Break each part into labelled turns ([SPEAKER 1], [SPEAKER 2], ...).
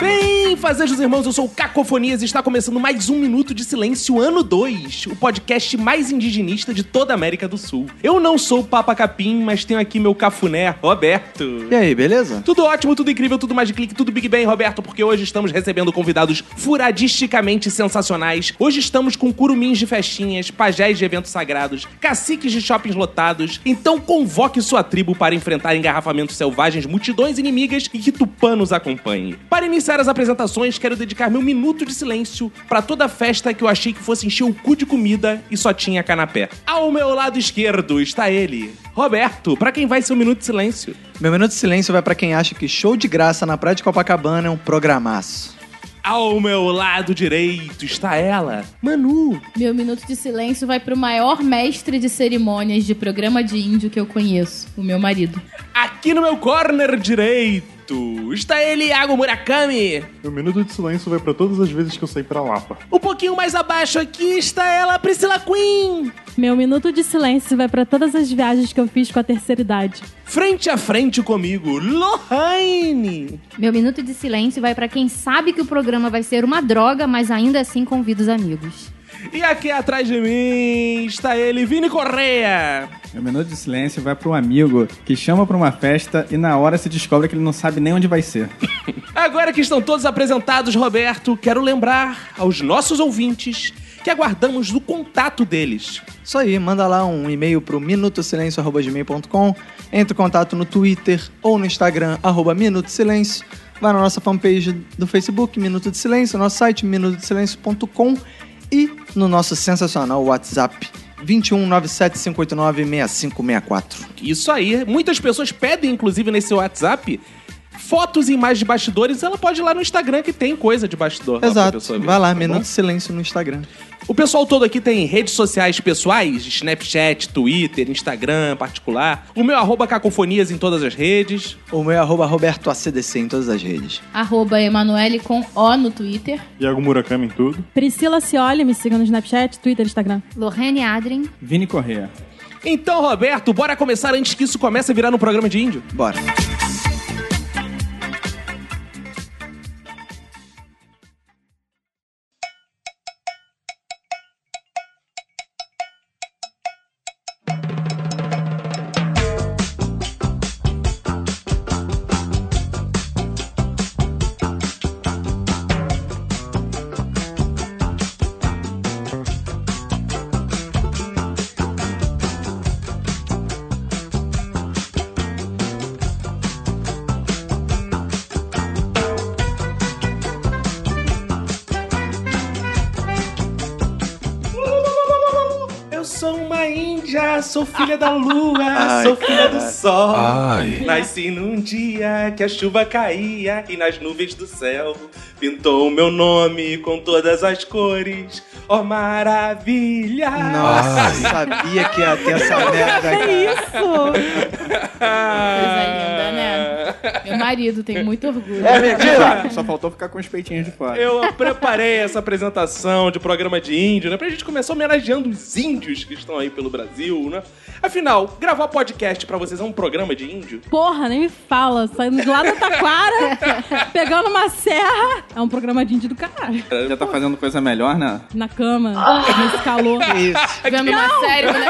[SPEAKER 1] Bem, fazejos irmãos, eu sou o Cacofonias e está começando mais um Minuto de Silêncio, ano 2, o podcast mais indigenista de toda a América do Sul. Eu não sou o Papa Capim, mas tenho aqui meu cafuné, Roberto.
[SPEAKER 2] E aí, beleza?
[SPEAKER 1] Tudo ótimo, tudo incrível, tudo mais de clique, tudo Big Bang, Roberto, porque hoje estamos recebendo convidados furadisticamente sensacionais. Hoje estamos com curumins de festinhas, pajés de eventos sagrados, caciques de shoppings lotados. Então convoque sua tribo para enfrentar engarrafamentos selvagens, multidões inimigas e que Tupã nos acompanhe. Para iniciar as apresentações, quero dedicar meu minuto de silêncio para toda festa que eu achei que fosse encher o cu de comida e só tinha canapé. Ao meu lado esquerdo está ele, Roberto, para quem vai ser o minuto de silêncio.
[SPEAKER 2] Meu minuto de silêncio vai pra quem acha que show de graça na Praia de Copacabana é um programaço.
[SPEAKER 1] Ao meu lado direito está ela, Manu.
[SPEAKER 3] Meu minuto de silêncio vai pro maior mestre de cerimônias de programa de índio que eu conheço, o meu marido.
[SPEAKER 1] Aqui no meu corner direito está ele, Iago Murakami.
[SPEAKER 4] Meu minuto de silêncio vai pra todas as vezes que eu saí pra Lapa.
[SPEAKER 1] Um pouquinho mais abaixo aqui está ela, Priscila Queen.
[SPEAKER 5] Meu minuto de silêncio vai pra todas as viagens que eu fiz com a terceira idade.
[SPEAKER 1] Frente a frente comigo, Lohane.
[SPEAKER 6] Meu minuto de silêncio vai pra quem sabe que o programa vai ser uma droga, mas ainda assim convida os amigos.
[SPEAKER 1] E aqui atrás de mim está ele, Vini Correia.
[SPEAKER 7] Meu minuto de silêncio vai para um amigo que chama para uma festa e na hora se descobre que ele não sabe nem onde vai ser.
[SPEAKER 1] Agora que estão todos apresentados, Roberto, quero lembrar aos nossos ouvintes que aguardamos o contato deles.
[SPEAKER 2] Isso aí, manda lá um e-mail pro minutosilencio.com, entra em contato no Twitter ou no Instagram, arroba Minuto de Silêncio, vai na nossa fanpage do Facebook, Minuto de Silêncio, nosso site, minutosilencio.com e no nosso sensacional WhatsApp, 21 97 589 6564.
[SPEAKER 1] Isso aí. Muitas pessoas pedem, inclusive, nesse WhatsApp, fotos e imagens de bastidores. Ela pode ir lá no Instagram que tem coisa de bastidor. lá pra pessoa
[SPEAKER 2] Exato,
[SPEAKER 1] ver,
[SPEAKER 2] vai lá,
[SPEAKER 1] tá bom?
[SPEAKER 2] Minuto de Silêncio no Instagram.
[SPEAKER 1] O pessoal todo aqui tem redes sociais pessoais, Snapchat, Twitter, Instagram, particular. O meu arroba cacofonias em todas as redes.
[SPEAKER 2] O meu é arroba Roberto ACDC em todas as redes.
[SPEAKER 3] Arroba Emanuele com O no Twitter.
[SPEAKER 4] Iago Murakami em tudo.
[SPEAKER 5] Priscila Cioli, Assim, me siga no Snapchat, Twitter, Instagram.
[SPEAKER 6] Lorraine Adrien,
[SPEAKER 7] Vini Correa.
[SPEAKER 1] Então, Roberto, bora começar antes que isso comece a virar um programa de índio.
[SPEAKER 2] Bora.
[SPEAKER 1] Eu sou uma índia, sou filha da lua, sou filha do sol.
[SPEAKER 8] Ai,
[SPEAKER 1] Nasci num dia que a chuva caía e nas nuvens do céu pintou o meu nome com todas as cores. Oh, maravilha!
[SPEAKER 2] Nossa, sabia que ia ter essa merda. cara.
[SPEAKER 5] É isso!
[SPEAKER 1] Coisa
[SPEAKER 3] linda, né? Meu marido tem muito orgulho.
[SPEAKER 7] É
[SPEAKER 9] É,
[SPEAKER 7] mentira! Só faltou ficar com os peitinhos de fora.
[SPEAKER 1] Eu preparei essa apresentação de programa de índio, né? Pra gente começar homenageando os índios que estão aí pelo Brasil, né? Afinal, gravar podcast pra vocês é um programa de índio?
[SPEAKER 5] Porra, nem me fala. Saindo de lá da taquara, pegando uma serra. É um programa de índio do caralho.
[SPEAKER 7] Já tá fazendo coisa melhor, né?
[SPEAKER 5] Na cama, nesse calor.
[SPEAKER 2] Que Isso.
[SPEAKER 3] Vendo uma série, né?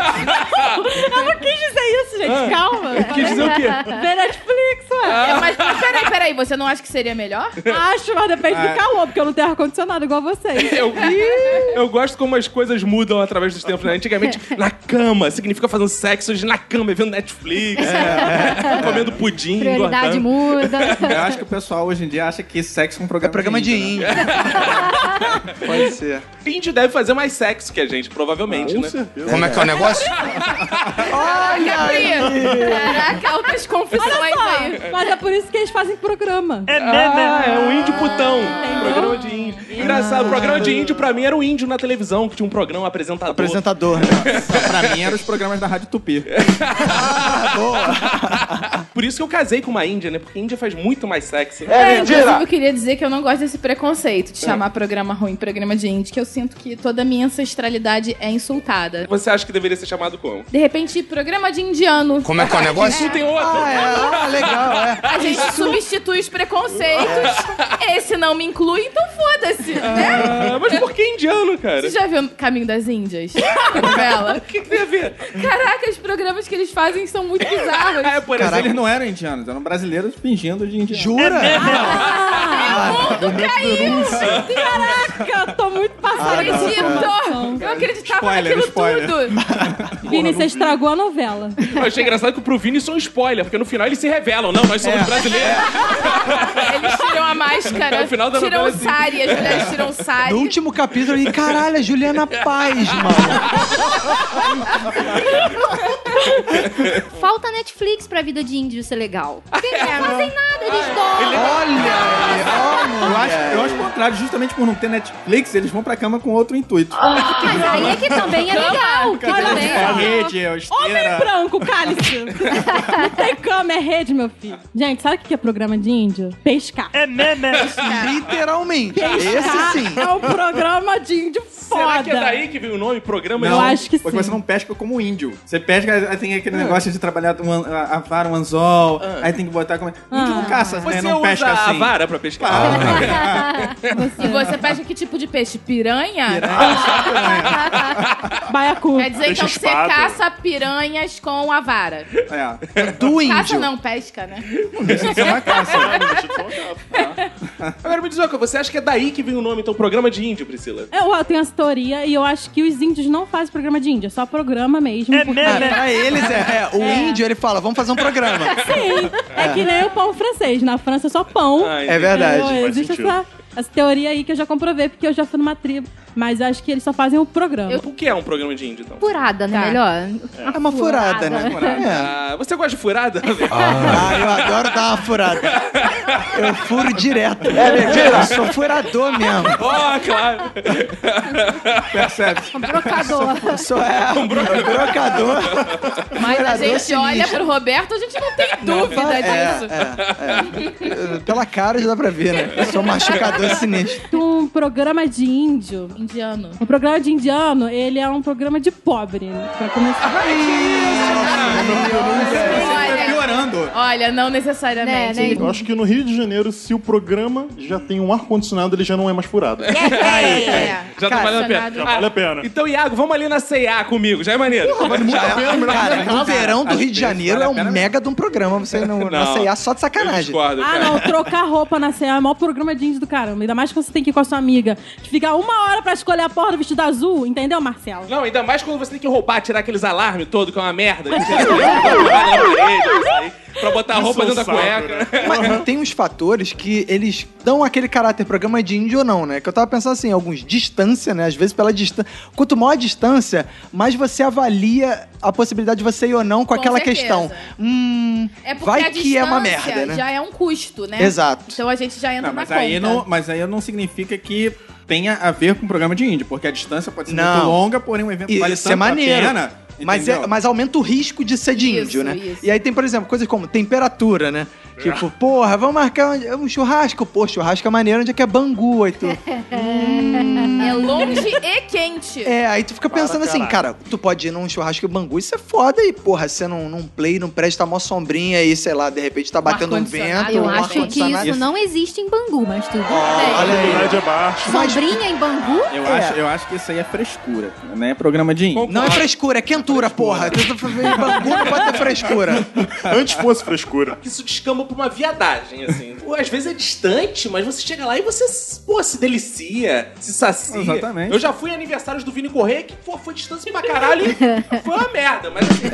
[SPEAKER 5] Eu não quis dizer isso, gente. Calma.
[SPEAKER 1] Quis dizer o quê?
[SPEAKER 5] Vê Netflix, ué.
[SPEAKER 3] É, mas peraí, peraí, você não acha que seria melhor?
[SPEAKER 5] Acho, mas depende do calor, porque eu não tenho ar-condicionado igual vocês.
[SPEAKER 1] Eu, eu gosto como as coisas mudam através dos tempos, né? Antigamente, na cama, significa fazendo sexo, hoje na cama, é vendo Netflix, é, comendo pudim,
[SPEAKER 6] prioridade
[SPEAKER 1] engordando.
[SPEAKER 6] muda.
[SPEAKER 7] Eu acho que o pessoal hoje em dia acha que sexo é um
[SPEAKER 2] É
[SPEAKER 7] programa,
[SPEAKER 2] programa de
[SPEAKER 7] né?
[SPEAKER 2] índio. Pode ser.
[SPEAKER 1] Índio deve fazer mais sexo que a gente, provavelmente,
[SPEAKER 4] Com
[SPEAKER 1] né?
[SPEAKER 4] certeza.
[SPEAKER 8] como é que é o negócio?
[SPEAKER 3] Olha aí! Caraca, altas confissões aí.
[SPEAKER 5] é Mas é por isso que eles fazem programa.
[SPEAKER 1] Ah, é um índio putão.
[SPEAKER 5] Entendeu?
[SPEAKER 1] Programa de engraçado. O programa de índio, pra mim, era o índio na televisão, que tinha um programa apresentador.
[SPEAKER 2] Apresentador, né?
[SPEAKER 7] pra mim eram os programas da Rádio Tupi.
[SPEAKER 2] Ah, boa.
[SPEAKER 1] Por isso que eu casei com uma índia, né? Porque índia faz muito mais sexy.
[SPEAKER 2] É
[SPEAKER 9] inclusive, eu
[SPEAKER 2] mentira!
[SPEAKER 9] queria dizer que eu não gosto desse preconceito de chamar programa ruim, programa de indie, que eu sinto que toda a minha ancestralidade é insultada.
[SPEAKER 1] Você acha que deveria ser chamado como?
[SPEAKER 9] De repente, programa de indiano.
[SPEAKER 10] Como é que é o negócio?
[SPEAKER 1] Isso tem outro.
[SPEAKER 2] Ah, é, ah, legal, é.
[SPEAKER 9] A gente substitui os preconceitos. Esse não me inclui, então foda-se, né?
[SPEAKER 1] Ah, mas por que indiano, cara?
[SPEAKER 9] Você já viu Caminho das Índias? A novela?
[SPEAKER 1] O que, que tem a ver?
[SPEAKER 9] Caraca, os programas que eles fazem são muito bizarros.
[SPEAKER 1] Ah, por
[SPEAKER 7] Mas
[SPEAKER 1] exemplo,
[SPEAKER 7] eles não eram indianos, eram brasileiros fingindo de indianos.
[SPEAKER 2] Jura?
[SPEAKER 5] Caraca, tô muito passada.
[SPEAKER 9] Eu acredito! Eu acreditava
[SPEAKER 7] Spoiler,
[SPEAKER 9] naquilo
[SPEAKER 7] spoiler.
[SPEAKER 9] tudo.
[SPEAKER 5] Vini, você estragou a novela.
[SPEAKER 1] eu achei engraçado que pro Vini isso é um spoiler, porque no final eles se revelam. Não, nós
[SPEAKER 7] É.
[SPEAKER 1] somos brasileiros.
[SPEAKER 9] Eles tiram a máscara,
[SPEAKER 1] No final da
[SPEAKER 9] tiram
[SPEAKER 1] novela,
[SPEAKER 9] o sari, as mulheres tiram
[SPEAKER 6] um
[SPEAKER 9] o sari.
[SPEAKER 2] No último capítulo, e caralho, é Juliana Paz, mano.
[SPEAKER 6] Falta Netflix pra vida de índio ser legal. Porque eles não fazem nada, eles dormem.
[SPEAKER 2] Olha,
[SPEAKER 7] Eu acho, eu acho o contrário, justamente por não ter Netflix, eles vão pra cama com outro intuito.
[SPEAKER 6] Mas aí é que também é legal. Que
[SPEAKER 5] Olha
[SPEAKER 6] também
[SPEAKER 5] só.
[SPEAKER 6] é
[SPEAKER 7] A
[SPEAKER 6] legal.
[SPEAKER 7] rede, a
[SPEAKER 5] Homem
[SPEAKER 7] esteira.
[SPEAKER 5] branco, cálice. Não tem cama, é rede, meu filho. Gente, sabe o que é programa de índio? Pescar. É
[SPEAKER 7] é
[SPEAKER 2] literalmente. Esse
[SPEAKER 5] Pescar
[SPEAKER 2] sim.
[SPEAKER 5] é um programa de índio foda.
[SPEAKER 1] Será que é daí que veio o nome, programa?
[SPEAKER 5] Eu acho que
[SPEAKER 7] Porque
[SPEAKER 5] sim. Ah.
[SPEAKER 7] você não né, pesca como índio. Você pesca, aí tem aquele negócio de trabalhar um, a, a vara, um anzol,
[SPEAKER 2] Ah.
[SPEAKER 7] aí tem que botar como. Índio
[SPEAKER 5] Ah.
[SPEAKER 7] não caça,
[SPEAKER 1] Você
[SPEAKER 7] né? Não
[SPEAKER 1] usa
[SPEAKER 7] pesca
[SPEAKER 1] a
[SPEAKER 7] assim. Ah.
[SPEAKER 1] vara pra pescar?
[SPEAKER 9] E você pesca que tipo de peixe? Piranha?
[SPEAKER 5] Baiacu.
[SPEAKER 9] Quer dizer então que você
[SPEAKER 11] espada.
[SPEAKER 9] caça piranhas com a vara.
[SPEAKER 7] É.
[SPEAKER 2] Do
[SPEAKER 9] Caça
[SPEAKER 2] índio.
[SPEAKER 9] não, pesca, né?
[SPEAKER 1] Agora me diz uma coisa, você acha que é daí que vem o nome, então, programa de índio, Priscila?
[SPEAKER 5] Eu, eu tenho essa teoria e eu acho que os índios não fazem programa de índio, é só programa mesmo. É porque...
[SPEAKER 2] Ah, pra eles é, é, o índio ele fala, vamos fazer um programa.
[SPEAKER 5] Sim, é que nem o pão francês. Na França é só pão.
[SPEAKER 1] Ai,
[SPEAKER 2] É verdade.
[SPEAKER 5] Entendeu? Existe essa, essa teoria aí que eu já comprovei, porque eu já fui numa tribo. Mas eu acho que eles só fazem o programa.
[SPEAKER 1] O que é um programa de índio, então?
[SPEAKER 6] Furada, né?
[SPEAKER 5] Tá.
[SPEAKER 6] Melhor.
[SPEAKER 2] É uma furada, né? É.
[SPEAKER 1] Ah, você gosta de furada?
[SPEAKER 2] Ah, eu adoro dar uma furada. Eu furo direto. É mentira. Eu sou furador mesmo.
[SPEAKER 1] Ó, claro.
[SPEAKER 7] Percebe?
[SPEAKER 2] Eu sou é, um brocador.
[SPEAKER 9] Mas a
[SPEAKER 2] Furador
[SPEAKER 9] gente
[SPEAKER 2] sinistro.
[SPEAKER 9] olha pro Roberto, a gente não tem dúvida disso.
[SPEAKER 2] É, é. Pela cara já dá pra ver, né? Eu sou um machucador sinistro.
[SPEAKER 5] Um programa de índio.
[SPEAKER 9] Indiano.
[SPEAKER 5] Um programa de indiano, ele é um programa de pobre. né? Pra
[SPEAKER 7] Ah,
[SPEAKER 5] começar.
[SPEAKER 7] Tá
[SPEAKER 9] Olha,
[SPEAKER 7] piorando.
[SPEAKER 9] olha, não necessariamente.
[SPEAKER 6] Né, né?
[SPEAKER 11] Eu acho que no Rio de Janeiro, se o programa já tem um ar-condicionado, ele já não é mais furado.
[SPEAKER 9] É.
[SPEAKER 1] Já tá valendo a pena.
[SPEAKER 9] Relacionado-
[SPEAKER 1] Ah,
[SPEAKER 11] Vale a pena.
[SPEAKER 1] Então, Iago, vamos ali na C&A comigo, já é maneiro.
[SPEAKER 2] Cara, no verão do Rio de Janeiro é um mega de um programa. Você não, não.
[SPEAKER 1] Não.
[SPEAKER 2] aceiar só de sacanagem.
[SPEAKER 1] Discordo,
[SPEAKER 5] Ah,
[SPEAKER 1] cara.
[SPEAKER 5] não, trocar roupa na CEA é o maior programa de índio do caramba. Ainda mais que você tem que ir com a sua amiga. Que fica uma hora pra escolher a porra do vestido azul, entendeu, Marcelo?
[SPEAKER 1] Não, ainda mais quando você tem que roubar, tirar aqueles alarmes todo, que é uma merda. Que tira- roubar na parede, isso aí, pra botar a roupa dentro da cueca.
[SPEAKER 2] né? Mas tem uns fatores que eles dão aquele caráter programa de índio ou não, né? Que eu tava pensando assim, alguns distância, né? Às vezes pela distância. Quanto maior a distância, mais você avalia a possibilidade de você ir ou não com,
[SPEAKER 9] Com
[SPEAKER 2] aquela
[SPEAKER 9] certeza.
[SPEAKER 2] questão. Hum,
[SPEAKER 9] É porque a
[SPEAKER 2] vai que é
[SPEAKER 9] distância
[SPEAKER 2] uma merda, né?
[SPEAKER 9] já é um custo, né?
[SPEAKER 2] Exato.
[SPEAKER 9] Então a gente já entra
[SPEAKER 7] Não, mas
[SPEAKER 9] na conta.
[SPEAKER 7] aí não, mas aí não significa que tenha a ver com o programa de índio, porque a distância pode ser
[SPEAKER 2] Não.
[SPEAKER 7] muito longa, porém um evento
[SPEAKER 2] Isso
[SPEAKER 7] vale
[SPEAKER 2] é
[SPEAKER 7] tanto
[SPEAKER 2] maneiro.
[SPEAKER 7] a pena.
[SPEAKER 2] Mas, é-
[SPEAKER 7] entendeu?
[SPEAKER 2] mas aumenta o risco de ser de
[SPEAKER 9] Isso,
[SPEAKER 2] índio, né?
[SPEAKER 9] isso.
[SPEAKER 2] E aí tem, por exemplo, coisas como temperatura, né? Tipo, porra, vamos marcar um, um churrasco. Pô, churrasco é maneiro, onde é que é Bangu, aí tu...
[SPEAKER 9] É longe e quente.
[SPEAKER 2] É, aí tu fica pensando assim, cara, tu pode ir num churrasco em Bangu, isso é foda, e porra, você num, num play, num prédio, tá mó sombrinha, e sei lá, de repente tá batendo um
[SPEAKER 9] ar-condicionado,
[SPEAKER 2] vento,
[SPEAKER 6] Eu
[SPEAKER 2] um
[SPEAKER 6] acho que
[SPEAKER 2] ar-condicionado.
[SPEAKER 6] isso não existe em Bangu, mas tudo
[SPEAKER 2] Olha
[SPEAKER 6] bem.
[SPEAKER 2] aí.
[SPEAKER 11] Idade é baixa.
[SPEAKER 2] Mas
[SPEAKER 6] Sombrinha em Bangu?
[SPEAKER 7] Eu,
[SPEAKER 2] É.
[SPEAKER 7] acho, eu acho que isso aí é frescura, não é programa de índio.
[SPEAKER 2] Não é frescura, é quentura, porra. Em Bangu não pode ter frescura.
[SPEAKER 11] Antes fosse frescura.
[SPEAKER 1] que isso descamba pra uma viadagem, assim. Pô, Às vezes é distante, mas você chega lá e você, pô, se delicia, se sacia.
[SPEAKER 7] Exatamente.
[SPEAKER 1] Eu já fui em aniversários do Vini Correia, que pô, foi distância pra caralho e foi uma merda, mas assim,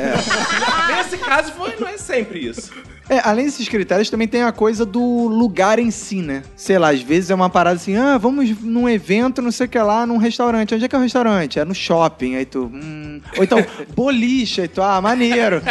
[SPEAKER 1] nesse caso foi, não é sempre isso.
[SPEAKER 2] É, além desses critérios, também tem a coisa do lugar em si, né? Sei lá, às vezes é uma parada assim, ah, vamos num evento, não sei o que lá, num restaurante. Onde é que é o restaurante? É no shopping, aí tu. Hum. Ou então, boliche, aí tu, ah, maneiro.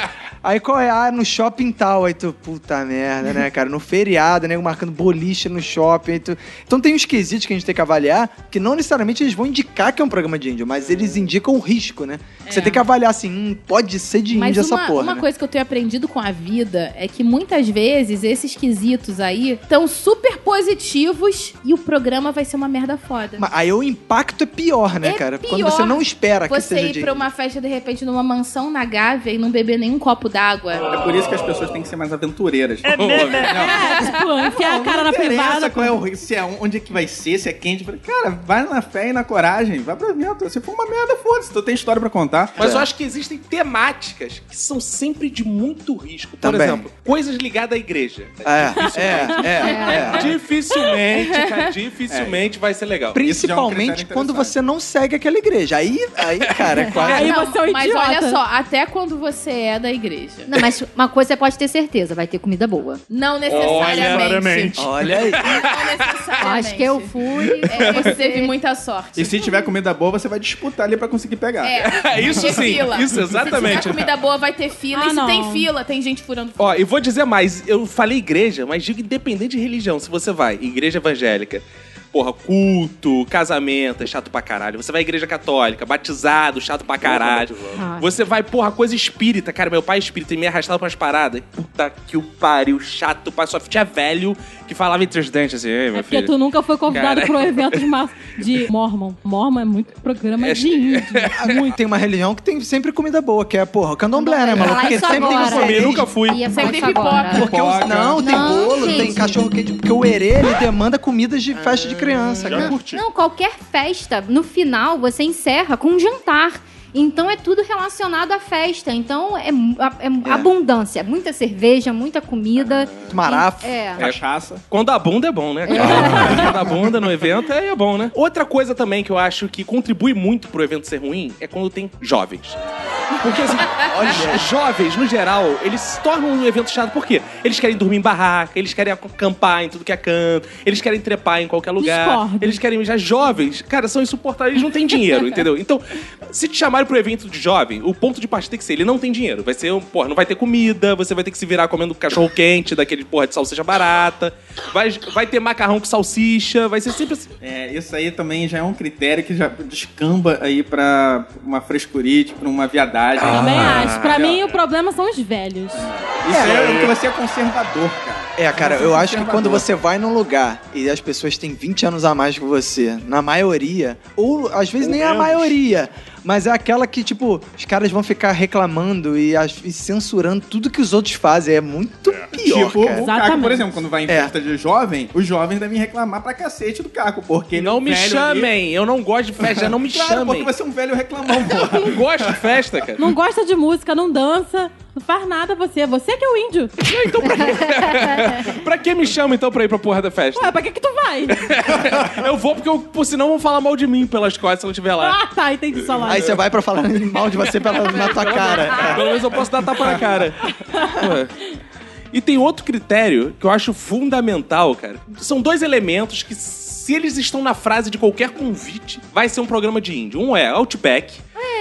[SPEAKER 2] Aí qual é? Ah, no shopping tal. Aí tu, puta merda, né, cara? No feriado, nego marcando boliche no shopping. aí tu- Então tem uns quesitos que a gente tem que avaliar, que não necessariamente eles vão indicar que é um programa de índio, mas eles indicam o risco, né? Que Você tem que avaliar assim, hum, pode ser de
[SPEAKER 3] É. Mas
[SPEAKER 2] índio
[SPEAKER 3] uma,
[SPEAKER 2] essa porra.
[SPEAKER 3] uma
[SPEAKER 2] né?
[SPEAKER 3] coisa que eu tenho aprendido com a vida é que muitas vezes esses quesitos aí estão super positivos e o programa vai ser uma merda foda.
[SPEAKER 2] Mas aí o impacto é pior, né,
[SPEAKER 3] É
[SPEAKER 2] cara?
[SPEAKER 3] pior
[SPEAKER 2] Quando você não espera que
[SPEAKER 3] Você
[SPEAKER 2] seja de
[SPEAKER 3] ir pra um uma festa, de repente, numa mansão na Gávea e não beber nenhum copo d'água.
[SPEAKER 7] É por isso que as pessoas têm que ser mais aventureiras. É
[SPEAKER 5] É, tipo, enfiar a cara na privada.
[SPEAKER 7] qual é o risco, se é on- onde é que vai ser, se é quente. Eu falei, Cara, vai na fé e na coragem, vai pra dentro. Se for uma merda, foda-se, tu tem história pra contar. É.
[SPEAKER 1] Mas eu acho que existem temáticas que são sempre de muito risco. Por
[SPEAKER 2] Também.
[SPEAKER 1] exemplo, coisas ligadas à igreja.
[SPEAKER 2] É, é, é, é.
[SPEAKER 1] Dificilmente,
[SPEAKER 5] É.
[SPEAKER 1] cara, dificilmente vai ser legal.
[SPEAKER 2] Principalmente
[SPEAKER 7] critério
[SPEAKER 2] quando
[SPEAKER 7] interessante.
[SPEAKER 2] você não segue aquela igreja. Aí, aí cara, é quase.
[SPEAKER 5] Aí
[SPEAKER 3] Não,
[SPEAKER 5] você é um
[SPEAKER 3] mas
[SPEAKER 5] idiota.
[SPEAKER 3] olha só, até quando você é da igreja.
[SPEAKER 6] Não, mas uma coisa você pode ter certeza, vai ter comida boa.
[SPEAKER 3] Não necessariamente.
[SPEAKER 2] Olha aí.
[SPEAKER 3] Não
[SPEAKER 6] Eu
[SPEAKER 3] necessariamente.
[SPEAKER 6] acho que eu fui.
[SPEAKER 3] É, você teve muita sorte.
[SPEAKER 7] E se tiver comida boa, você vai disputar ali pra conseguir pegar.
[SPEAKER 3] É,
[SPEAKER 1] Isso
[SPEAKER 3] tem
[SPEAKER 1] sim,
[SPEAKER 3] fila.
[SPEAKER 1] isso, exatamente.
[SPEAKER 3] Se tiver comida boa, vai ter fila.
[SPEAKER 5] Ah,
[SPEAKER 3] e se
[SPEAKER 5] não.
[SPEAKER 3] tem fila, tem gente furando fila.
[SPEAKER 1] Ó, e vou dizer mais, eu falei igreja, mas digo independente de religião, se você vai, igreja evangélica, porra, culto, casamento, é chato pra caralho. Você vai à igreja católica, batizado, chato pra caralho.
[SPEAKER 6] Ah.
[SPEAKER 1] Você vai, porra, coisa espírita, cara, meu pai é espírita e me arrastava umas paradas. Puta que o pariu, chato, pai, só tinha velho que falava entre os dentes assim, ei, meu
[SPEAKER 5] É porque
[SPEAKER 1] filho.
[SPEAKER 5] tu nunca foi convidado
[SPEAKER 1] Cara.
[SPEAKER 5] para um evento de, ma- de Mormon. Mormon é muito programa de índio.
[SPEAKER 2] Muito. Tem uma religião que tem sempre comida boa, que é, porra, o candomblé, né, maluco?
[SPEAKER 3] é
[SPEAKER 6] Falar
[SPEAKER 2] Porque
[SPEAKER 6] isso
[SPEAKER 2] sempre
[SPEAKER 6] agora.
[SPEAKER 2] tem
[SPEAKER 1] Eu
[SPEAKER 2] um sertanejo.
[SPEAKER 1] nunca fui.
[SPEAKER 6] Ia
[SPEAKER 3] Sempre
[SPEAKER 6] falar isso
[SPEAKER 3] pipoca.
[SPEAKER 6] agora.
[SPEAKER 2] Porque os,
[SPEAKER 7] Pipoca.
[SPEAKER 2] não, tem
[SPEAKER 6] Não,
[SPEAKER 2] bolo, tem
[SPEAKER 6] gente.
[SPEAKER 2] cachorro quente. Porque o erê, ele demanda comidas de festa de criança,
[SPEAKER 4] Já
[SPEAKER 2] cara.
[SPEAKER 4] curti.
[SPEAKER 6] Não, qualquer festa, no final, você encerra com um jantar. Então é tudo relacionado à festa. Então é, mu- a- é mu-
[SPEAKER 2] É.
[SPEAKER 6] abundância. Muita cerveja, muita comida.
[SPEAKER 2] Marafo.
[SPEAKER 6] É.
[SPEAKER 7] Cachaça.
[SPEAKER 1] Quando a bunda é bom, né? cara? Quando a bunda no evento é, é bom, né? Outra coisa também que eu acho que contribui muito pro evento ser ruim é quando tem jovens. Porque assim, os jovens, no geral, eles se tornam um evento chato. Por quê? Eles querem dormir em barraca, eles querem acampar em tudo que é canto, eles querem trepar em qualquer lugar.
[SPEAKER 5] Discordo.
[SPEAKER 1] Eles querem já jovens. Cara, são insuportáveis, eles não têm dinheiro, entendeu? Então, se te chamarem pro evento de jovem, o ponto de partida tem que ser, ele não tem dinheiro. Vai ser, um, porra, não vai ter comida, você vai ter que se virar comendo cachorro quente, daquele porra de salsicha barata. Vai, vai ter macarrão com salsicha, vai ser sempre assim.
[SPEAKER 7] É, isso aí também já é um critério que já descamba aí pra uma frescurite, pra uma viadagem.
[SPEAKER 5] Também
[SPEAKER 1] Ah,
[SPEAKER 7] Ah.
[SPEAKER 5] acho. Pra mim, o problema são os velhos.
[SPEAKER 7] Isso é, que você é conservador, cara.
[SPEAKER 2] É, cara, eu acho que quando
[SPEAKER 7] Conservador.
[SPEAKER 2] você vai num lugar e as pessoas têm 20 anos a mais que você, na maioria, ou às vezes nem a maioria, mas é aquela que, tipo, os caras vão ficar reclamando e, as- e censurando tudo que os outros fazem. É muito pior,
[SPEAKER 7] tipo,
[SPEAKER 2] cara.
[SPEAKER 7] o Caco, por
[SPEAKER 5] Exatamente.
[SPEAKER 7] exemplo, quando vai em
[SPEAKER 2] É.
[SPEAKER 7] festa de jovem, os jovens devem reclamar pra cacete do Caco, porque... ele é
[SPEAKER 1] não
[SPEAKER 7] um
[SPEAKER 1] me
[SPEAKER 7] velho ali-
[SPEAKER 1] chamem, eu não gosto de festa, não me
[SPEAKER 7] Claro,
[SPEAKER 1] chamem.
[SPEAKER 7] porque você é um velho reclamão, porra.
[SPEAKER 1] Eu não gosto de festa, cara.
[SPEAKER 5] Não gosta de música, não dança, não faz nada você. Você que é o índio.
[SPEAKER 1] Então, pra que... pra que me chama então pra ir pra porra da festa?
[SPEAKER 5] Ué, pra que que tu vai?
[SPEAKER 1] Eu vou porque, eu, por senão, vão falar mal de mim pelas costas se eu não estiver lá.
[SPEAKER 5] Ah, tá, entendi sua
[SPEAKER 2] Aí
[SPEAKER 5] lógica.
[SPEAKER 2] você vai pra falar mal de você pela, na tua cara.
[SPEAKER 1] Pelo menos eu posso dar tapa na cara. Ué. E tem outro critério que eu acho fundamental, cara. São dois elementos que, se eles estão na frase de qualquer convite, vai ser um programa de índio. Um é Outback.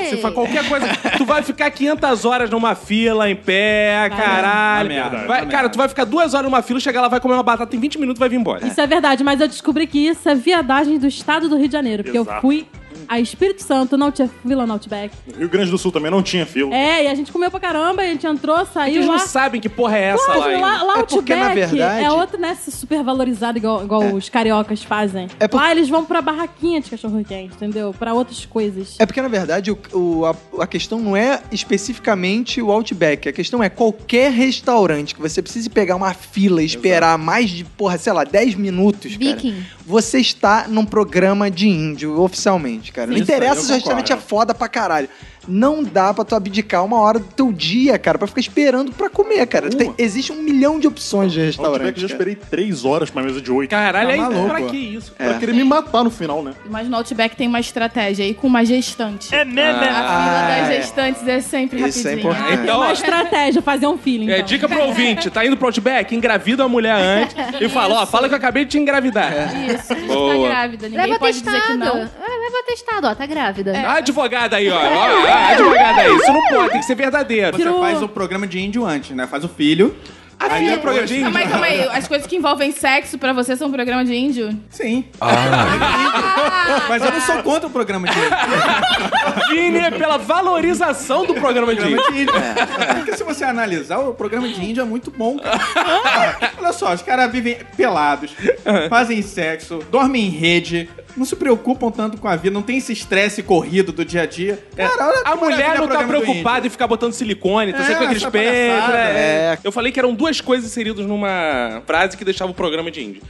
[SPEAKER 1] Você faz qualquer coisa. Tu vai ficar 500 horas numa fila, em pé, caralho.
[SPEAKER 7] Vai Tá merda,
[SPEAKER 1] Vai-
[SPEAKER 7] vai
[SPEAKER 1] cara,
[SPEAKER 7] merda.
[SPEAKER 1] tu vai ficar duas horas numa fila, chegar lá, vai comer uma batata em 20 minutos e vai vir embora.
[SPEAKER 5] Isso é verdade, mas eu descobri que isso é viadagem do estado do Rio de Janeiro. Porque eu
[SPEAKER 4] Exato.
[SPEAKER 5] fui a Espírito Santo, não tinha fila no Outback.
[SPEAKER 4] No Rio Grande do Sul também não tinha fila.
[SPEAKER 5] É, e a gente comeu pra caramba, e a gente entrou,
[SPEAKER 1] Eles
[SPEAKER 5] saiu
[SPEAKER 1] não
[SPEAKER 5] lá.
[SPEAKER 1] sabem que porra é essa
[SPEAKER 5] Claro,
[SPEAKER 1] lá. ainda.
[SPEAKER 5] lá, lá
[SPEAKER 2] É
[SPEAKER 5] o
[SPEAKER 2] porque, na
[SPEAKER 5] Outback
[SPEAKER 2] verdade-
[SPEAKER 5] é outro, né, super valorizado, igual, igual os cariocas fazem.
[SPEAKER 2] É por-
[SPEAKER 5] Lá eles vão pra barraquinha de cachorro-quente, entendeu? Pra outras coisas.
[SPEAKER 2] É porque, na verdade, o, o- a, a questão não é especificamente o Outback. A questão é qualquer restaurante que você precise pegar uma fila e esperar mais de, porra, sei lá, 10 minutos, cara.
[SPEAKER 6] Viking.
[SPEAKER 2] Você está num programa de índio, oficialmente, cara. Não
[SPEAKER 7] Isso,
[SPEAKER 2] interessa
[SPEAKER 7] eu
[SPEAKER 2] se o restaurante é
[SPEAKER 7] concordo.
[SPEAKER 2] foda pra caralho. Não dá pra tu abdicar uma hora do teu dia, cara, pra ficar esperando pra comer, cara. Tem- existe um milhão de opções de
[SPEAKER 4] Outback
[SPEAKER 2] restaurante.
[SPEAKER 4] já
[SPEAKER 2] cara.
[SPEAKER 4] esperei três horas pra mesa de oito.
[SPEAKER 1] Caralho,
[SPEAKER 7] Tá
[SPEAKER 1] aí,
[SPEAKER 7] maluco,
[SPEAKER 1] pra
[SPEAKER 7] ó.
[SPEAKER 1] que isso?
[SPEAKER 2] É.
[SPEAKER 1] cara?
[SPEAKER 4] Pra querer me matar no final, né?
[SPEAKER 3] Mas no Outback tem uma estratégia aí com uma gestante. É mesmo? A
[SPEAKER 2] Ah,
[SPEAKER 3] fila das
[SPEAKER 2] é.
[SPEAKER 3] gestantes é sempre
[SPEAKER 2] Isso é
[SPEAKER 3] rapidinho.
[SPEAKER 2] importante.
[SPEAKER 1] Então, ó,
[SPEAKER 5] Uma estratégia, fazer um feeling.
[SPEAKER 1] É, dica pro ouvinte, tá indo pro Outback, engravida a mulher antes e fala, ó, fala que eu acabei de te engravidar.
[SPEAKER 9] É. Ah,
[SPEAKER 3] Isso, a gente
[SPEAKER 1] Boa.
[SPEAKER 3] tá grávida, ninguém
[SPEAKER 6] Leva
[SPEAKER 3] pode
[SPEAKER 6] testado.
[SPEAKER 3] dizer que
[SPEAKER 6] É,
[SPEAKER 3] não. É.
[SPEAKER 6] Leva testado, ó, tá grávida.
[SPEAKER 5] É.
[SPEAKER 1] A advogada aí, ó. ó, a advogada aí. Isso não pode, tem que ser verdadeiro.
[SPEAKER 7] Você faz o programa de índio antes, né? Faz o filho.
[SPEAKER 1] A filha é programa de
[SPEAKER 9] Calma aí,
[SPEAKER 1] índio.
[SPEAKER 9] calma aí. As coisas que envolvem sexo pra você são um programa de índio?
[SPEAKER 7] Sim.
[SPEAKER 12] Ah,
[SPEAKER 7] Mas eu não sou contra o programa de índio.
[SPEAKER 1] Vini é pela valorização do programa de índio.
[SPEAKER 7] programa de índio.
[SPEAKER 1] É.
[SPEAKER 7] Porque se você analisar, o programa de índio é muito bom, cara. Olha só, os caras vivem pelados, fazem sexo, dormem em rede, não se preocupam tanto com a vida, não tem esse estresse corrido do dia a dia. Cara, olha que
[SPEAKER 1] A mulher
[SPEAKER 7] maravilha
[SPEAKER 1] não tá
[SPEAKER 7] programa do
[SPEAKER 1] preocupada em ficar botando silicone, tá
[SPEAKER 7] É,
[SPEAKER 1] sempre com aqueles
[SPEAKER 7] essa
[SPEAKER 1] peitos.
[SPEAKER 7] palhaçada,
[SPEAKER 1] né?
[SPEAKER 2] é.
[SPEAKER 1] Eu falei que eram duas coisas inseridas numa frase que deixava o programa de índio.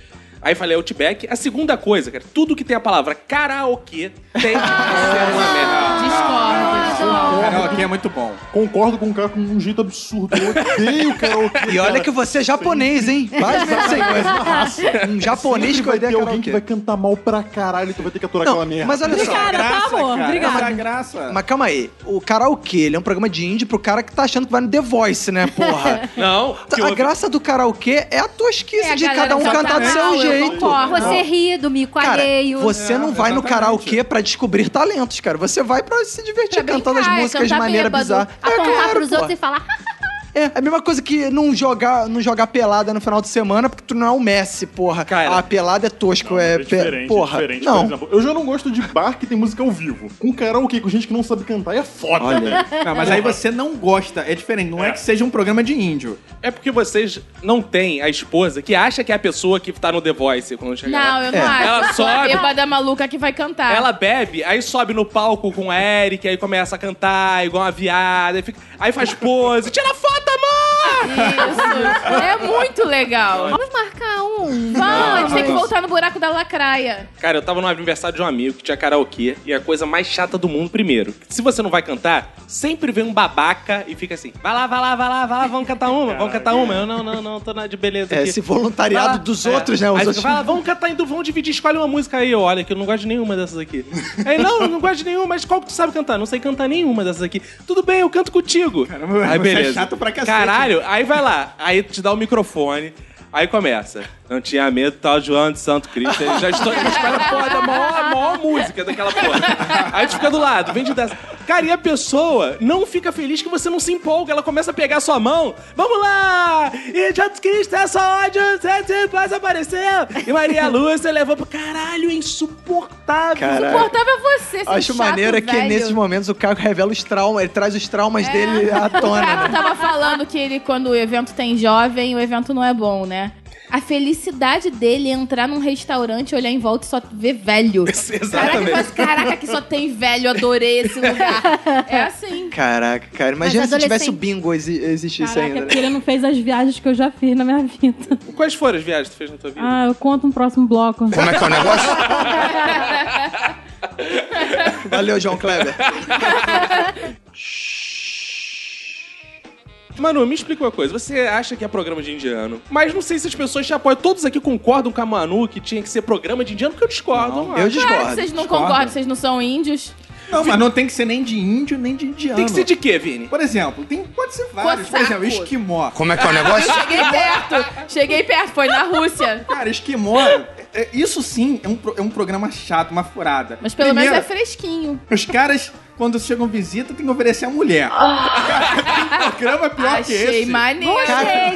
[SPEAKER 1] Aí falei Outback. A segunda coisa, cara, tudo que tem a palavra karaokê tem que ser uma merda.
[SPEAKER 7] índio.
[SPEAKER 9] Discordo.
[SPEAKER 7] Karaokê é muito bom.
[SPEAKER 4] Concordo com o cara com um jeito absurdo. Eu odeio karaokê.
[SPEAKER 2] E olha que você é japonês, hein? Faz mesmo sem coisa. Um japonês que
[SPEAKER 4] vai ter
[SPEAKER 2] odeia
[SPEAKER 4] alguém que vai
[SPEAKER 2] karaokê.
[SPEAKER 4] cantar mal pra caralho, tu vai ter que aturar
[SPEAKER 2] Não,
[SPEAKER 4] aquela merda.
[SPEAKER 2] mas olha só.
[SPEAKER 5] Obrigada, tá,
[SPEAKER 7] Graça,
[SPEAKER 5] amor?
[SPEAKER 7] cara. Essa
[SPEAKER 5] Obrigada.
[SPEAKER 7] graça.
[SPEAKER 2] Mas calma aí, o karaokê, ele é um programa de indie pro cara que tá achando que vai no The Voice, né, porra?
[SPEAKER 1] Não,
[SPEAKER 7] Tá,
[SPEAKER 1] que
[SPEAKER 2] a
[SPEAKER 1] houve-
[SPEAKER 2] graça do karaokê é a tosquice
[SPEAKER 9] É, a
[SPEAKER 2] de
[SPEAKER 9] galera
[SPEAKER 2] cada um
[SPEAKER 9] só tá
[SPEAKER 2] cantar do
[SPEAKER 9] mal,
[SPEAKER 2] seu
[SPEAKER 9] eu
[SPEAKER 2] jeito.
[SPEAKER 9] concordo.
[SPEAKER 6] Você ri do mico
[SPEAKER 2] Cara,
[SPEAKER 6] alheio.
[SPEAKER 2] você não
[SPEAKER 7] É,
[SPEAKER 2] vai no
[SPEAKER 7] exatamente.
[SPEAKER 2] karaokê pra descobrir talentos, cara. Você vai pra se divertir
[SPEAKER 9] Pra
[SPEAKER 2] cantando as
[SPEAKER 9] brincar,
[SPEAKER 2] músicas de
[SPEAKER 9] cantar
[SPEAKER 2] maneira
[SPEAKER 9] bêbado,
[SPEAKER 2] bizarra. é,
[SPEAKER 6] Apontar
[SPEAKER 2] claro,
[SPEAKER 6] pros
[SPEAKER 2] pô.
[SPEAKER 6] outros e falar. "Ah,
[SPEAKER 2] É, a mesma coisa que não jogar, não jogar pelada no final de semana, porque tu não é o Messi, porra.
[SPEAKER 1] Cara.
[SPEAKER 2] a pelada é tosco,
[SPEAKER 13] Não,
[SPEAKER 2] é,
[SPEAKER 13] é
[SPEAKER 2] pe-
[SPEAKER 13] diferente,
[SPEAKER 2] porra.
[SPEAKER 13] é diferente.
[SPEAKER 2] não.
[SPEAKER 13] Por
[SPEAKER 4] exemplo, eu já não gosto de bar que tem música ao vivo. Com karaokê, com gente que não sabe cantar, é foda, né?
[SPEAKER 7] Não, Ah, mas
[SPEAKER 1] É.
[SPEAKER 7] aí você não gosta, é diferente. Não é, que seja um programa de índio.
[SPEAKER 1] É porque vocês não têm a esposa que acha que é a pessoa que tá no The Voice quando chega lá.
[SPEAKER 9] Não, eu não
[SPEAKER 2] É.
[SPEAKER 9] acho.
[SPEAKER 1] Ela
[SPEAKER 9] Eu sou a
[SPEAKER 1] sobe.
[SPEAKER 9] bêbada maluca que vai cantar.
[SPEAKER 1] Ela bebe, aí sobe no palco com o Eric, aí começa a cantar igual uma viada, aí, fica- aí faz pose, tira foto, amor!
[SPEAKER 9] Isso. É muito legal.
[SPEAKER 6] Vamos marcar um.
[SPEAKER 9] Vamos, a gente tem que voltar no buraco da lacraia.
[SPEAKER 1] Cara, eu tava no aniversário de um amigo que tinha karaokê e a coisa mais chata do mundo, primeiro. Se você não vai cantar, sempre vem um babaca e fica assim: vai lá, vai lá, vai lá, vai lá, vamos cantar uma, vamos cantar uma. Eu não, não, não, tô na de beleza.
[SPEAKER 2] É,
[SPEAKER 1] aqui.
[SPEAKER 2] esse voluntariado
[SPEAKER 1] Vai lá.
[SPEAKER 2] dos
[SPEAKER 1] É.
[SPEAKER 2] outros, né? Os
[SPEAKER 1] Aí fica,
[SPEAKER 2] outros.
[SPEAKER 1] vai lá, vamos cantar indo, vamos dividir, escolhe uma música aí. Eu, olha, que eu não gosto de nenhuma dessas aqui. Aí, não, eu não gosto de nenhuma, mas qual que tu sabe cantar? Não sei cantar nenhuma dessas aqui. Tudo bem, eu canto contigo.
[SPEAKER 7] Caramba,
[SPEAKER 1] aí,
[SPEAKER 7] você é
[SPEAKER 1] beleza.
[SPEAKER 7] chato pra cacete.
[SPEAKER 1] Caralho, aí vai lá, aí tu te dá o microfone. Aí começa. Não tinha medo, tal João de Santo Cristo. Aí já estou na escola porra, da maior, maior música daquela porra. Aí tu fica do lado, vem de dessa. Cara, e a pessoa não fica feliz que você não se empolga. Ela começa a pegar a sua mão. Vamos lá! E Jesus Cristo é só ódio, você paz apareceu. E Maria Lúcia levou pro caralho, é insuportável.
[SPEAKER 9] Insuportável é você, seu
[SPEAKER 2] Acho
[SPEAKER 9] chato,
[SPEAKER 2] maneiro é que
[SPEAKER 9] velho.
[SPEAKER 2] nesses momentos o Caco revela os traumas, ele traz os traumas dele à
[SPEAKER 9] O
[SPEAKER 2] tona.
[SPEAKER 9] Caco
[SPEAKER 2] né?
[SPEAKER 9] tava falando que ele, quando o evento tem jovem, o evento não é bom, né? A felicidade dele é entrar num restaurante, olhar em volta e só ver velho. Caraca, ele fala assim, caraca, que só tem velho, adorei esse lugar. É assim.
[SPEAKER 2] Caraca, cara, imagina
[SPEAKER 6] Mas
[SPEAKER 2] se tivesse o
[SPEAKER 6] adolescente-
[SPEAKER 2] bingo exi- existisse
[SPEAKER 5] Caraca, é
[SPEAKER 2] ainda.
[SPEAKER 5] porque
[SPEAKER 2] Né?
[SPEAKER 5] ele não fez as viagens que eu já fiz na minha vida.
[SPEAKER 1] Quais foram as viagens que tu fez na tua vida?
[SPEAKER 5] Ah, eu conto no próximo bloco.
[SPEAKER 13] Como é que é o negócio?
[SPEAKER 2] Valeu, João Kleber.
[SPEAKER 1] Manu, me explica uma coisa. Você acha que é programa de indiano, mas não sei se as pessoas te apoiam. Todos aqui concordam com a Manu que tinha que ser programa de indiano, porque eu discordo. Não,
[SPEAKER 2] Eu
[SPEAKER 9] Claro que
[SPEAKER 2] discordo.
[SPEAKER 9] vocês não concordam, vocês não são índios.
[SPEAKER 7] Não, mas não tem que ser nem de índio, nem de indiano.
[SPEAKER 1] Tem que ser de quê, Vini?
[SPEAKER 7] Por exemplo, tem, pode ser vários. Por
[SPEAKER 9] Cosaco.
[SPEAKER 7] exemplo, esquimó.
[SPEAKER 13] Como é que é o negócio?
[SPEAKER 9] Cheguei perto, cheguei perto, foi na Rússia.
[SPEAKER 7] Cara, esquimó, é- é- isso sim é um, pro- é um programa chato, uma furada.
[SPEAKER 9] Mas pelo
[SPEAKER 7] Primeiro,
[SPEAKER 9] menos é fresquinho.
[SPEAKER 7] Os caras, quando chegam visita, tem que oferecer a mulher. Cara, tem programa pior Ah, que
[SPEAKER 9] Achei
[SPEAKER 7] esse.
[SPEAKER 9] maneiro.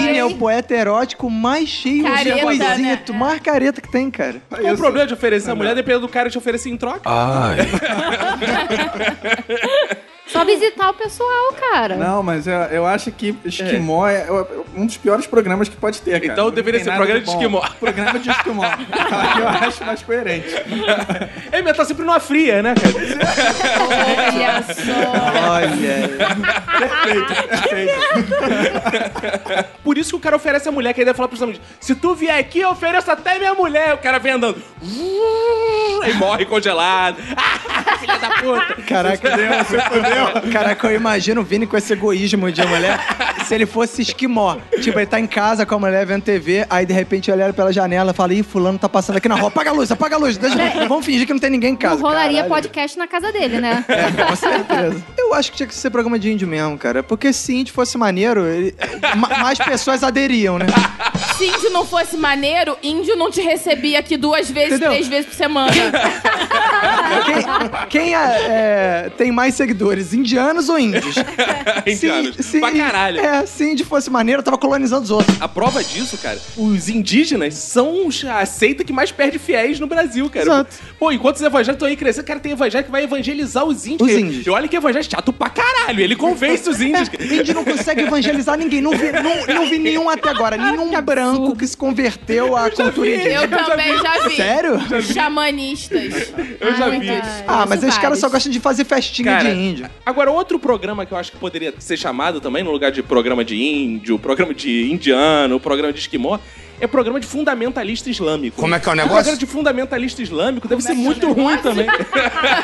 [SPEAKER 2] Vini é o
[SPEAKER 6] gostei.
[SPEAKER 2] poeta erótico mais cheio
[SPEAKER 9] Careta,
[SPEAKER 2] de
[SPEAKER 9] né?
[SPEAKER 2] coisito, mais careta que tem, cara.
[SPEAKER 1] Qual o problema de oferecer a mulher dependendo do cara te oferecer em troca?
[SPEAKER 12] ai.
[SPEAKER 6] Só visitar o pessoal, cara.
[SPEAKER 7] Não, mas eu, eu acho que esquimó é. é um dos piores programas que pode ter, cara.
[SPEAKER 1] Então
[SPEAKER 7] Não
[SPEAKER 1] deveria
[SPEAKER 7] tem
[SPEAKER 1] ser
[SPEAKER 7] nada
[SPEAKER 1] programa de
[SPEAKER 7] bom.
[SPEAKER 1] esquimó.
[SPEAKER 7] Programa de esquimó. eu acho mais coerente.
[SPEAKER 1] É, mas tá sempre numa fria, né, cara?
[SPEAKER 9] Olha só.
[SPEAKER 2] Olha.
[SPEAKER 1] Por isso que o cara oferece a mulher, que aí deve falar pros amigos: se tu vier aqui, eu ofereço até minha mulher. O cara vem andando. Aí morre congelado. Ah, filha da puta.
[SPEAKER 2] Caraca, Caraca, eu imagino o Vini com esse egoísmo de mulher. Se ele fosse esquimó. Tipo, ele tá em casa com a mulher vendo TV, aí de repente ele olha pela janela e fala: Ih, fulano tá passando aqui na rua. Apaga a luz, apaga a luz. Deixa... Vamos fingir que não tem ninguém em casa.
[SPEAKER 6] Não rolaria
[SPEAKER 2] Caralho.
[SPEAKER 6] podcast na casa dele, né?
[SPEAKER 2] Com certeza. Eu acho que tinha que ser programa de índio mesmo, cara. Porque se índio fosse maneiro, ele- ma- mais pessoas aderiam, né?
[SPEAKER 9] Se índio não fosse maneiro, índio não te recebia aqui duas vezes,
[SPEAKER 2] Entendeu?
[SPEAKER 9] três vezes por semana.
[SPEAKER 2] Quem, quem é- é, tem mais seguidores, indianos ou índios?
[SPEAKER 1] Indianos.
[SPEAKER 2] Se-
[SPEAKER 1] Pra caralho.
[SPEAKER 2] É, se índio fosse maneiro, eu tava colonizando os outros.
[SPEAKER 1] A prova disso, cara, os indígenas são os- a seita que mais perde fiéis no Brasil, cara.
[SPEAKER 2] Exato.
[SPEAKER 1] Pô, enquanto os evangélicos estão aí crescendo, cara, tem evangélico que vai evangelizar os índios.
[SPEAKER 2] Os
[SPEAKER 1] Eu-
[SPEAKER 2] índios.
[SPEAKER 1] Eu olho que evangélico é chato pra caralho. Ele convence os índios. cara.
[SPEAKER 2] É, Índio não consegue evangelizar ninguém. Não vi, não, não vi nenhum até agora. Nenhum branco que se converteu à cultura indígena.
[SPEAKER 9] Eu também já vi.
[SPEAKER 2] Sério?
[SPEAKER 9] Xamanistas.
[SPEAKER 1] Eu já vi.
[SPEAKER 2] Ah, mas esses caras só gostam de fazer festinha
[SPEAKER 1] Cara,
[SPEAKER 2] de índio.
[SPEAKER 1] Agora, outro programa que eu acho que poderia ser chamado também, no lugar de programa de índio, programa de indiano, programa de esquimó, é programa de fundamentalista islâmico.
[SPEAKER 13] Como é que é o negócio?
[SPEAKER 1] Programa de fundamentalista islâmico deve ser muito
[SPEAKER 9] é
[SPEAKER 1] ruim também.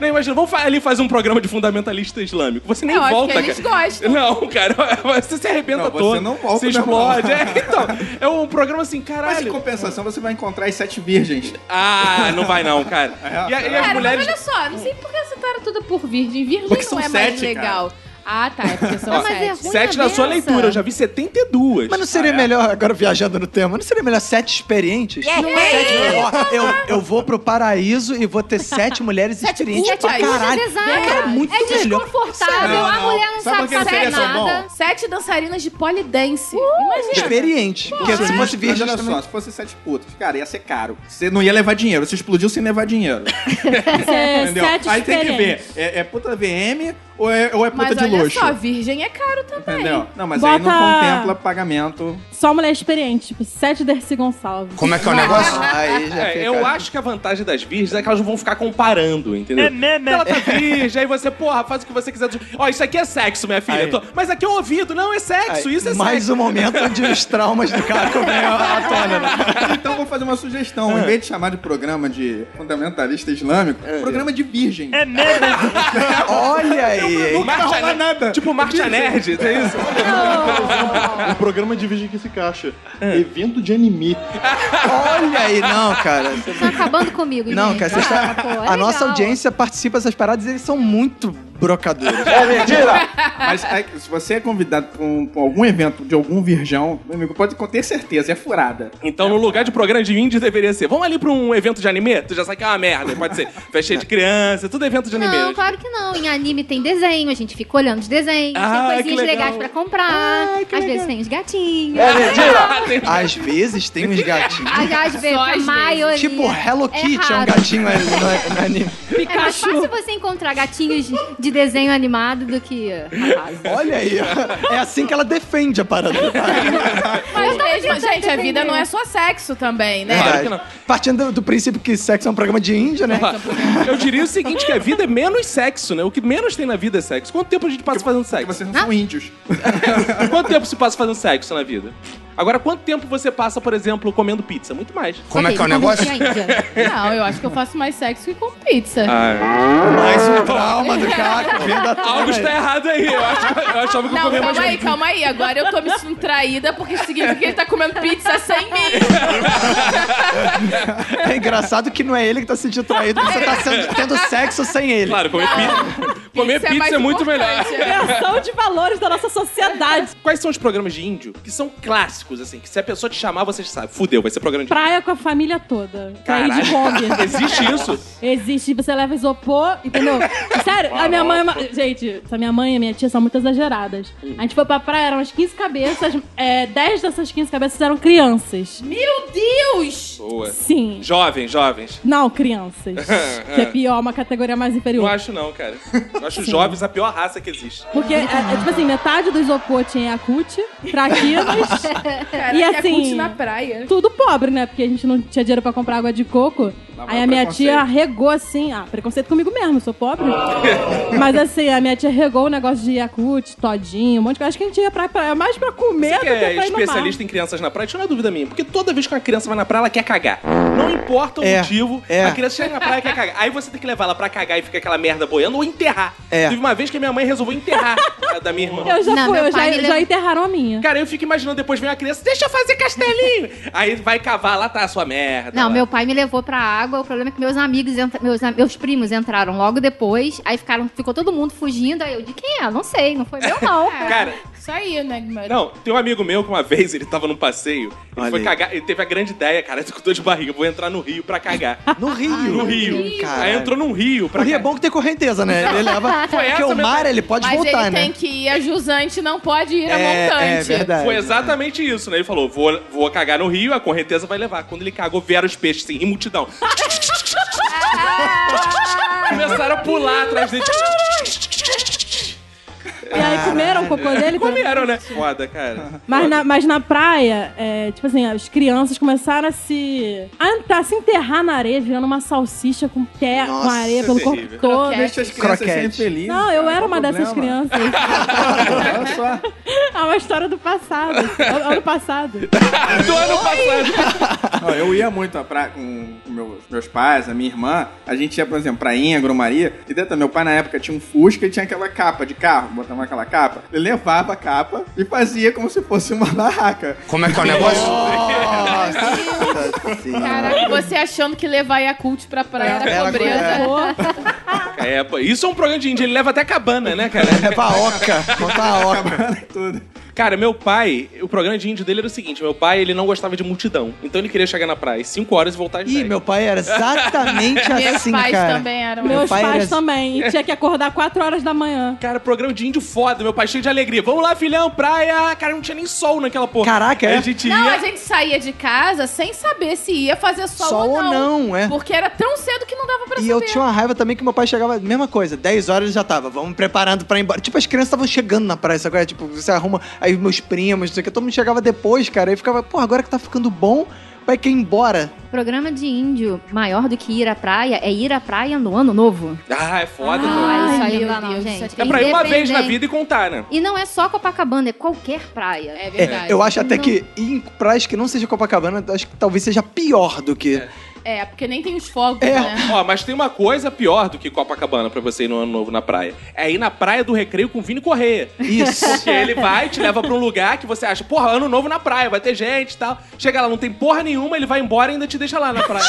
[SPEAKER 1] Não, imagina, vamos fa- ali fazer um programa de fundamentalista islâmico. Você nem
[SPEAKER 9] Eu acho
[SPEAKER 1] volta,
[SPEAKER 9] que eles
[SPEAKER 1] cara.
[SPEAKER 9] gostam.
[SPEAKER 1] Não, cara, você se arrebenta
[SPEAKER 7] Não, você
[SPEAKER 1] todo.
[SPEAKER 7] não volta,
[SPEAKER 1] Você
[SPEAKER 7] não.
[SPEAKER 1] explode. É, então, é um programa assim, caralho.
[SPEAKER 7] Mas em compensação, você vai encontrar as sete virgens.
[SPEAKER 1] Ah, não vai não, cara.
[SPEAKER 13] É,
[SPEAKER 1] E, a- e as
[SPEAKER 9] Cara,
[SPEAKER 1] mulheres.
[SPEAKER 9] mas olha só, não sei por que essa cara toda por virgem. Virgem
[SPEAKER 7] Porque são
[SPEAKER 9] não é mais
[SPEAKER 7] sete,
[SPEAKER 9] legal. Ah, tá, é porque são
[SPEAKER 6] Mas é
[SPEAKER 9] sete.
[SPEAKER 6] ruim
[SPEAKER 1] Sete
[SPEAKER 6] a
[SPEAKER 1] na sua
[SPEAKER 6] beça.
[SPEAKER 1] leitura, eu já vi 72.
[SPEAKER 2] Mas não seria melhor, agora viajando no tema, não seria melhor sete experientes?
[SPEAKER 9] Não é
[SPEAKER 2] Sete, ó, eu, eu vou pro paraíso e vou ter sete mulheres experientes
[SPEAKER 9] putas,
[SPEAKER 2] pra caralho.
[SPEAKER 6] Exato.
[SPEAKER 2] Cara, muito
[SPEAKER 6] é
[SPEAKER 2] melhor.
[SPEAKER 6] desconfortável,
[SPEAKER 7] Não,
[SPEAKER 6] a
[SPEAKER 7] não.
[SPEAKER 6] mulher não
[SPEAKER 7] Sabe
[SPEAKER 6] sabe,
[SPEAKER 7] por que não
[SPEAKER 6] fazer
[SPEAKER 7] seria só
[SPEAKER 6] nada.
[SPEAKER 7] bom?
[SPEAKER 9] Sete dançarinas de polidense. Imagina.
[SPEAKER 2] Experiente. Porque se fosse
[SPEAKER 7] Mas
[SPEAKER 2] virgem
[SPEAKER 7] olha
[SPEAKER 2] também...
[SPEAKER 7] só, se fosse sete putas, cara, ia ser caro. Você não ia levar dinheiro, você explodiu sem levar dinheiro. Entendeu?
[SPEAKER 5] É Sete
[SPEAKER 7] Aí tem que ver,
[SPEAKER 5] experientes.
[SPEAKER 7] é, é puta VM ou é, ou é puta
[SPEAKER 9] Mas
[SPEAKER 7] de
[SPEAKER 9] olha
[SPEAKER 7] luxo?
[SPEAKER 9] só, virgem é caro também.
[SPEAKER 7] Entendeu? Não, mas aí não
[SPEAKER 5] Bota-
[SPEAKER 7] contempla pagamento.
[SPEAKER 5] Só mulher experiente, tipo, sete Dercy Gonçalves.
[SPEAKER 13] Como é que é o negócio?
[SPEAKER 2] Aí já
[SPEAKER 1] É,
[SPEAKER 2] fica-
[SPEAKER 1] eu acho que a vantagem das virgens é que elas não vão ficar comparando, entendeu? É mesmo, Ela tá virgem, aí você, porra, faz o que você quiser. Ó, isso aqui é sexo, minha filha.
[SPEAKER 2] Aí.
[SPEAKER 1] Tô- Mas aqui é o ouvido, não, é sexo,
[SPEAKER 2] Aí,
[SPEAKER 1] isso é
[SPEAKER 2] mais
[SPEAKER 1] sexo.
[SPEAKER 2] um momento onde os traumas do cara comeram a tona. né?
[SPEAKER 7] Então vou fazer uma sugestão.
[SPEAKER 13] É.
[SPEAKER 7] Em vez de chamar de programa de fundamentalista islâmico, programa de virgem. É
[SPEAKER 2] Olha aí.
[SPEAKER 1] Marcha Ne- Tipo Marcha Nerd, é isso?
[SPEAKER 4] Um programa de vídeo que se caixa.
[SPEAKER 13] É.
[SPEAKER 4] Evento de anime.
[SPEAKER 2] Olha aí. Não, cara.
[SPEAKER 6] Estão tá acabando comigo,
[SPEAKER 2] Não,
[SPEAKER 6] gente.
[SPEAKER 2] cara, vocês
[SPEAKER 6] Ah,
[SPEAKER 2] estão...
[SPEAKER 6] pô, é
[SPEAKER 2] A nossa
[SPEAKER 6] legal.
[SPEAKER 2] audiência participa dessas paradas e eles são muito brocadores.
[SPEAKER 7] Mas aí, se você é convidado pra, um- pra algum evento de algum virgão, meu amigo, pode ter certeza, é furada.
[SPEAKER 1] Então, no lugar de programa de índio, deveria ser. Vamos ali pra um evento de anime? Tu já sabe que é uma merda. Pode ser festinha de criança, tudo evento
[SPEAKER 2] é
[SPEAKER 1] de anime.
[SPEAKER 6] Não, claro que não. Em anime tem desenho, a gente fica olhando os desenhos,
[SPEAKER 1] Ah,
[SPEAKER 6] tem
[SPEAKER 1] que
[SPEAKER 6] coisinhas
[SPEAKER 1] legal.
[SPEAKER 6] legais pra comprar. às vezes tem os gatinhos.
[SPEAKER 2] É. Às vezes tem uns gatinhos.
[SPEAKER 6] Às, às vezes,
[SPEAKER 9] Só às
[SPEAKER 6] a
[SPEAKER 9] vezes.
[SPEAKER 6] maioria.
[SPEAKER 2] Tipo, Hello Kitty é, um
[SPEAKER 6] raro.
[SPEAKER 2] gatinho aí no, no anime.
[SPEAKER 6] É mais fácil você encontrar gatinhos de- de desenho animado do que eh, rapazes.
[SPEAKER 2] Olha aí, ó. é assim que ela defende a parada.
[SPEAKER 9] Mas mesmo,
[SPEAKER 6] tentando
[SPEAKER 9] gente, a vida
[SPEAKER 6] entender.
[SPEAKER 9] não é só sexo também, né?
[SPEAKER 1] É, Claro que não.
[SPEAKER 2] Partindo do, do princípio que sexo é um programa de índio, né?
[SPEAKER 1] Eu diria o seguinte, que a vida é menos sexo, né? O que menos tem na vida é sexo. Quanto tempo a gente passa fazendo
[SPEAKER 7] Porque
[SPEAKER 1] sexo?
[SPEAKER 7] vocês não são índios.
[SPEAKER 1] Quanto tempo se passa fazendo sexo na vida? Agora, quanto tempo você passa, por exemplo, comendo pizza? Muito mais.
[SPEAKER 13] Como é
[SPEAKER 6] Ok,
[SPEAKER 13] que é o
[SPEAKER 6] me
[SPEAKER 13] negócio?
[SPEAKER 6] converti à Índia.
[SPEAKER 9] Não, eu acho que eu faço mais sexo que com pizza.
[SPEAKER 1] Ah.
[SPEAKER 2] Mais um trauma do Caco. vindo à tona
[SPEAKER 1] Algo está
[SPEAKER 2] aí.
[SPEAKER 1] errado aí. Eu, acho, que- eu achava que eu
[SPEAKER 9] Não, é
[SPEAKER 1] comia mais
[SPEAKER 9] calma aí,
[SPEAKER 1] pizza.
[SPEAKER 9] calma aí. Agora eu tô me sentindo traída porque isso significa que ele tá comendo pizza sem mim.
[SPEAKER 2] É engraçado que não é ele que tá se sentindo traído, você tá sendo- tendo sexo sem ele.
[SPEAKER 1] Claro, comer pizza, comer pizza, é, muito melhor.
[SPEAKER 9] importante.
[SPEAKER 5] Inversão de valores da nossa sociedade.
[SPEAKER 1] Quais são os programas de índio que são clássicos, assim? Que se a pessoa te chamar, você já sabe. Fudeu, vai ser programa de
[SPEAKER 5] Praia com a família toda. Pra ir de
[SPEAKER 1] Caralho.
[SPEAKER 5] Kombi.
[SPEAKER 1] Existe isso?
[SPEAKER 5] Existe, tipo, você leva isopor, entendeu? Sério, a minha mãe. é uma- Gente, a minha mãe e a minha tia são muito exageradas. A gente foi pra praia, eram umas 15 cabeças. É, 10 dessas 15 cabeças eram crianças.
[SPEAKER 9] Meu Deus!
[SPEAKER 1] Boa.
[SPEAKER 5] Sim.
[SPEAKER 1] Jovens, jovens.
[SPEAKER 5] Não, crianças. que é pior, uma categoria mais
[SPEAKER 1] Não
[SPEAKER 5] inferior.
[SPEAKER 1] acho não, cara. Eu acho jovens a pior raça que existe.
[SPEAKER 5] Porque, é, é, tipo assim, metade do isopor tinha Yakut, traquinas.
[SPEAKER 9] Cara,
[SPEAKER 5] E
[SPEAKER 9] que
[SPEAKER 5] assim-
[SPEAKER 9] acute na praia.
[SPEAKER 5] tudo pobre, né? Porque a gente não tinha dinheiro pra comprar água de coco. Aí a minha tia regou assim, ah, preconceito comigo mesmo, eu sou pobre. Mas assim, a minha tia regou o negócio de Yakut, todinho, um monte de coisa. Acho que a gente ia pra praia mais pra comer
[SPEAKER 1] Você
[SPEAKER 5] do
[SPEAKER 1] que
[SPEAKER 5] que pra
[SPEAKER 1] é
[SPEAKER 5] ir no mar.
[SPEAKER 1] especialista em crianças na praia, isso não é dúvida minha. Porque toda vez que uma criança vai na praia, ela quer cagar. Não importa o
[SPEAKER 2] É,
[SPEAKER 1] motivo,
[SPEAKER 2] é.
[SPEAKER 1] a criança chega na praia e quer cagar. Aí você tem que levar ela pra cagar e fica aquela merda boiando ou enterrar.
[SPEAKER 2] É.
[SPEAKER 1] Teve uma vez que a minha mãe resolveu enterrar. a da minha irmã.
[SPEAKER 5] Eu já
[SPEAKER 6] Não,
[SPEAKER 5] fui,
[SPEAKER 6] meu
[SPEAKER 5] eu
[SPEAKER 6] pai é-
[SPEAKER 5] já,
[SPEAKER 6] me levou-
[SPEAKER 5] já enterraram a minha.
[SPEAKER 1] Cara, eu fico imaginando depois vem uma criança, deixa eu fazer castelinho. Aí vai cavar, lá tá a sua merda.
[SPEAKER 6] Não,
[SPEAKER 1] lá.
[SPEAKER 6] meu pai me levou pra água. O problema é que meus amigos, entra- meus, am- meus primos entraram logo depois. Aí ficaram, ficou todo mundo fugindo. Aí eu, de quem é? Não sei, não foi meu não.
[SPEAKER 1] Cara,
[SPEAKER 9] Isso aí, né, Guimarães?
[SPEAKER 1] não, tem um amigo meu que uma vez ele tava num passeio, ele
[SPEAKER 2] Olha
[SPEAKER 1] foi
[SPEAKER 2] aí.
[SPEAKER 1] cagar, ele teve a grande ideia, cara, eu tô de barriga, vou entrar no rio pra cagar.
[SPEAKER 2] No Rio.
[SPEAKER 1] Ah, No rio.
[SPEAKER 2] Cara.
[SPEAKER 1] Aí entrou num rio pra
[SPEAKER 2] O Rio é
[SPEAKER 1] cagar.
[SPEAKER 2] bom que tem correnteza, né? Ele leva.
[SPEAKER 1] Foi
[SPEAKER 2] Porque
[SPEAKER 1] essa
[SPEAKER 2] o
[SPEAKER 1] mesmo-
[SPEAKER 2] mar, ele pode
[SPEAKER 9] Mas
[SPEAKER 2] voltar,
[SPEAKER 9] ele
[SPEAKER 2] né?
[SPEAKER 9] tem que ir a jusante, não pode ir a
[SPEAKER 2] é, é
[SPEAKER 9] montante.
[SPEAKER 2] verdade.
[SPEAKER 1] Foi exatamente isso, né? Ele falou: vou, vou cagar no rio, a correnteza vai levar. Quando ele cagou, vieram os peixes, assim, em multidão. Começaram a pular atrás dele.
[SPEAKER 5] E aí comeram o cocô dele?
[SPEAKER 1] Comeram, né? Foda, cara.
[SPEAKER 5] Mas na, mas na praia, é, tipo assim, as crianças começaram a se. a entrar, se enterrar na areia, virando uma salsicha com, pé, com
[SPEAKER 2] Nossa,
[SPEAKER 5] areia pelo
[SPEAKER 1] é
[SPEAKER 5] corpo
[SPEAKER 1] terrível.
[SPEAKER 5] todo.
[SPEAKER 7] Deixa as crianças
[SPEAKER 2] Croquete.
[SPEAKER 7] serem felizes.
[SPEAKER 5] Não, eu
[SPEAKER 7] cara,
[SPEAKER 5] era
[SPEAKER 7] qual
[SPEAKER 5] uma
[SPEAKER 7] o
[SPEAKER 5] dessas
[SPEAKER 7] problema?
[SPEAKER 5] crianças.
[SPEAKER 7] Olha só.
[SPEAKER 5] É uma história do passado. Ano- Ano passado.
[SPEAKER 1] Do ano passado.
[SPEAKER 7] Não, eu ia muito à praia com, com meus, meus pais, a minha irmã. A gente ia, por exemplo, pra Inha, Gromaria. E dentro, meu pai na época tinha um Fusca e tinha aquela capa de carro. Botava aquela capa. Ele levava a capa e fazia como se fosse uma barraca.
[SPEAKER 13] Como é que é o negócio?
[SPEAKER 2] Nossa senhora.
[SPEAKER 9] Caraca, você achando que levar Yakult pra praia
[SPEAKER 2] Era
[SPEAKER 9] era pobreza.
[SPEAKER 5] Pô,
[SPEAKER 1] É, pô, isso é um programa de índio, ele leva até cabana, né, cara?
[SPEAKER 2] É pra oca. Conta a oca.
[SPEAKER 7] Acabando tudo.
[SPEAKER 1] Cara, meu pai, o programa de índio dele era o seguinte: meu pai, ele não gostava de multidão. Então ele queria chegar na praia às 5 horas e voltar às 10.
[SPEAKER 2] Ih, meu pai era exatamente
[SPEAKER 9] Meus
[SPEAKER 2] assim,
[SPEAKER 9] pais
[SPEAKER 2] cara.
[SPEAKER 9] também eram. assim.
[SPEAKER 2] Meu
[SPEAKER 5] meus
[SPEAKER 2] pai
[SPEAKER 5] pais
[SPEAKER 2] era-
[SPEAKER 5] também. E tinha que acordar 4 horas da manhã.
[SPEAKER 1] Cara, programa de índio foda, meu pai cheio de alegria. Vamos lá, filhão, praia. Cara, não tinha nem sol naquela porra.
[SPEAKER 2] Caraca,
[SPEAKER 1] Aí
[SPEAKER 2] é?
[SPEAKER 1] A gente
[SPEAKER 9] Não,
[SPEAKER 1] ia.
[SPEAKER 9] a gente saía de casa sem saber se ia fazer sol,
[SPEAKER 2] Sol
[SPEAKER 9] ou,
[SPEAKER 2] ou
[SPEAKER 9] não,
[SPEAKER 2] não, é.
[SPEAKER 9] Porque era tão cedo que não dava pra
[SPEAKER 2] E
[SPEAKER 9] saber.
[SPEAKER 2] eu tinha uma raiva também que meu pai chegava, mesma coisa, 10 horas ele já tava, vamos preparando pra ir embora. Tipo, as crianças estavam chegando na praia, agora, tipo, você arruma, aí meus primos, não sei o que, todo mundo chegava depois, cara, aí ficava, pô, agora que tá ficando bom, vai quer ir embora.
[SPEAKER 6] Programa de índio maior do que ir à praia é ir à praia no ano novo.
[SPEAKER 1] Ah, é foda, mano.
[SPEAKER 6] Ah, isso aí
[SPEAKER 9] meu
[SPEAKER 6] não dá não,
[SPEAKER 9] Deus,
[SPEAKER 6] gente.
[SPEAKER 9] isso
[SPEAKER 1] É
[SPEAKER 9] aí
[SPEAKER 1] pra ir uma vez na
[SPEAKER 6] Independente.
[SPEAKER 1] vida e contar, né?
[SPEAKER 6] E não é só Copacabana, é qualquer praia.
[SPEAKER 9] É
[SPEAKER 2] É,
[SPEAKER 9] verdade.
[SPEAKER 2] eu acho até
[SPEAKER 6] Não.
[SPEAKER 2] que ir em praias que não seja Copacabana, acho que talvez seja pior do que.
[SPEAKER 9] É, porque nem tem os fogos,
[SPEAKER 2] É.
[SPEAKER 9] né?
[SPEAKER 1] Ó, mas tem uma coisa pior do que Copacabana pra você ir no ano novo na praia. É ir na praia do recreio com o Vini Correia.
[SPEAKER 2] Isso.
[SPEAKER 1] Porque ele vai, te leva pra um lugar que você acha, porra, ano novo na praia, vai ter gente e tal. Chega lá, não tem porra nenhuma, ele vai embora e ainda te deixa lá na praia.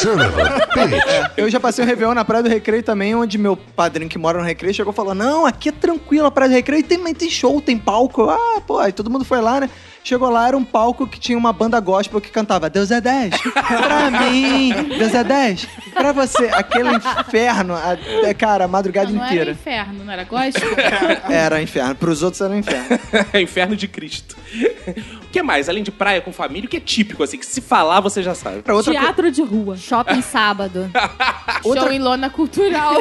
[SPEAKER 2] Eu já passei um Réveillon na Praia do Recreio também, onde meu padrinho que mora no Recreio chegou e falou: Não, aqui é tranquilo, a Praia do Recreio tem, mas tem show, tem palco. Eu, Ah, pô, aí todo mundo foi lá, né? Chegou lá, era um palco que tinha uma banda gospel que cantava Deus é 10, pra mim, Deus é 10, pra você. Aquele inferno, a- é, cara, a madrugada
[SPEAKER 9] Não, não era
[SPEAKER 2] inteira.
[SPEAKER 9] inferno, não era gospel?
[SPEAKER 2] Era inferno, pros outros era um inferno.
[SPEAKER 1] É inferno de Cristo. O que mais? Além de praia com família, o que é típico, assim, que se falar você já sabe.
[SPEAKER 2] Pra outra,
[SPEAKER 5] Teatro de rua.
[SPEAKER 6] Shopping sábado.
[SPEAKER 9] Show em lona cultural.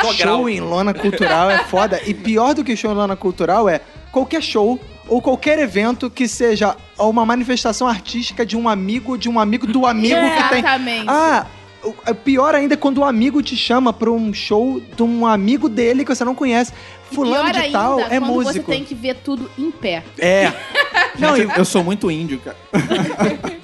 [SPEAKER 1] Jogral.
[SPEAKER 2] Show em lona cultural é foda. E pior do que show em lona cultural é qualquer show ou qualquer evento que seja uma manifestação artística de um amigo, de um amigo do amigo que tem.
[SPEAKER 9] Exatamente.
[SPEAKER 2] Ah, o- é pior ainda é quando o amigo te chama pra um show de um amigo dele que você não conhece. Fulano
[SPEAKER 9] Pior
[SPEAKER 2] de
[SPEAKER 9] ainda,
[SPEAKER 2] tal é
[SPEAKER 9] quando você
[SPEAKER 2] músico.
[SPEAKER 9] tem que ver tudo em pé.
[SPEAKER 2] É. Não, e,
[SPEAKER 7] Gente, eu sou muito índio, cara.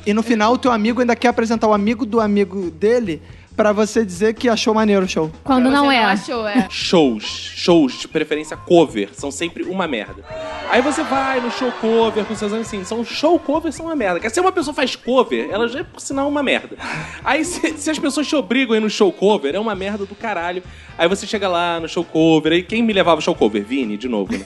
[SPEAKER 2] e no final o teu amigo ainda quer apresentar o amigo do amigo dele pra você dizer que achou maneiro o show.
[SPEAKER 6] Quando
[SPEAKER 9] Você
[SPEAKER 6] não é.
[SPEAKER 9] achou, é.
[SPEAKER 1] Shows, shows de preferência cover, são sempre uma merda. Aí você vai no show cover com seus amigos, assim, são show cover são uma merda. Quer se uma pessoa faz cover, ela já é por sinal uma merda. Aí se, se as pessoas te obrigam a ir no show cover, é uma merda do caralho. Aí você chega lá no show cover, aí quem me levava ao show cover? Vini, de novo, né?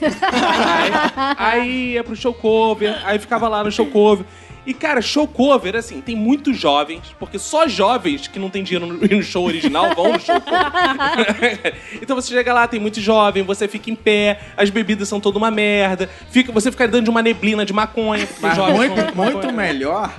[SPEAKER 1] aí, aí ia pro show cover, aí ficava lá no show cover. E, cara, show cover, assim, tem muitos jovens, porque só jovens que não tem dinheiro no, no show original vão no show cover. então você chega lá, tem muito jovem, você fica em pé, as bebidas são toda uma merda, fica, você fica dentro de uma neblina de maconha, porque
[SPEAKER 7] Mas
[SPEAKER 1] jovens
[SPEAKER 7] Ah, muito,
[SPEAKER 1] fumam maconha.
[SPEAKER 7] muito melhor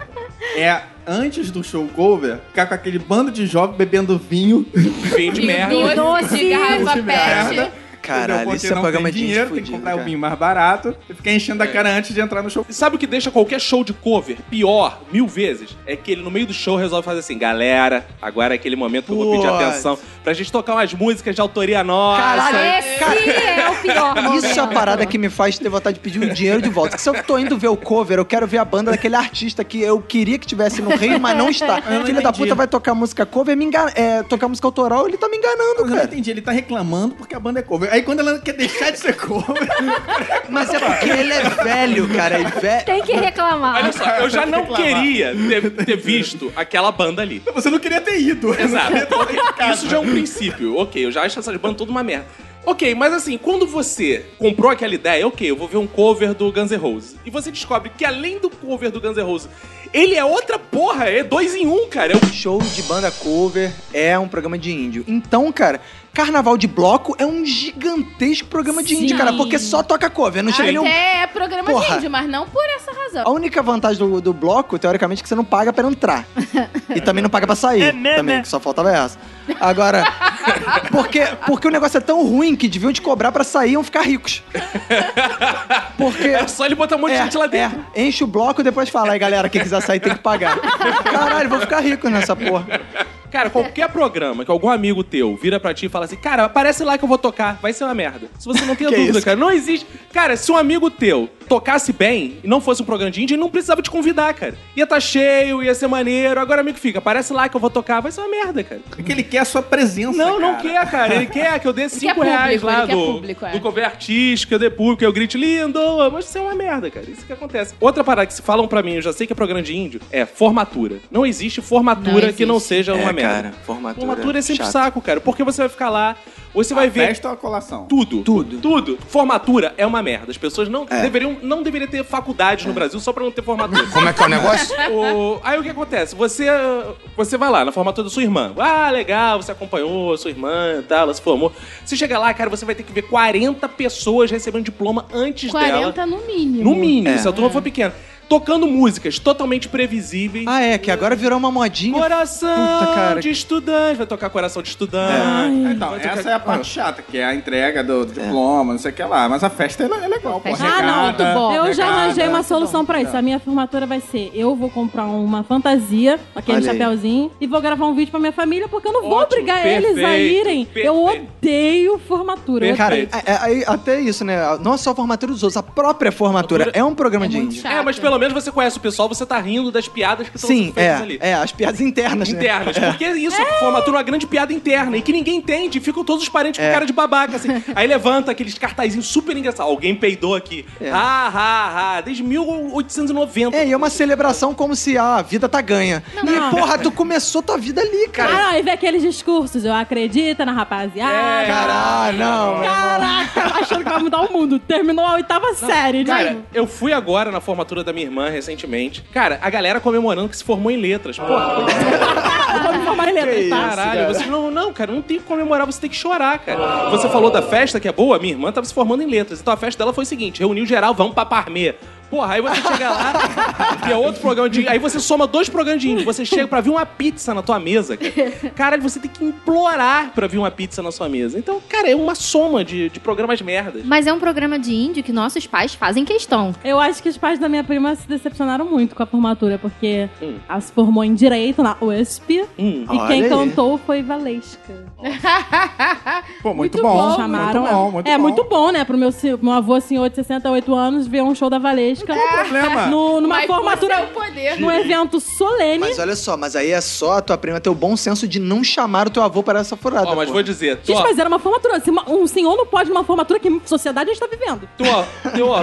[SPEAKER 7] é, antes do show cover, ficar com aquele bando de jovens bebendo vinho.
[SPEAKER 1] Vinho de merda.
[SPEAKER 9] Doce,
[SPEAKER 6] doce.
[SPEAKER 9] garrafa
[SPEAKER 7] de merda.
[SPEAKER 9] pet.
[SPEAKER 2] Caralho,
[SPEAKER 7] entendeu? Porque
[SPEAKER 2] isso é
[SPEAKER 7] não
[SPEAKER 2] programa
[SPEAKER 7] tem
[SPEAKER 2] de gente
[SPEAKER 7] dinheiro, tem que
[SPEAKER 2] fudido,
[SPEAKER 7] comprar
[SPEAKER 2] cara. É.
[SPEAKER 7] o vinho mais barato e ficar enchendo a cara antes de entrar no show.
[SPEAKER 1] E Sabe o que deixa qualquer show de cover pior mil vezes? É que ele, no meio do show, resolve fazer assim: galera, agora é aquele momento que eu vou pedir
[SPEAKER 2] Putz.
[SPEAKER 1] atenção pra gente tocar umas músicas de autoria nossa.
[SPEAKER 2] Caralho, cara,
[SPEAKER 6] Esse é o pior.
[SPEAKER 2] Isso é a
[SPEAKER 6] momento.
[SPEAKER 2] parada que me faz ter vontade de pedir o dinheiro de volta. Se eu tô indo ver o cover, eu quero ver a banda daquele artista que eu queria que tivesse no Rio, mas não está.
[SPEAKER 7] não
[SPEAKER 2] Filho da
[SPEAKER 7] entendi.
[SPEAKER 2] puta vai tocar música cover, me engana, é, tocar música autoral, ele tá me enganando,
[SPEAKER 7] Eu não
[SPEAKER 2] cara.
[SPEAKER 7] entendi, ele tá reclamando porque a banda é cover. Aí quando ela quer deixar de ser cover.
[SPEAKER 2] Mas é porque ele é velho, cara. é E ve...
[SPEAKER 6] Tem que reclamar.
[SPEAKER 1] Olha só, eu já não queria ter, ter visto aquela banda ali.
[SPEAKER 7] Você não queria ter ido.
[SPEAKER 1] Exato. Isso já é um princípio. Ok, eu já acho essas bandas tudo uma merda. Ok, mas assim, quando você comprou aquela ideia, ok, eu vou ver um cover do Guns N' Roses. E você descobre que além do cover do Guns N' Roses, ele é outra porra, é dois em um, cara. É um-
[SPEAKER 2] Show de banda cover é um programa de índio. Então, cara, carnaval de bloco é um gigantesco programa de índio, cara, porque só toca cover, não chega
[SPEAKER 9] Até
[SPEAKER 2] nenhum.
[SPEAKER 9] é programa
[SPEAKER 2] Porra.
[SPEAKER 9] de índio, mas não por essa razão.
[SPEAKER 2] A única vantagem do, do bloco, teoricamente, é que você não paga pra entrar. e também não paga pra sair.
[SPEAKER 1] É né?
[SPEAKER 2] também, que só faltava essa. Agora, porque, porque o negócio é tão ruim que deviam te cobrar pra sair e iam ficar ricos. Porque.
[SPEAKER 1] É só ele botar um monte de
[SPEAKER 2] é,
[SPEAKER 1] gente lá dentro.
[SPEAKER 2] é, enche o bloco e depois fala, aí galera, quem quiser sair tem que pagar. Caralho, vou ficar rico nessa porra.
[SPEAKER 1] Cara, qualquer programa que algum amigo teu vira pra ti e fala assim, cara, aparece lá que eu vou tocar, vai ser uma merda. Se você não tem
[SPEAKER 2] Que
[SPEAKER 1] dúvida,
[SPEAKER 2] isso?
[SPEAKER 1] cara, não existe. Cara, se um amigo teu tocasse bem e não fosse um programa de índio, ele não precisava te convidar, cara. Ia tá cheio, ia ser maneiro. Agora, amigo, fica, aparece lá que eu vou tocar, vai ser uma merda, cara.
[SPEAKER 7] Porque é ele quer a sua presença.
[SPEAKER 1] Não, não
[SPEAKER 7] cara.
[SPEAKER 1] quer, cara. Ele quer que eu dê 5
[SPEAKER 9] quer
[SPEAKER 1] reais
[SPEAKER 9] público,
[SPEAKER 1] lá
[SPEAKER 9] ele quer
[SPEAKER 1] do,
[SPEAKER 9] público, é.
[SPEAKER 1] do cover artístico, que eu dê público, que eu grite lindo. Mas isso é uma merda, cara. Isso que acontece. Outra parada que se falam pra mim, eu já sei que é programa de índio, é formatura. Não existe formatura
[SPEAKER 9] Não existe.
[SPEAKER 1] que não seja uma
[SPEAKER 2] É,
[SPEAKER 1] merda.
[SPEAKER 2] cara, formatura
[SPEAKER 1] Formatura é sempre
[SPEAKER 2] chato.
[SPEAKER 1] saco, cara. Porque você vai ficar lá, ou você vai
[SPEAKER 7] A
[SPEAKER 1] ver
[SPEAKER 7] Festa ou a colação?
[SPEAKER 1] tudo.
[SPEAKER 2] Tudo.
[SPEAKER 1] Tudo. Formatura é uma merda. As pessoas não
[SPEAKER 2] É.
[SPEAKER 1] deveriam não deveriam ter faculdade no Brasil só pra não ter formatura.
[SPEAKER 13] É. Como é que é o negócio?
[SPEAKER 1] O- Aí o que acontece? Você, você vai lá na formatura da sua irmã. Ah, legal, você acompanhou a sua irmã e tal, ela se formou. Você chega lá, cara, você vai ter que ver 40 pessoas recebendo diploma antes dela.
[SPEAKER 9] 40 no mínimo.
[SPEAKER 1] No mínimo,
[SPEAKER 2] É.
[SPEAKER 1] se a turma for pequena. Tocando músicas totalmente previsíveis.
[SPEAKER 2] Ah, é, que agora virou uma modinha.
[SPEAKER 1] Coração
[SPEAKER 2] Puta, cara.
[SPEAKER 1] de estudante. Vai tocar coração de
[SPEAKER 13] É.
[SPEAKER 1] estudante.
[SPEAKER 7] Então, essa é a
[SPEAKER 2] Ah.
[SPEAKER 7] parte chata, que é a entrega do diploma, não sei o que lá. Mas a festa ela é legal, pô.
[SPEAKER 6] Festa
[SPEAKER 5] é
[SPEAKER 7] Regada.
[SPEAKER 6] muito boa.
[SPEAKER 5] Eu já
[SPEAKER 7] Obrigada.
[SPEAKER 5] arranjei
[SPEAKER 2] Tá,
[SPEAKER 5] uma solução pra isso. A minha formatura vai ser: eu vou comprar uma fantasia, aquele
[SPEAKER 2] Olha aí.
[SPEAKER 5] chapéuzinho, e vou gravar um vídeo pra minha família, porque eu não vou
[SPEAKER 1] Ótimo,
[SPEAKER 5] obrigar eles a
[SPEAKER 1] perfeito,
[SPEAKER 5] irem. Eu
[SPEAKER 1] perfeito.
[SPEAKER 5] odeio formatura. eu
[SPEAKER 2] Cara,
[SPEAKER 5] odeio.
[SPEAKER 2] é- é- aí até isso, né? Não é só a formatura dos outros, a própria formatura é um programa
[SPEAKER 9] É
[SPEAKER 2] de
[SPEAKER 9] muito
[SPEAKER 2] índio.
[SPEAKER 9] chato.
[SPEAKER 1] É, mas pelo menos você conhece o pessoal, você tá rindo das piadas que estão
[SPEAKER 2] Sim,
[SPEAKER 1] sendo feitas ali.
[SPEAKER 2] é, é, as piadas internas, né?
[SPEAKER 1] internas. Porque isso formatura é uma grande piada interna e que ninguém entende. e Ficam todos os parentes
[SPEAKER 2] É.
[SPEAKER 1] com cara de babaca, assim. Aí levanta aqueles cartazinhos super engraçados. Alguém peidou aqui.
[SPEAKER 2] É.
[SPEAKER 1] Ha, ha, ha. Desde 1890.
[SPEAKER 2] É, e é uma celebração como se ah, a vida tá ganha. e
[SPEAKER 5] não.
[SPEAKER 2] porra, tu começou tua vida ali, cara.
[SPEAKER 5] Ah, não, e vê aqueles discursos, eu acredito na
[SPEAKER 2] É.
[SPEAKER 5] rapaziada.
[SPEAKER 2] Caralho, não.
[SPEAKER 5] Caraca, achando que vai mudar o mundo. Terminou a oitava série, né?
[SPEAKER 1] Cara, eu fui agora na formatura da minha irmã recentemente. Cara, a galera comemorando que se formou em letras. Porra,
[SPEAKER 5] Eu vou me formar em letras, tá?
[SPEAKER 1] caralho. Você, não, não, cara, não tem que comemorar, você tem que chorar, cara. Você falou da festa que é boa, minha irmã tava se formando em letras. Então a festa dela foi o seguinte: reuniu geral, vamos pra Parmê. Porra, aí você chega lá, que é outro programa de. Aí você soma dois programas de índio. Você chega pra vir uma pizza na tua mesa, cara. Caralho, você tem que implorar pra vir uma pizza na sua mesa. Então, cara, é uma soma de, de programas merdas.
[SPEAKER 6] Mas é um programa de índio que nossos pais fazem questão.
[SPEAKER 5] Eu acho que os pais da minha prima se decepcionaram muito com a formatura, porque
[SPEAKER 1] Hum.
[SPEAKER 5] ela se formou em Direito na USP
[SPEAKER 1] Hum.
[SPEAKER 5] e
[SPEAKER 2] Olha
[SPEAKER 5] quem
[SPEAKER 2] aí.
[SPEAKER 5] cantou foi Valesca.
[SPEAKER 7] Pô, muito,
[SPEAKER 9] Muito
[SPEAKER 7] bom.
[SPEAKER 9] bom.
[SPEAKER 5] Chamaram
[SPEAKER 7] muito
[SPEAKER 5] ela.
[SPEAKER 7] bom, muito
[SPEAKER 5] é
[SPEAKER 7] bom.
[SPEAKER 5] muito bom, né? Pro meu, se- meu avô, assim, senhor de 68 anos, ver um show da Valesca.
[SPEAKER 7] problema.
[SPEAKER 5] No, numa
[SPEAKER 9] Mas
[SPEAKER 5] formatura,
[SPEAKER 9] você é o poder.
[SPEAKER 5] num evento solene.
[SPEAKER 2] Mas olha só, mas aí é só a tua prima ter o bom senso de não chamar o teu avô para essa furada.
[SPEAKER 1] Ó, mas
[SPEAKER 2] pô.
[SPEAKER 1] vou dizer,
[SPEAKER 5] Gente,
[SPEAKER 1] tua,
[SPEAKER 5] mas era uma formatura. Se uma- um senhor não pode numa formatura, que sociedade a gente tá vivendo?
[SPEAKER 1] Tua, teu, ó,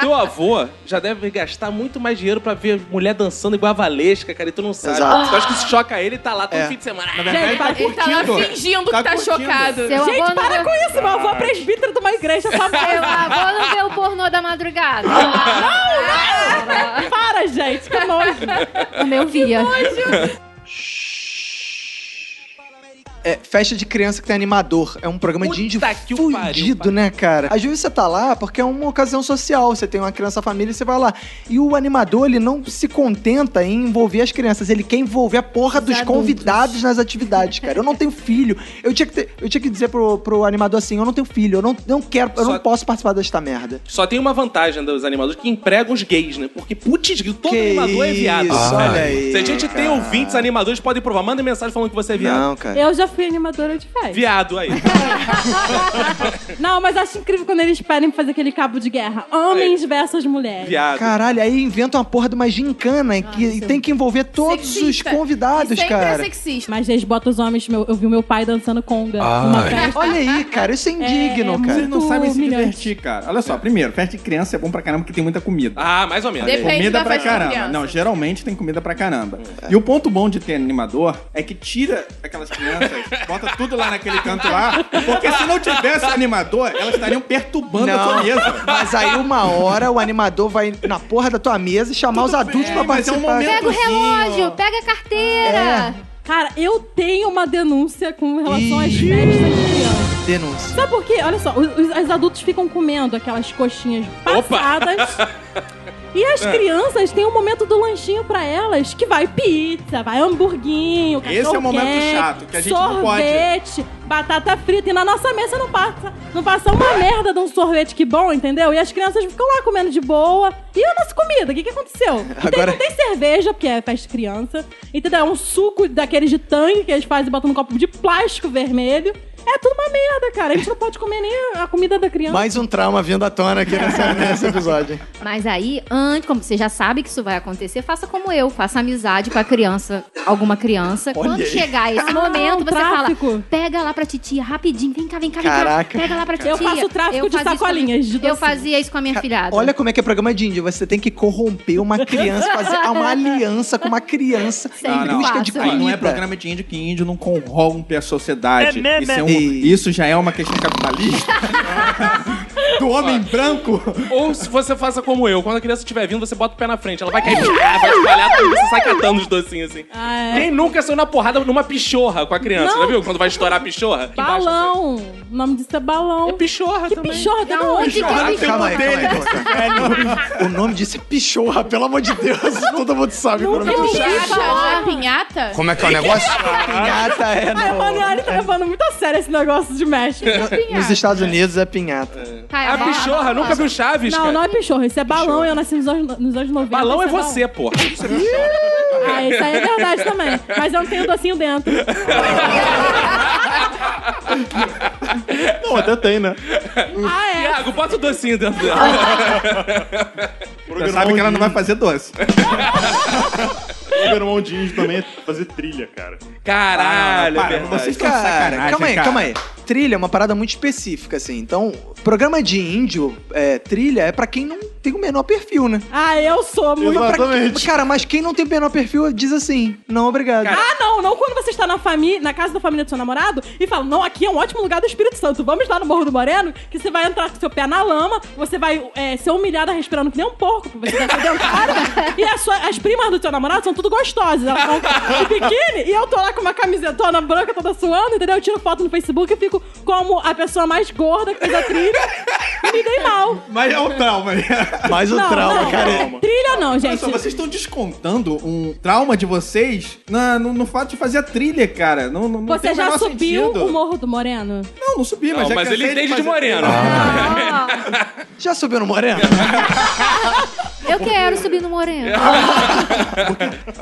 [SPEAKER 1] teu avô já deve gastar muito mais dinheiro pra ver mulher dançando igual a Valesca, cara, e tu não sabe.
[SPEAKER 2] Exato.
[SPEAKER 1] Tu acha que isso choca ele e tá lá todo
[SPEAKER 2] É.
[SPEAKER 1] fim de semana. Ah,
[SPEAKER 5] Gente, para-
[SPEAKER 9] Ele tá lá fingindo
[SPEAKER 7] Tá
[SPEAKER 9] que tá
[SPEAKER 7] curtindo.
[SPEAKER 9] chocado.
[SPEAKER 6] Seu
[SPEAKER 5] gente,
[SPEAKER 6] avô não
[SPEAKER 5] para
[SPEAKER 6] vê-
[SPEAKER 5] com isso. Meu avô é presbítero de uma igreja
[SPEAKER 6] Seu
[SPEAKER 5] famosa.
[SPEAKER 6] avô não vê o pornô da madrugada.
[SPEAKER 5] para, gente. Que nojo.
[SPEAKER 6] Também eu via.
[SPEAKER 2] É, festa de criança que tem animador. É um programa
[SPEAKER 1] Puta
[SPEAKER 2] de índio
[SPEAKER 1] que o pariu,
[SPEAKER 2] fudido,
[SPEAKER 1] pariu.
[SPEAKER 2] né, cara? Às vezes você tá lá porque é uma ocasião social. Você tem uma criança, família, você vai lá. E o animador, ele não se contenta em envolver as crianças. Ele quer envolver a porra dos
[SPEAKER 9] adultos.
[SPEAKER 2] convidados nas atividades, cara. Eu não tenho filho. Eu tinha que, ter- eu tinha que dizer pro, pro animador assim, eu não tenho filho. Eu não, não quero, eu
[SPEAKER 1] Só-
[SPEAKER 2] não posso participar desta merda.
[SPEAKER 1] Só tem uma vantagem dos animadores que empregam os gays, né? Porque, putz, todo
[SPEAKER 2] Que
[SPEAKER 1] animador é viado.
[SPEAKER 2] isso,
[SPEAKER 1] cara.
[SPEAKER 2] olha aí,
[SPEAKER 1] Se a gente tem
[SPEAKER 2] cara.
[SPEAKER 1] ouvintes animadores, podem provar. Manda mensagem falando que você é viado.
[SPEAKER 2] Não, cara.
[SPEAKER 5] Eu já fui animadora de festa.
[SPEAKER 1] Viado aí.
[SPEAKER 5] Não, mas acho incrível quando eles pedem pra fazer aquele cabo de guerra. Homens
[SPEAKER 7] É.
[SPEAKER 5] versus mulheres.
[SPEAKER 1] Viado.
[SPEAKER 2] Caralho, aí inventa uma porra de uma
[SPEAKER 5] Ah,
[SPEAKER 2] gincana e que, e
[SPEAKER 5] é
[SPEAKER 2] tem que envolver todos os
[SPEAKER 9] Sexista. E
[SPEAKER 2] convidados,
[SPEAKER 9] sempre é
[SPEAKER 2] cara.
[SPEAKER 9] sexista.
[SPEAKER 5] Mas eles botam os homens. Meu, eu vi meu pai dançando conga numa
[SPEAKER 12] Ai.
[SPEAKER 5] festa.
[SPEAKER 2] Olha aí, cara, isso é indigno,
[SPEAKER 5] é
[SPEAKER 2] cara.
[SPEAKER 5] muito-
[SPEAKER 7] Vocês não sabem se
[SPEAKER 5] humilhante.
[SPEAKER 7] divertir, cara. Olha só, primeiro, festa de criança é bom pra caramba porque tem muita comida. É
[SPEAKER 1] Ah, mais ou menos.
[SPEAKER 9] Depende
[SPEAKER 7] comida
[SPEAKER 9] da
[SPEAKER 7] pra
[SPEAKER 9] festa de
[SPEAKER 7] caramba.
[SPEAKER 9] criança.
[SPEAKER 7] Não, geralmente tem comida pra caramba. E o ponto bom de ter animador é que tira aquelas crianças, bota tudo lá naquele canto lá, porque se não tivesse animador, elas estariam perturbando a sua
[SPEAKER 2] Não,
[SPEAKER 7] mesa.
[SPEAKER 2] mas aí uma hora o animador vai na porra da tua mesa e chamar os adultos
[SPEAKER 7] bem,
[SPEAKER 2] pra
[SPEAKER 7] mas é um
[SPEAKER 2] participar.
[SPEAKER 7] momento-
[SPEAKER 6] Pega o relógio, pega a carteira.
[SPEAKER 2] É.
[SPEAKER 5] Cara, eu tenho uma denúncia com relação às
[SPEAKER 2] Ih.
[SPEAKER 5] festas de criança.
[SPEAKER 2] Denúncia.
[SPEAKER 5] Sabe por quê? Olha só, os, os- os adultos ficam comendo aquelas coxinhas passadas. E as
[SPEAKER 7] É.
[SPEAKER 5] crianças têm o momento do lanchinho pra elas, que vai pizza, vai hamburguinho,
[SPEAKER 7] Esse é o
[SPEAKER 5] cachorro
[SPEAKER 7] momento chato, que a gente não pode.
[SPEAKER 5] sorvete, batata frita. E na nossa mesa não passa, não passa uma merda de um sorvete que bom, entendeu? E as crianças ficam lá comendo de boa. E a nossa comida, o que, que aconteceu? Não tem-
[SPEAKER 2] Agora-
[SPEAKER 5] não tem cerveja, porque é festa de criança. Entendeu? É um suco daqueles de tangue que eles fazem e botam num copo de plástico vermelho. É tudo uma merda, cara. A gente não pode comer nem a comida da criança.
[SPEAKER 2] Mais um trauma vindo à tona aqui nessa- nesse episódio. hein?
[SPEAKER 6] Mas aí, antes, como você já sabe que isso vai acontecer, faça como eu, faça amizade com a criança, alguma criança. Quando chegar esse momento,
[SPEAKER 5] o
[SPEAKER 6] você
[SPEAKER 5] Ah, tráfico.
[SPEAKER 6] fala: pega lá pra titia, rapidinho, vem cá, vem cá, vem
[SPEAKER 2] Caraca.
[SPEAKER 6] cá. Pega lá pra titia.
[SPEAKER 5] Eu faço tráfico
[SPEAKER 6] Eu
[SPEAKER 5] de
[SPEAKER 6] fazia isso com a
[SPEAKER 5] sacolinhas
[SPEAKER 6] minha-
[SPEAKER 5] de
[SPEAKER 6] Eu
[SPEAKER 5] docinho.
[SPEAKER 6] fazia isso com a minha filhada.
[SPEAKER 2] Olha como é que é programa de índio. Você tem que corromper uma criança, fazer uma aliança com uma criança
[SPEAKER 6] Sempre
[SPEAKER 2] em busca de
[SPEAKER 6] faço.
[SPEAKER 2] comida.
[SPEAKER 7] Aí não é programa de índio que índio não corrompe a sociedade.
[SPEAKER 4] É mesmo,
[SPEAKER 7] isso, é um-
[SPEAKER 2] é? Ei.
[SPEAKER 7] isso já é uma questão capitalista. Do homem branco.
[SPEAKER 1] Ou se você faça como eu, quando a criança estiver vindo, você bota o pé na frente. Ela vai cair, ah, vai espalhar tudo, você sai catando os docinhos assim.
[SPEAKER 5] Ah, é.
[SPEAKER 1] Quem nunca saiu na porrada numa pichorra com a criança,
[SPEAKER 5] Não.
[SPEAKER 1] já viu? Quando vai estourar a pichorra? Embaixo,
[SPEAKER 5] Balão. O nome disso é balão.
[SPEAKER 1] assim. É pichorra
[SPEAKER 5] que
[SPEAKER 1] também.
[SPEAKER 5] pichorra da onde?
[SPEAKER 1] Pichorra tem
[SPEAKER 2] Calma
[SPEAKER 1] uma-
[SPEAKER 2] aí, calma aí, calma aí. O nome disso é Pichorra, pelo amor de Deus. Todo mundo sabe é o nome
[SPEAKER 5] Nunca
[SPEAKER 2] disso.
[SPEAKER 5] ouvi
[SPEAKER 9] Pinhata,
[SPEAKER 5] falar.
[SPEAKER 9] não é pinhata?
[SPEAKER 12] Como é que é o negócio?
[SPEAKER 2] Pinhata é,
[SPEAKER 5] Ai, o Ranieri tá levando muito a sério esse negócio de México.
[SPEAKER 2] Nos Estados Unidos é pinhata.
[SPEAKER 6] Caio,
[SPEAKER 1] A
[SPEAKER 6] vai lá.
[SPEAKER 1] pichorra, nunca viu Chaves,
[SPEAKER 5] Não,
[SPEAKER 1] cara?
[SPEAKER 5] não é pichorro, isso é balão eu nasci nos anos, nos anos 90.
[SPEAKER 1] Balão é
[SPEAKER 5] isso
[SPEAKER 1] você, porra.
[SPEAKER 5] balão. Ah, isso aí é verdade também. Mas eu não tenho docinho dentro.
[SPEAKER 4] Não, até tem, né?
[SPEAKER 5] Ah, é.
[SPEAKER 1] Iago, bota o docinho dentro dela.
[SPEAKER 7] Você sabe que ela não vai fazer doce.
[SPEAKER 4] O irmão de índio também é fazer trilha, cara.
[SPEAKER 1] Caralho,
[SPEAKER 7] Ah,
[SPEAKER 1] é
[SPEAKER 7] não, para,
[SPEAKER 1] verdade.
[SPEAKER 7] vocês estão de
[SPEAKER 2] Cara,
[SPEAKER 7] sacanagem,
[SPEAKER 2] calma aí,
[SPEAKER 7] cara.
[SPEAKER 2] calma aí. Trilha é uma parada muito específica, assim. Então, programa de índio, é, trilha, é pra quem não tem o menor perfil, né?
[SPEAKER 5] Ah, eu sou muito.
[SPEAKER 2] Pra quem-
[SPEAKER 4] Exatamente.
[SPEAKER 2] cara, mas quem não tem o menor perfil diz assim, não, obrigado.
[SPEAKER 5] Ah, não, não quando você está na família, na casa da família do seu namorado e fala: "Não, aqui é um ótimo lugar do Espírito Santo. Vamos lá no Morro do Moreno, que você vai entrar com seu pé na lama, você vai é, ser humilhada respirando que nem um porco, porque você tá sedentária. e a sua- as primas do seu namorado são tudo gostosas, elas estão de biquíni e eu tô lá com uma camisetona branca toda suando, entendeu? Eu tiro foto no Facebook e fico como a pessoa mais gorda que fez a trilha. E me dei mal.
[SPEAKER 7] Mas é o trauma. né?
[SPEAKER 2] Mais um
[SPEAKER 5] não,
[SPEAKER 2] trauma,
[SPEAKER 5] não,
[SPEAKER 2] cara.
[SPEAKER 5] é Trilha não,
[SPEAKER 7] Olha
[SPEAKER 5] gente.
[SPEAKER 7] só, vocês estão descontando um trauma de vocês na- no, no fato de fazer a trilha, cara. Não, não, não tem o
[SPEAKER 5] Você já
[SPEAKER 7] menor
[SPEAKER 5] subiu
[SPEAKER 7] sentido.
[SPEAKER 5] o Morro do Moreno?
[SPEAKER 7] Não, não subi, mas
[SPEAKER 1] Não,
[SPEAKER 5] é
[SPEAKER 7] já
[SPEAKER 1] mas ele
[SPEAKER 7] cansei
[SPEAKER 1] entende de
[SPEAKER 7] fazer-
[SPEAKER 1] moreno.
[SPEAKER 5] Ah.
[SPEAKER 2] Já subiu no Moreno?
[SPEAKER 6] Eu quero subir no Moreno.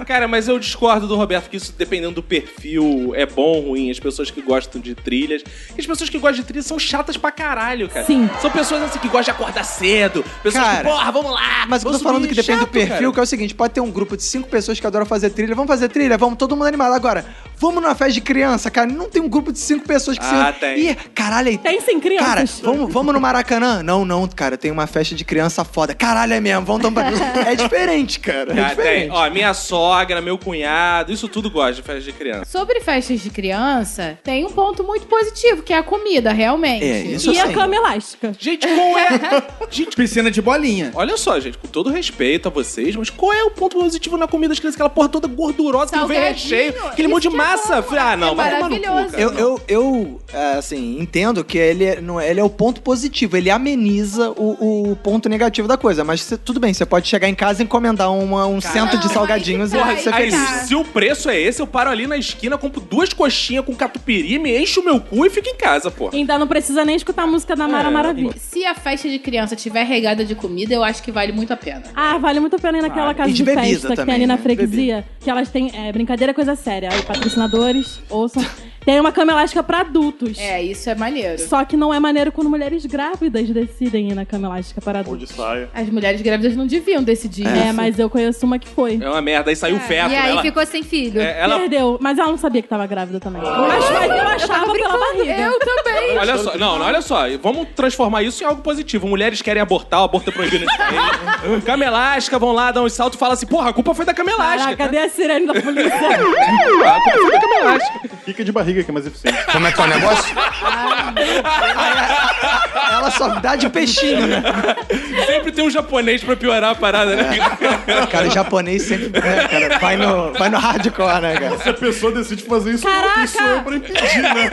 [SPEAKER 1] Cara, mas eu discordo do Roberto que isso, dependendo do perfil, é bom ou ruim. As pessoas que gostam de trilhas. E as pessoas que gostam de trilhas são chatas pra caralho, cara.
[SPEAKER 5] Sim.
[SPEAKER 1] São pessoas assim que gostam de acordar cedo. Pessoas
[SPEAKER 2] Cara,
[SPEAKER 1] que, porra, vamos lá.
[SPEAKER 2] Mas eu
[SPEAKER 1] vou
[SPEAKER 2] tô falando
[SPEAKER 1] subir.
[SPEAKER 2] que depende
[SPEAKER 1] Chato,
[SPEAKER 2] do perfil,
[SPEAKER 1] cara.
[SPEAKER 2] que é o seguinte: pode ter um grupo de cinco pessoas que adoram fazer trilha. Vamos fazer trilha? Vamos, todo mundo animado. Agora, vamos numa festa de criança, cara. Não tem um grupo de cinco pessoas que
[SPEAKER 1] Ah,
[SPEAKER 2] se.
[SPEAKER 1] tem.
[SPEAKER 2] Ih, caralho, aí.
[SPEAKER 5] Tem sim, crianças.
[SPEAKER 2] Cara, vamos, vamos no Maracanã? Não, não, cara, tem uma festa de criança foda. Caralho, é mesmo, vamos tomar. É diferente, cara. É
[SPEAKER 1] Cara, tem.
[SPEAKER 2] diferente.
[SPEAKER 1] Ó, minha sogra, meu cunhado, isso tudo gosta de festa de criança.
[SPEAKER 9] Sobre festas de criança, tem um ponto muito positivo, que é a comida, realmente.
[SPEAKER 2] É, isso
[SPEAKER 5] E a
[SPEAKER 2] sim.
[SPEAKER 5] cama elástica.
[SPEAKER 1] Gente, qual é.
[SPEAKER 7] Piscina de bolinha.
[SPEAKER 1] Olha só, gente, com todo respeito a vocês, mas qual é o ponto positivo na comida das crianças? Aquela porra toda gordurosa que não vem
[SPEAKER 9] Salgadinho,
[SPEAKER 1] recheio, aquele
[SPEAKER 9] isso
[SPEAKER 1] monte de
[SPEAKER 9] que é
[SPEAKER 1] massa.
[SPEAKER 9] bom,
[SPEAKER 1] ah, não,
[SPEAKER 9] é
[SPEAKER 1] vai tomar no cu,
[SPEAKER 9] maravilhoso.
[SPEAKER 1] cara,
[SPEAKER 2] Eu,
[SPEAKER 1] não.
[SPEAKER 2] eu, eu, é, assim, entendo que ele é, não, é- ele é o ponto positivo, ele ameniza o, o ponto negativo da coisa. Mas cê- tudo bem, você pode chegar em casa e encomendar uma- um cento de
[SPEAKER 9] Não,
[SPEAKER 2] salgadinhos
[SPEAKER 9] aí que
[SPEAKER 2] e
[SPEAKER 9] tá,
[SPEAKER 2] você
[SPEAKER 9] aí
[SPEAKER 1] Aí,
[SPEAKER 2] feliz.
[SPEAKER 9] Cara.
[SPEAKER 1] se o preço é esse, eu paro ali na esquina, compro duas coxinhas com catupiry, me encho o meu cu e fico em casa, pô.
[SPEAKER 5] Ainda Então não precisa nem escutar a música da
[SPEAKER 2] É,
[SPEAKER 5] Mara é Maravilha.
[SPEAKER 9] Se a festa de criança tiver regada de comida, eu acho que vale muito a pena.
[SPEAKER 5] Ah, vale muito a pena ir naquela casa
[SPEAKER 2] e de
[SPEAKER 5] de,
[SPEAKER 2] bebida
[SPEAKER 5] festa que tem
[SPEAKER 2] também,
[SPEAKER 5] ali na
[SPEAKER 2] né?
[SPEAKER 5] freguesia. Que elas têm. É, brincadeira é coisa séria. Aí, patrocinadores, ouçam. Tem uma cama elástica pra adultos.
[SPEAKER 9] É, isso é maneiro.
[SPEAKER 5] Só que não é maneiro quando mulheres grávidas decidem ir na cama elástica para
[SPEAKER 4] Ou de
[SPEAKER 5] adultos.
[SPEAKER 4] saia.
[SPEAKER 9] As mulheres grávidas não deviam decidir.
[SPEAKER 5] É, mas eu conheço uma que foi.
[SPEAKER 1] É uma merda, aí saiu o feto.
[SPEAKER 6] E aí
[SPEAKER 1] ela,
[SPEAKER 6] ficou sem filho.
[SPEAKER 1] é, ela-
[SPEAKER 5] Perdeu, mas ela não sabia que tava grávida também.
[SPEAKER 9] Ah,
[SPEAKER 5] Mas, mas eu achava pela barriga.
[SPEAKER 9] Eu também.
[SPEAKER 1] Olha só, não, não, olha só, vamos transformar isso em algo positivo. Mulheres querem abortar, o aborto é proibido nesse país. Cama elástica, vão lá, dão um salto e falam assim: porra, a culpa foi da cama
[SPEAKER 5] Caraca,
[SPEAKER 1] elástica.
[SPEAKER 5] cadê a sirene da polícia?
[SPEAKER 1] A culpa foi da cama elástica.
[SPEAKER 4] Fica de barriga que é mais eficiente.
[SPEAKER 13] Como é que é o negócio?
[SPEAKER 9] tá.
[SPEAKER 2] Ela só dá de peixinho, né?
[SPEAKER 1] Sempre tem um japonês pra piorar a parada, né?
[SPEAKER 2] Cara, japonês sempre. É, cara, vai no, vai no hardcore, né, cara?
[SPEAKER 4] Se a pessoa decide fazer isso,
[SPEAKER 5] Caraca!
[SPEAKER 4] não tem sou eu pra impedir, né?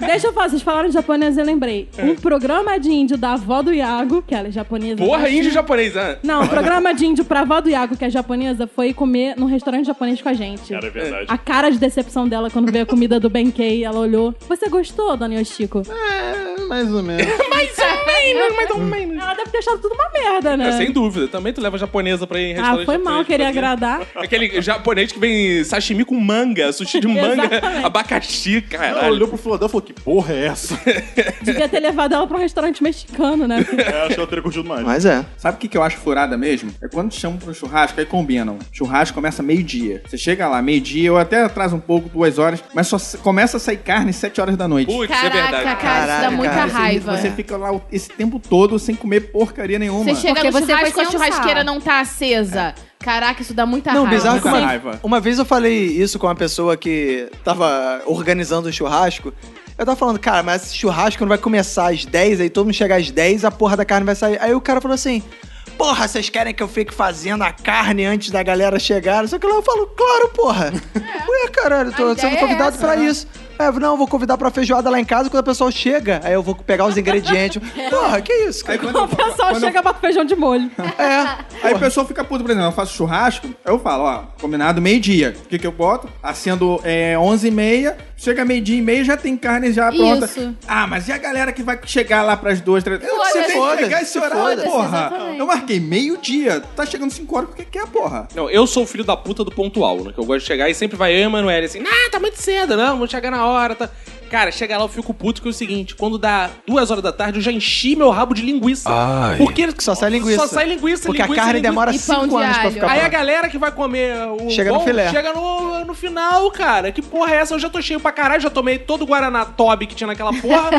[SPEAKER 5] Deixa eu falar, vocês falaram de japonês, eu lembrei.
[SPEAKER 1] É.
[SPEAKER 5] Um programa de índio da avó do Iago, que ela é japonesa.
[SPEAKER 1] Porra,
[SPEAKER 5] mas-
[SPEAKER 1] índio e japonês, ah.
[SPEAKER 5] Não, o programa de índio pra avó do Iago, que é japonesa, foi comer num restaurante japonês com a gente.
[SPEAKER 4] Cara, é verdade.
[SPEAKER 5] A cara de decepção dela quando veio a comida do Benkei, ela olhou. Você gostou, dona Yoshiko?
[SPEAKER 4] É, mais ou menos.
[SPEAKER 1] É,
[SPEAKER 5] Ela deve ter achado tudo uma merda, né?
[SPEAKER 1] um Sem dúvida, também tu leva japonesa pra ir em
[SPEAKER 5] ah,
[SPEAKER 1] restaurante
[SPEAKER 5] foi mal
[SPEAKER 1] japonês,
[SPEAKER 5] querer
[SPEAKER 1] cozinha.
[SPEAKER 5] agradar.
[SPEAKER 1] Aquele japonês que vem sashimi com manga, sushi de manga,
[SPEAKER 5] Exatamente.
[SPEAKER 1] abacaxi,
[SPEAKER 4] Ela
[SPEAKER 1] caralho.
[SPEAKER 4] olhou pro Philadelphia e falou, que porra é essa?
[SPEAKER 5] Devia ter levado ela pra um restaurante mexicano, né?
[SPEAKER 4] é, acho que ela teria curtido mais.
[SPEAKER 2] Mas é.
[SPEAKER 7] Sabe o que, que eu acho furada mesmo? É quando te chamam pra um churrasco, aí combinam. Churrasco começa meio-dia. Você chega lá, meio-dia, ou até atrasa um pouco, duas horas, mas só se- começa a sair carne às sete horas da noite.
[SPEAKER 1] Putz, é
[SPEAKER 9] Caraca,
[SPEAKER 1] verdade.
[SPEAKER 9] cara, isso dá
[SPEAKER 2] Caralho,
[SPEAKER 9] muita
[SPEAKER 2] cara,
[SPEAKER 7] Você-
[SPEAKER 9] raiva.
[SPEAKER 7] Você fica lá o- esse tempo todo sem comer porcaria nenhuma.
[SPEAKER 9] Você chega
[SPEAKER 6] Porque
[SPEAKER 9] no
[SPEAKER 6] você
[SPEAKER 9] churrasco
[SPEAKER 6] vai
[SPEAKER 9] e a
[SPEAKER 6] pensar.
[SPEAKER 9] churrasqueira não tá acesa. Caraca, isso dá muita
[SPEAKER 2] Não,
[SPEAKER 9] raiva.
[SPEAKER 2] bizarro é que
[SPEAKER 7] Muita
[SPEAKER 2] uma,
[SPEAKER 7] raiva.
[SPEAKER 2] uma vez eu falei isso com uma pessoa que tava organizando um churrasco. Eu tava falando, cara, mas esse churrasco não vai começar às 10, aí todo mundo chega às 10, a porra da carne vai sair. Aí o cara falou assim. Porra, vocês querem que eu fique fazendo a carne antes da galera chegar? Só que lá eu falo, claro, porra. Ué, caralho, eu
[SPEAKER 9] A
[SPEAKER 2] tô
[SPEAKER 9] ideia
[SPEAKER 2] sendo
[SPEAKER 9] é
[SPEAKER 2] convidado
[SPEAKER 9] essa,
[SPEAKER 2] pra
[SPEAKER 9] né?
[SPEAKER 2] isso. É, não, eu vou convidar pra feijoada lá em casa quando o pessoal chega. Aí eu vou pegar os ingredientes. Porra, que isso, cara?
[SPEAKER 7] Aí quando,
[SPEAKER 5] O pessoal
[SPEAKER 7] quando eu-
[SPEAKER 5] chega pra feijão de molho.
[SPEAKER 2] É.
[SPEAKER 7] Aí o pessoal fica puto, por exemplo, eu faço churrasco, aí eu falo, ó, combinado meio-dia. O que que eu boto? Acendo é, 11 e meia, chega meio-dia e meia, já tem carne já pronta.
[SPEAKER 9] Isso.
[SPEAKER 7] Ah, mas e a galera que vai chegar lá pras duas, três? Eu
[SPEAKER 9] Foda-se.
[SPEAKER 7] você tem que pegar esse
[SPEAKER 2] Se
[SPEAKER 7] horário,
[SPEAKER 2] foda-se,
[SPEAKER 7] porra.
[SPEAKER 9] exatamente.
[SPEAKER 7] Eu marquei meio-dia, tá chegando 5 horas, por que que é, porra?
[SPEAKER 1] Não, eu sou o filho da puta do pontual, né? Que eu gosto de chegar e sempre vai eu e a Emanuele assim, ah, tá muito cedo, não, vamos chegar na hora, tá... Cara, chega lá, eu fico puto que é o seguinte, quando dá duas horas da tarde, eu já enchi meu rabo de linguiça.
[SPEAKER 8] Ai.
[SPEAKER 1] Porque
[SPEAKER 2] Só sai linguiça.
[SPEAKER 1] Só sai linguiça,
[SPEAKER 2] Porque
[SPEAKER 1] linguiça,
[SPEAKER 2] a carne
[SPEAKER 1] linguiça.
[SPEAKER 2] demora
[SPEAKER 9] E pão
[SPEAKER 2] 5
[SPEAKER 9] de
[SPEAKER 2] anos pra
[SPEAKER 9] alho.
[SPEAKER 2] ficar
[SPEAKER 1] Aí a
[SPEAKER 2] pronta.
[SPEAKER 1] galera que vai comer o
[SPEAKER 2] Chega no
[SPEAKER 1] bom,
[SPEAKER 2] filé.
[SPEAKER 1] chega no, no final, cara. Que porra é essa? Eu já tô cheio pra caralho, já tomei todo o Guaraná Toby que tinha naquela porra.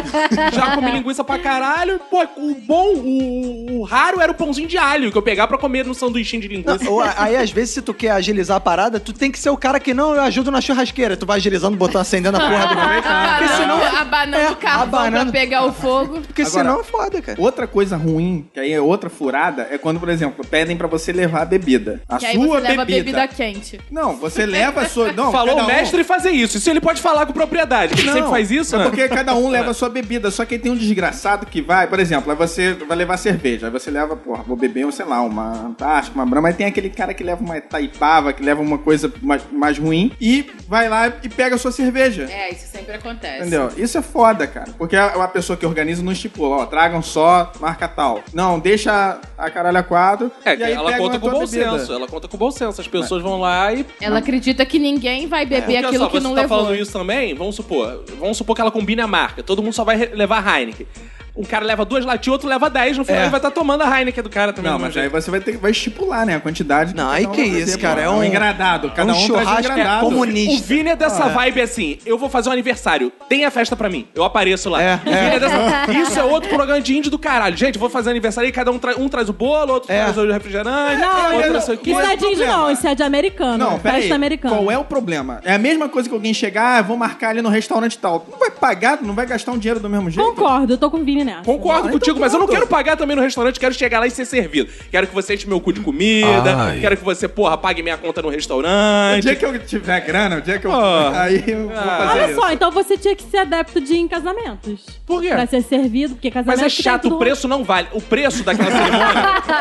[SPEAKER 1] já comi linguiça pra caralho. Pô, o bom, o, o raro era o pãozinho de alho que eu pegar pra comer no sanduichinho de
[SPEAKER 2] Não,
[SPEAKER 1] linguiça.
[SPEAKER 2] ou a- aí, às vezes, se tu quer agilizar a parada, tu tem que ser o cara que não eu ajudo na churrasqueira. Tu vai agilizando, botando, acendendo a porra do momento. tá, Porque senão.
[SPEAKER 9] abanando
[SPEAKER 2] É,
[SPEAKER 9] o carvão
[SPEAKER 2] abanando.
[SPEAKER 9] pra pegar o fogo.
[SPEAKER 2] Porque
[SPEAKER 7] Agora-
[SPEAKER 2] senão é foda, cara.
[SPEAKER 7] Outra coisa ruim, que aí é outra furada, é quando, por exemplo, pedem pra você levar a bebida. A
[SPEAKER 9] Que
[SPEAKER 7] sua
[SPEAKER 9] aí você leva
[SPEAKER 7] bebida.
[SPEAKER 9] bebida quente.
[SPEAKER 7] Não, você leva a sua. Não,
[SPEAKER 1] Falou
[SPEAKER 7] cada
[SPEAKER 1] o
[SPEAKER 7] um-
[SPEAKER 1] mestre fazer isso. Isso ele pode falar com propriedade. que Ele
[SPEAKER 7] Não,
[SPEAKER 1] sempre faz isso,
[SPEAKER 7] é
[SPEAKER 2] Ah.
[SPEAKER 1] né?
[SPEAKER 7] porque cada um leva a sua bebida. Só que aí tem um desgraçado que vai, por exemplo, aí você vai levar cerveja. Aí você leva, porra, vou beber, um, sei lá, uma Antártica, uma Brahma. Aí tem aquele cara que leva uma taipava, que leva uma coisa mais, mais ruim. E vai lá e pega a sua cerveja.
[SPEAKER 9] É, isso sempre acontece.
[SPEAKER 7] Entendeu? Isso é foda, cara. Porque a, a pessoa que organiza não estipula, ó, tragam só, marca tal. Não, deixa a caralho a quadro.
[SPEAKER 1] É,
[SPEAKER 7] e aí
[SPEAKER 1] ela
[SPEAKER 7] pegam
[SPEAKER 1] conta
[SPEAKER 7] a
[SPEAKER 1] com
[SPEAKER 7] tua
[SPEAKER 1] bom
[SPEAKER 7] bebida. É.
[SPEAKER 1] senso. Ela conta com bom senso. As pessoas vão lá e.
[SPEAKER 9] Ela acredita que ninguém vai beber
[SPEAKER 1] Porque, olha
[SPEAKER 9] aquilo
[SPEAKER 1] só,
[SPEAKER 9] que
[SPEAKER 1] você
[SPEAKER 9] não
[SPEAKER 1] tá
[SPEAKER 9] levou.
[SPEAKER 1] falando isso também, vamos supor. Vamos supor que ela combine a marca. Todo mundo só vai re- levar Heineken. Um cara leva duas latinhas, outro leva dez. No final ele vai estar tomando a Heineken do cara também. né,
[SPEAKER 7] Não,
[SPEAKER 1] do
[SPEAKER 7] mas aí
[SPEAKER 1] mesmo
[SPEAKER 7] você vai, ter, vai estipular, né? A quantidade.
[SPEAKER 2] Não, aí
[SPEAKER 7] cada um
[SPEAKER 2] que
[SPEAKER 7] vai
[SPEAKER 2] isso,
[SPEAKER 7] ter,
[SPEAKER 2] cara,
[SPEAKER 7] pô.
[SPEAKER 2] é um-
[SPEAKER 7] engradado. Cada um, traz um
[SPEAKER 2] churrasco é
[SPEAKER 7] engradado.
[SPEAKER 2] comunista.
[SPEAKER 1] jeito. O Vini é dessa vibe assim: eu vou fazer um aniversário, tem a festa pra mim, eu apareço lá.
[SPEAKER 2] É,
[SPEAKER 1] O Vini é dessa- Isso é outro programa de índio do caralho. Gente, eu vou fazer aniversário e cada um, tra- um traz o bolo, outro
[SPEAKER 2] É.
[SPEAKER 1] traz o refrigerante,
[SPEAKER 5] Não,
[SPEAKER 1] outro
[SPEAKER 5] não,
[SPEAKER 1] não sei o quê.
[SPEAKER 5] isso não é de índio,
[SPEAKER 7] problema?
[SPEAKER 5] não. Isso é de americano.
[SPEAKER 7] Não, peraí.
[SPEAKER 5] Festa americana.
[SPEAKER 7] Qual é o problema? É a mesma coisa que alguém chegar, ah, vou marcar ali no restaurante tal. Tu Não vai pagar, tu não vai gastar um dinheiro do mesmo jeito?
[SPEAKER 5] Concordo, eu tô com o Vini nessa.
[SPEAKER 1] Concordo
[SPEAKER 7] Ah,
[SPEAKER 1] contigo,
[SPEAKER 7] então
[SPEAKER 1] mas eu não
[SPEAKER 7] pronto.
[SPEAKER 1] quero pagar também no restaurante, quero chegar lá e ser servido. Quero que você enche meu cu de comida,
[SPEAKER 8] Ai.
[SPEAKER 1] quero que você, porra, pague minha conta no
[SPEAKER 7] O
[SPEAKER 1] restaurante.
[SPEAKER 7] dia é que eu tiver grana, o dia que eu.
[SPEAKER 1] Ah.
[SPEAKER 7] Aí eu vou fazer
[SPEAKER 5] Olha
[SPEAKER 7] isso.
[SPEAKER 5] só, então você tinha que ser adepto de ir em casamentos.
[SPEAKER 1] Por quê?
[SPEAKER 5] Pra ser servido, porque casamento
[SPEAKER 1] Mas é
[SPEAKER 5] que tem
[SPEAKER 1] chato,
[SPEAKER 5] tudo-
[SPEAKER 1] o preço não vale. O preço daquela cerimônia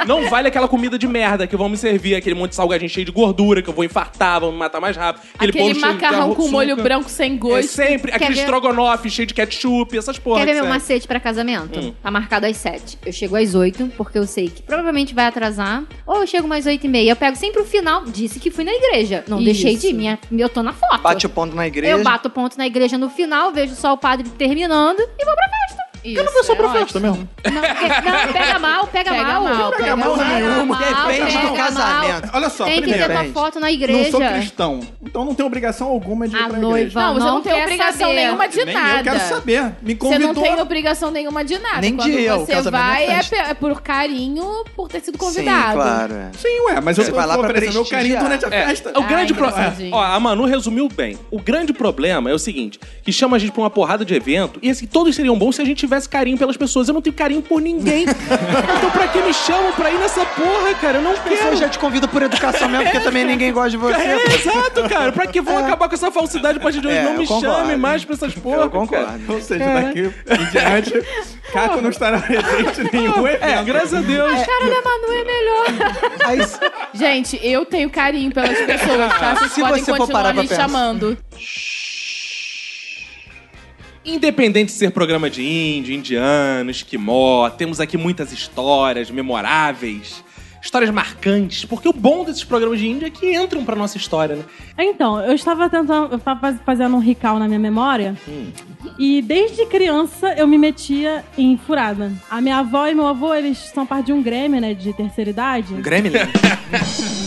[SPEAKER 1] não vale aquela comida de merda que vão me servir, aquele monte de salgadinho cheio de gordura, que eu vou infartar, vão me matar mais rápido.
[SPEAKER 9] Aquele
[SPEAKER 1] bolo cheio de
[SPEAKER 9] macarrão
[SPEAKER 1] arroz,
[SPEAKER 9] com molho
[SPEAKER 1] açúcar.
[SPEAKER 9] branco sem
[SPEAKER 1] É
[SPEAKER 9] gosto.
[SPEAKER 1] sempre, aquele
[SPEAKER 6] ver?
[SPEAKER 1] estrogonofe cheio de ketchup, essas porra.
[SPEAKER 6] Quer ver
[SPEAKER 1] que
[SPEAKER 6] meu
[SPEAKER 1] serve.
[SPEAKER 6] macete pra casamento.
[SPEAKER 2] Hum.
[SPEAKER 6] Tá marcado às 7. Eu chego às 8, porque eu sei que provavelmente vai atrasar. Ou eu chego mais 8 e meia. Eu pego sempre o final. Disse que fui na igreja. Não deixei de ir. Minha, eu tô na foto.
[SPEAKER 2] Bate o ponto na igreja.
[SPEAKER 6] Eu bato ponto na igreja no final, vejo só o padre terminando e vou pra festa. é
[SPEAKER 4] Por que eu não vou só pra festa mesmo?
[SPEAKER 6] Não, porque- não, pega mal, pega,
[SPEAKER 9] Pega
[SPEAKER 6] mal.
[SPEAKER 9] mal,
[SPEAKER 6] Pega,
[SPEAKER 9] pega
[SPEAKER 6] mal,
[SPEAKER 9] mal.
[SPEAKER 6] nenhuma.
[SPEAKER 2] Depende do casamento.
[SPEAKER 7] Olha só,
[SPEAKER 6] Tem que ter
[SPEAKER 7] primeiro,
[SPEAKER 6] tua
[SPEAKER 2] Depende.
[SPEAKER 6] foto na
[SPEAKER 7] não
[SPEAKER 6] igreja.
[SPEAKER 7] sou cristão, então não tenho obrigação alguma de ir
[SPEAKER 6] A
[SPEAKER 7] pra
[SPEAKER 6] noiva
[SPEAKER 7] igreja.
[SPEAKER 9] Não, você não,
[SPEAKER 6] Não
[SPEAKER 9] tem
[SPEAKER 6] quer
[SPEAKER 9] obrigação
[SPEAKER 6] saber.
[SPEAKER 9] nenhuma de
[SPEAKER 7] Nem
[SPEAKER 9] nada.
[SPEAKER 7] eu quero saber. Me
[SPEAKER 9] Você
[SPEAKER 7] convidou.
[SPEAKER 9] não tem obrigação nenhuma de nada.
[SPEAKER 2] Nem de
[SPEAKER 9] Quando
[SPEAKER 2] eu,
[SPEAKER 9] você
[SPEAKER 2] casamento
[SPEAKER 9] vai
[SPEAKER 2] é
[SPEAKER 9] é,
[SPEAKER 2] festa.
[SPEAKER 9] pe- é por carinho, por ter sido convidado.
[SPEAKER 2] Sim, claro. é.
[SPEAKER 7] Sim, ué, mas eu
[SPEAKER 2] Você
[SPEAKER 7] tô
[SPEAKER 2] vai lá pra
[SPEAKER 7] oferecendo meu carinho
[SPEAKER 2] prestigiar.
[SPEAKER 7] durante a
[SPEAKER 1] É,
[SPEAKER 7] festa.
[SPEAKER 6] Ah.
[SPEAKER 1] o grande
[SPEAKER 9] Ai,
[SPEAKER 1] problema.
[SPEAKER 9] engraçadinho.
[SPEAKER 1] Ó, a Manu resumiu bem. O grande problema é o seguinte: que chama a gente pra uma porrada de evento, e assim, todos seriam bons se a gente tivesse carinho pelas pessoas. Eu não tenho carinho por ninguém. então, pra que me chamam pra ir nessa porra, cara? Eu não
[SPEAKER 2] As pessoas
[SPEAKER 1] quero.
[SPEAKER 2] já te convidam por educação mesmo, porque também ninguém gosta de você.
[SPEAKER 1] É, exato, cara. Pra que vão acabar com essa falsidade a partir de hoje?
[SPEAKER 2] É,
[SPEAKER 1] não
[SPEAKER 2] eu
[SPEAKER 1] me
[SPEAKER 2] concordo.
[SPEAKER 1] chame mais pra essas porra. cara.
[SPEAKER 2] Eu concordo.
[SPEAKER 7] Ou seja, daqui em diante, Caco não estará presente em nenhum evento.
[SPEAKER 1] É, graças a Deus.
[SPEAKER 9] Cara, da Manu é melhor.
[SPEAKER 2] Aí,
[SPEAKER 9] Gente, eu tenho carinho pelas pessoas, tá? Vocês
[SPEAKER 2] Se
[SPEAKER 9] podem
[SPEAKER 2] você for
[SPEAKER 9] continuar
[SPEAKER 2] parar pra
[SPEAKER 9] me
[SPEAKER 2] pensar.
[SPEAKER 9] chamando.
[SPEAKER 1] Independente de ser programa de índio, indiano, esquimó, temos aqui muitas histórias memoráveis, histórias marcantes, porque o bom desses programas de índio é que entram pra nossa história, né?
[SPEAKER 5] Então, eu estava tentando. Eu estava faz- fazendo um recall na minha memória. E desde criança eu me metia em furada. A minha avó e meu avô, eles são parte de um Grêmio, né? De terceira idade.
[SPEAKER 2] Gremlin.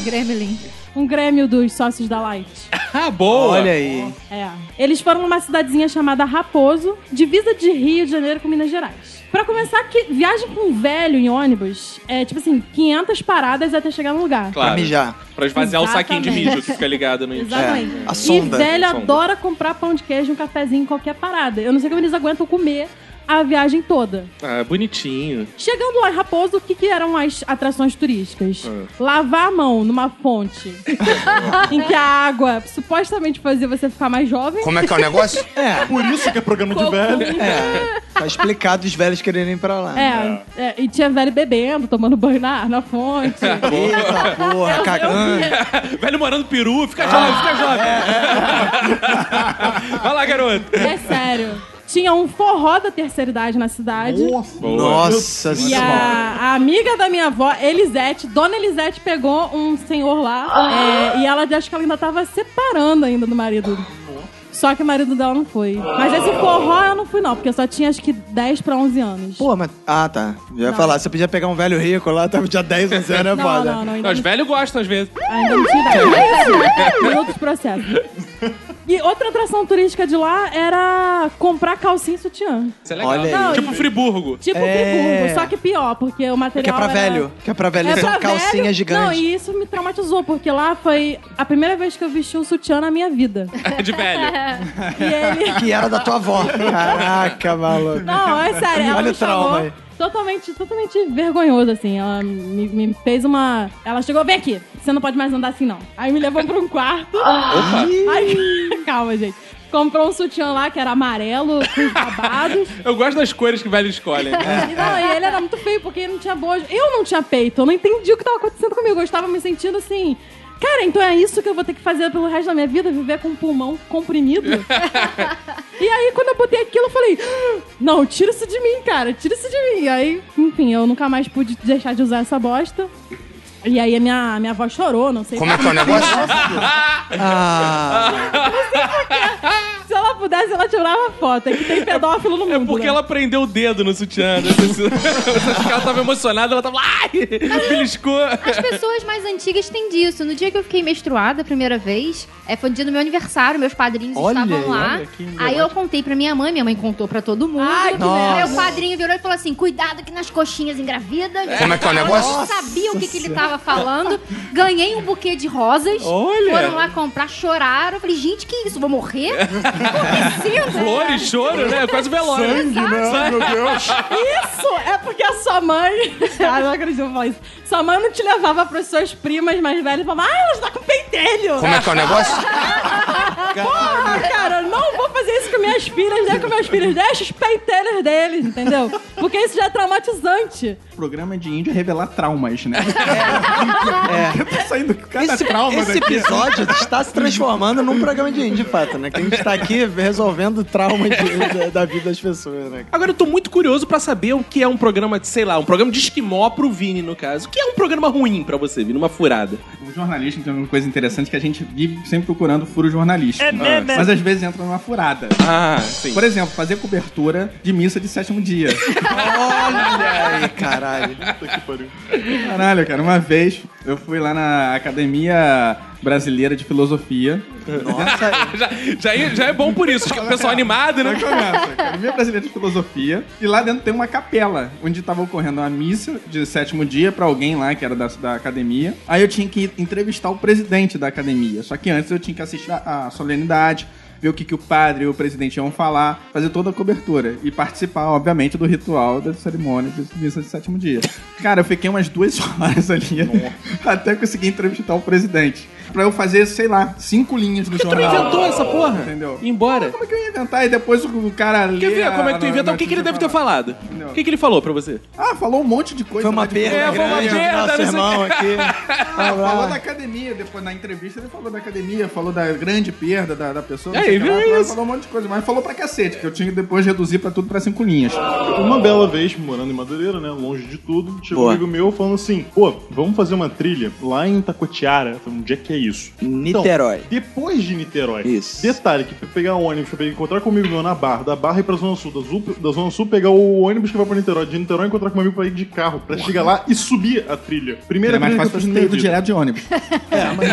[SPEAKER 6] Gremlin.
[SPEAKER 5] Um Grêmio dos sócios da Light.
[SPEAKER 1] Ah, boa!
[SPEAKER 2] Olha aí.
[SPEAKER 5] É. Eles foram numa cidadezinha chamada Raposo, divisa de Rio de Janeiro com Minas Gerais. Pra começar, que viagem com um velho em ônibus é tipo assim, 500 paradas até chegar no lugar.
[SPEAKER 2] Pra mijar.
[SPEAKER 1] Pra esvaziar o saquinho de
[SPEAKER 5] Exatamente.
[SPEAKER 1] mijo que fica ligado no
[SPEAKER 5] Exatamente.
[SPEAKER 2] É, a sonda.
[SPEAKER 5] E velho
[SPEAKER 1] Sonda.
[SPEAKER 5] adora comprar pão de queijo e um cafezinho em qualquer parada. Eu não sei como eles aguentam comer a viagem toda.
[SPEAKER 1] Ah, bonitinho.
[SPEAKER 5] Chegando lá em Raposo, o que, que eram as atrações turísticas?
[SPEAKER 2] É.
[SPEAKER 5] Lavar a mão numa fonte em que a água supostamente fazia você ficar mais jovem.
[SPEAKER 8] Como é que é o negócio?
[SPEAKER 2] É,
[SPEAKER 4] Por isso que é programa de velho.
[SPEAKER 2] é. Tá explicado os velhos quererem ir pra lá.
[SPEAKER 5] É, é, e tinha velho bebendo, tomando banho na, na fonte.
[SPEAKER 2] Eita porra, cagando.
[SPEAKER 1] Velho morando peru, fica jovem, fica jovem.
[SPEAKER 2] Ah.
[SPEAKER 1] Vai lá, garoto.
[SPEAKER 5] é sério. Tinha um forró da terceira idade na cidade.
[SPEAKER 2] Nossa
[SPEAKER 5] E a,
[SPEAKER 2] senhora.
[SPEAKER 5] a amiga da minha avó, Elisete, dona Elisete, pegou um senhor lá. é, e ela acho que ela ainda tava separando ainda do marido. Só que o marido dela não foi. Mas esse forró eu não fui, não, porque eu só tinha acho que 10 pra 11 anos.
[SPEAKER 2] Pô, mas. Ah, tá. Já ia falar, você podia pegar um velho rico lá, tava já 10, 11 anos, é
[SPEAKER 5] não,
[SPEAKER 2] foda.
[SPEAKER 5] não, não, ainda
[SPEAKER 1] Os
[SPEAKER 5] não
[SPEAKER 1] velhos gostam às vezes.
[SPEAKER 5] Ainda não tive em outros processos. E outra atração turística de lá era comprar calcinha e sutiã.
[SPEAKER 1] Isso é legal.
[SPEAKER 2] Olha aí.
[SPEAKER 1] Tipo Friburgo.
[SPEAKER 5] Tipo
[SPEAKER 2] É.
[SPEAKER 5] Friburgo, só que pior, porque o material
[SPEAKER 2] Que é pra
[SPEAKER 5] era-
[SPEAKER 2] velho. Que é pra velho,
[SPEAKER 5] É
[SPEAKER 2] são
[SPEAKER 5] pra
[SPEAKER 2] calcinha
[SPEAKER 5] velho. Não,
[SPEAKER 2] gigante.
[SPEAKER 5] e isso me traumatizou, porque lá foi a primeira vez que eu vesti um sutiã na minha vida.
[SPEAKER 1] De velho.
[SPEAKER 5] E ele...
[SPEAKER 2] Que era da tua avó. Caraca, maluco.
[SPEAKER 5] Não, é sério. Ela
[SPEAKER 2] Olha
[SPEAKER 5] me
[SPEAKER 2] o trauma
[SPEAKER 5] chamou
[SPEAKER 2] aí.
[SPEAKER 5] Totalmente, totalmente vergonhoso, assim. Ela me, me fez uma... Ela chegou, vem aqui, você não pode mais andar assim, não. Aí me levou pra um quarto. Aí, calma, gente. Comprou um sutiã lá que era amarelo, com os babados.
[SPEAKER 1] Eu gosto das cores que velho escolhem. né?
[SPEAKER 5] E não, e ele era muito feio porque ele não tinha boa. Eu não tinha peito, eu não entendi o que tava acontecendo comigo. Eu estava me sentindo assim. Cara, então é isso que eu vou ter que fazer pelo resto da minha vida? Viver com o pulmão comprimido? e aí, quando eu botei aquilo, eu falei: "Ah, Não, tira isso de mim, cara, tira isso de mim. E aí, enfim, eu nunca mais pude deixar de usar essa bosta. E aí, a minha, a minha avó chorou, não sei
[SPEAKER 8] Como é que é o negócio?
[SPEAKER 2] Ah,
[SPEAKER 5] se ela pudesse, ela tirava foto. É que tem pedófilo no mundo.
[SPEAKER 1] É porque
[SPEAKER 5] né?
[SPEAKER 1] ela prendeu o dedo no sutiã. né? Você acha que ela tava emocionada, ela tava. Ai! é- Beliscou.
[SPEAKER 6] As pessoas mais antigas têm disso. No dia que eu fiquei menstruada a primeira vez, é, foi no dia do meu aniversário, meus padrinhos
[SPEAKER 2] Olha aí,
[SPEAKER 6] estavam lá.
[SPEAKER 2] olha que
[SPEAKER 6] Aí eu contei pra minha mãe, minha mãe contou pra todo mundo.
[SPEAKER 5] Ai, que
[SPEAKER 6] Aí
[SPEAKER 2] merda.
[SPEAKER 6] meu padrinho virou e falou assim: cuidado que nas coxinhas engravidas.
[SPEAKER 8] Como é que é o
[SPEAKER 6] Eu não
[SPEAKER 8] negócio?
[SPEAKER 6] sabia o que, que ele tava falando. Ganhei um buquê de rosas.
[SPEAKER 1] Olha.
[SPEAKER 6] Foram lá comprar, choraram. Eu falei, gente, que isso? Vou morrer? Acontecendo.
[SPEAKER 1] Flores, choro, né? Quase velório. Sangue,
[SPEAKER 4] Meu Deus.
[SPEAKER 5] Isso é porque a sua mãe. ah, não acredito que eu vou falar isso. Sua mãe não te levava pras suas primas mais velhas e falava, ah, ela está com pentelho.
[SPEAKER 8] Como é que é o negócio?
[SPEAKER 5] Porra, cara, eu não vou fazer isso com minha minhas filhas, nem com meus filhos, deixa os penteiros deles, entendeu? Porque isso já é traumatizante.
[SPEAKER 7] O programa de índio é revelar traumas, né? É. tá saindo cada
[SPEAKER 2] Esse,
[SPEAKER 7] trauma
[SPEAKER 2] esse
[SPEAKER 7] daqui.
[SPEAKER 2] episódio está se transformando num programa de índio, de fato, né? Que a gente está aqui resolvendo trauma de- da- da vida das pessoas, né?
[SPEAKER 1] Agora eu tô muito curioso pra saber o que é um programa de, sei lá, um programa de esquimó pro Vini, no caso. O que é um programa ruim pra você, Vini? Uma furada.
[SPEAKER 7] O jornalismo tem uma coisa interessante que a gente vive sempre procurando furo jornalístico. Mas às vezes entra numa furada.
[SPEAKER 1] Ah, sim.
[SPEAKER 7] Por exemplo, fazer cobertura de missa de sétimo dia.
[SPEAKER 2] Olha aí, caralho.
[SPEAKER 7] Caralho, cara, uma vez eu fui lá na Academia Brasileira de Filosofia.
[SPEAKER 2] Nossa,
[SPEAKER 1] Já, já, é- já é bom por isso. Acho que o pessoal animado,
[SPEAKER 7] Aí
[SPEAKER 1] né?
[SPEAKER 7] começa, Academia Brasileira de Filosofia. E lá dentro tem uma capela, onde tava ocorrendo a missa de sétimo dia pra alguém lá que era da, da academia. Aí eu tinha que entrevistar o presidente da academia. Só que antes eu tinha que assistir a, a solenidade. Ver o que, que o padre e o presidente iam falar, fazer toda a cobertura e participar, obviamente, do ritual da cerimônia de missa de sétimo dia. Cara, eu fiquei umas duas horas ali até conseguir entrevistar o presidente. Pra eu fazer, sei lá, cinco linhas no
[SPEAKER 1] Tu não
[SPEAKER 7] jornal.
[SPEAKER 1] inventou essa porra?
[SPEAKER 7] Entendeu?
[SPEAKER 1] Ir embora.
[SPEAKER 7] Como é que eu ia inventar? E depois o cara lê
[SPEAKER 1] Quer ver
[SPEAKER 7] a-
[SPEAKER 1] como é que tu
[SPEAKER 7] a-
[SPEAKER 1] inventa? O que,
[SPEAKER 7] a-
[SPEAKER 1] que ele deve ter falado?
[SPEAKER 7] Não.
[SPEAKER 1] O que, que ele falou pra você?
[SPEAKER 7] Ah, falou um monte de coisa.
[SPEAKER 2] foi uma
[SPEAKER 7] lá de
[SPEAKER 2] perda
[SPEAKER 1] É, foi uma
[SPEAKER 2] grande do
[SPEAKER 1] perda, não
[SPEAKER 2] nosso
[SPEAKER 1] sei o
[SPEAKER 2] irmão aqui.
[SPEAKER 7] Ah, falou da academia, depois na entrevista ele falou da academia, falou da grande perda da, da pessoa. não
[SPEAKER 1] Aí,
[SPEAKER 7] sei o
[SPEAKER 1] É,
[SPEAKER 7] que
[SPEAKER 1] viu
[SPEAKER 7] lá, falou-
[SPEAKER 1] isso?
[SPEAKER 7] Falou um monte de coisa, mas falou pra cacete, que eu tinha que depois reduzir pra tudo pra cinco linhas.
[SPEAKER 4] Uma bela vez, morando em Madureira, né? Longe de tudo, chegou
[SPEAKER 2] Boa.
[SPEAKER 4] um amigo meu falando assim: pô, vamos fazer uma trilha lá em Tacotiara. Eu Falei, onde é que é isso? Então,
[SPEAKER 2] Niterói.
[SPEAKER 4] depois de Niterói.
[SPEAKER 2] Isso.
[SPEAKER 4] Detalhe que pra pegar um ônibus pra encontrar com um amigo meu na Barra, da Barra ir pra Zona Sul, da, Zul, da Zona Sul pegar o ônibus que vai pra Niterói, de Niterói encontrar com um amigo pra ir de carro, pra chegar lá e subir a trilha. Primeira
[SPEAKER 7] Era É
[SPEAKER 4] trilha que eu
[SPEAKER 7] mais fácil fazer
[SPEAKER 4] fiz no
[SPEAKER 7] ter
[SPEAKER 4] meu
[SPEAKER 7] ido
[SPEAKER 4] dia.
[SPEAKER 7] direto de ônibus.